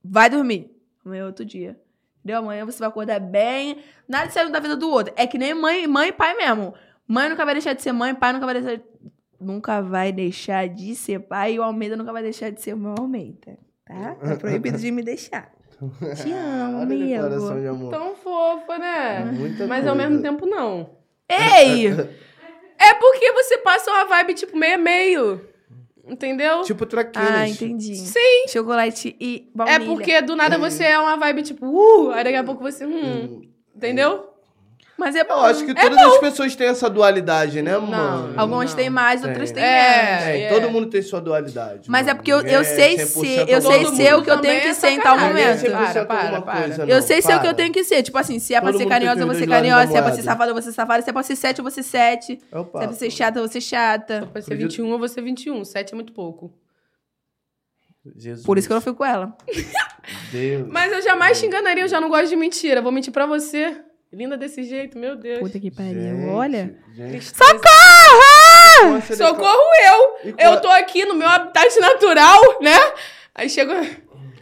S3: vai dormir. Amanhã é outro dia. Entendeu? Amanhã você vai acordar bem. Nada de sair da vida do outro. É que nem mãe, mãe e pai mesmo. Mãe nunca vai deixar de ser mãe, pai nunca vai deixar. Nunca vai deixar de ser pai e o Almeida nunca vai deixar de ser o meu Almeida. Tá? Tá proibido de me deixar. Te amo,
S2: Olha a
S3: amigo.
S2: declaração de amor. É
S1: Tão fofa, né?
S2: Muita
S1: Mas ao
S2: coisa.
S1: mesmo tempo, não.
S3: Ei!
S1: É porque você passa uma vibe, tipo, meio-meio. Entendeu?
S2: Tipo traqueiras.
S3: Ah, entendi.
S1: Sim.
S3: Chocolate e
S1: é
S3: baunilha.
S1: porque do nada você é uma vibe, tipo, uh, aí daqui a pouco você, hum,
S2: Hum.
S1: entendeu?
S3: Mas é
S2: Eu
S3: bom.
S2: acho que todas as pessoas têm essa dualidade, né, mano?
S3: Algumas
S1: Não.
S3: têm mais, outras
S2: Tem.
S3: têm menos.
S1: É,
S2: É,
S1: é.
S2: todo mundo tem sua dualidade.
S3: Mas é
S2: mano.
S3: porque eu, eu
S2: Ninguém é
S3: sei ser, eu
S2: 100%
S3: sei
S1: Todo
S3: ser o que eu
S1: mundo.
S3: tenho
S1: Também
S3: que
S1: é
S3: ser em tal
S1: sacanagem.
S2: Ninguém é
S3: momento.
S2: 100%
S1: Para,
S2: alguma
S1: para,
S2: coisa,
S1: para.
S2: não,
S3: Eu sei ser o que eu
S2: para.
S3: tenho que ser. Tipo assim, se é pra
S2: Todo
S3: ser
S2: mundo tem
S3: carinhosa, eu vou
S2: os
S3: ser
S2: dois lados
S3: carinhosa.
S2: da
S3: Se é pra ser
S2: moeda.
S3: safada, eu vou ser safada. Se é pra ser sete, eu vou ser sete. Se
S2: É o
S3: é pra
S2: papo.
S3: ser chata, eu vou ser chata.
S1: Pra ser
S2: Acredito.
S1: 21, eu vou ser 21. 7 é muito pouco.
S2: Jesus.
S3: Por isso que eu não fico com ela.
S2: Deus.
S1: Mas eu jamais te enganaria, eu já não gosto de mentira. Vou mentir pra você. Linda desse jeito, meu Deus.
S3: Puta que pariu.
S2: Gente,
S3: Olha.
S2: gente.
S1: Socorro!
S2: Nossa, ele-
S1: Socorro eu!
S2: E qual-
S1: Eu tô aqui no meu habitat natural, né? Aí chega...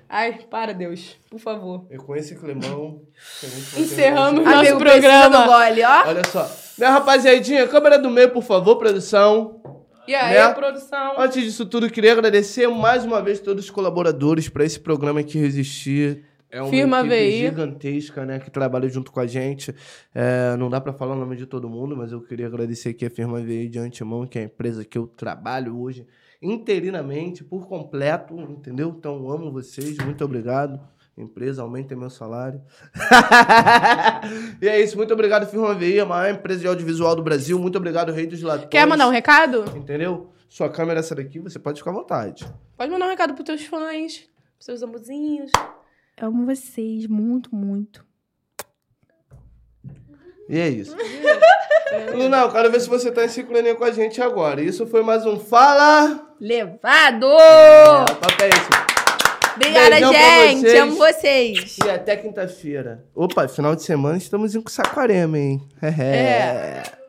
S1: Ai, para, Deus. Por favor.
S2: E com esse climão. tem muito conteúdo.
S1: Encerramos nosso
S3: Amigo, precisa do
S1: programa.
S3: gole, ó.
S2: um Olha só. Minha rapaziadinha, câmera do meio, por favor, produção.
S1: E aí,
S2: Né?
S1: produção?
S2: Antes disso tudo, queria agradecer mais uma vez todos os colaboradores pra esse programa que resistir. É uma
S1: Firma
S2: equipe
S1: VI.
S2: gigantesca, né, que trabalha junto com a gente. É, não dá pra falar o nome de todo mundo, mas eu queria agradecer aqui a Firma VI de antemão, que é a empresa que eu trabalho hoje interinamente, por completo, entendeu? Então, amo vocês, muito obrigado. Empresa, aumentem meu salário. e é isso, muito obrigado, Firma VI, a maior empresa de audiovisual do Brasil. Muito obrigado, Rei dos Latões.
S1: Quer mandar um recado?
S2: Entendeu? Sua câmera é essa daqui, você pode ficar à vontade.
S1: Pode mandar um recado pros teus fãs, pros seus amorzinhos.
S3: Eu amo vocês muito, muito.
S2: E é isso. Luna, eu quero ver se você tá em sincronia com a gente agora. Isso foi mais um Fala!
S3: Levado!
S2: É, o papo é isso.
S3: Obrigada,
S2: Beijão pra
S3: gente.
S2: vocês.
S3: Amo vocês.
S2: E até quinta-feira. Opa, final de semana estamos em Saquarema, hein?
S1: É.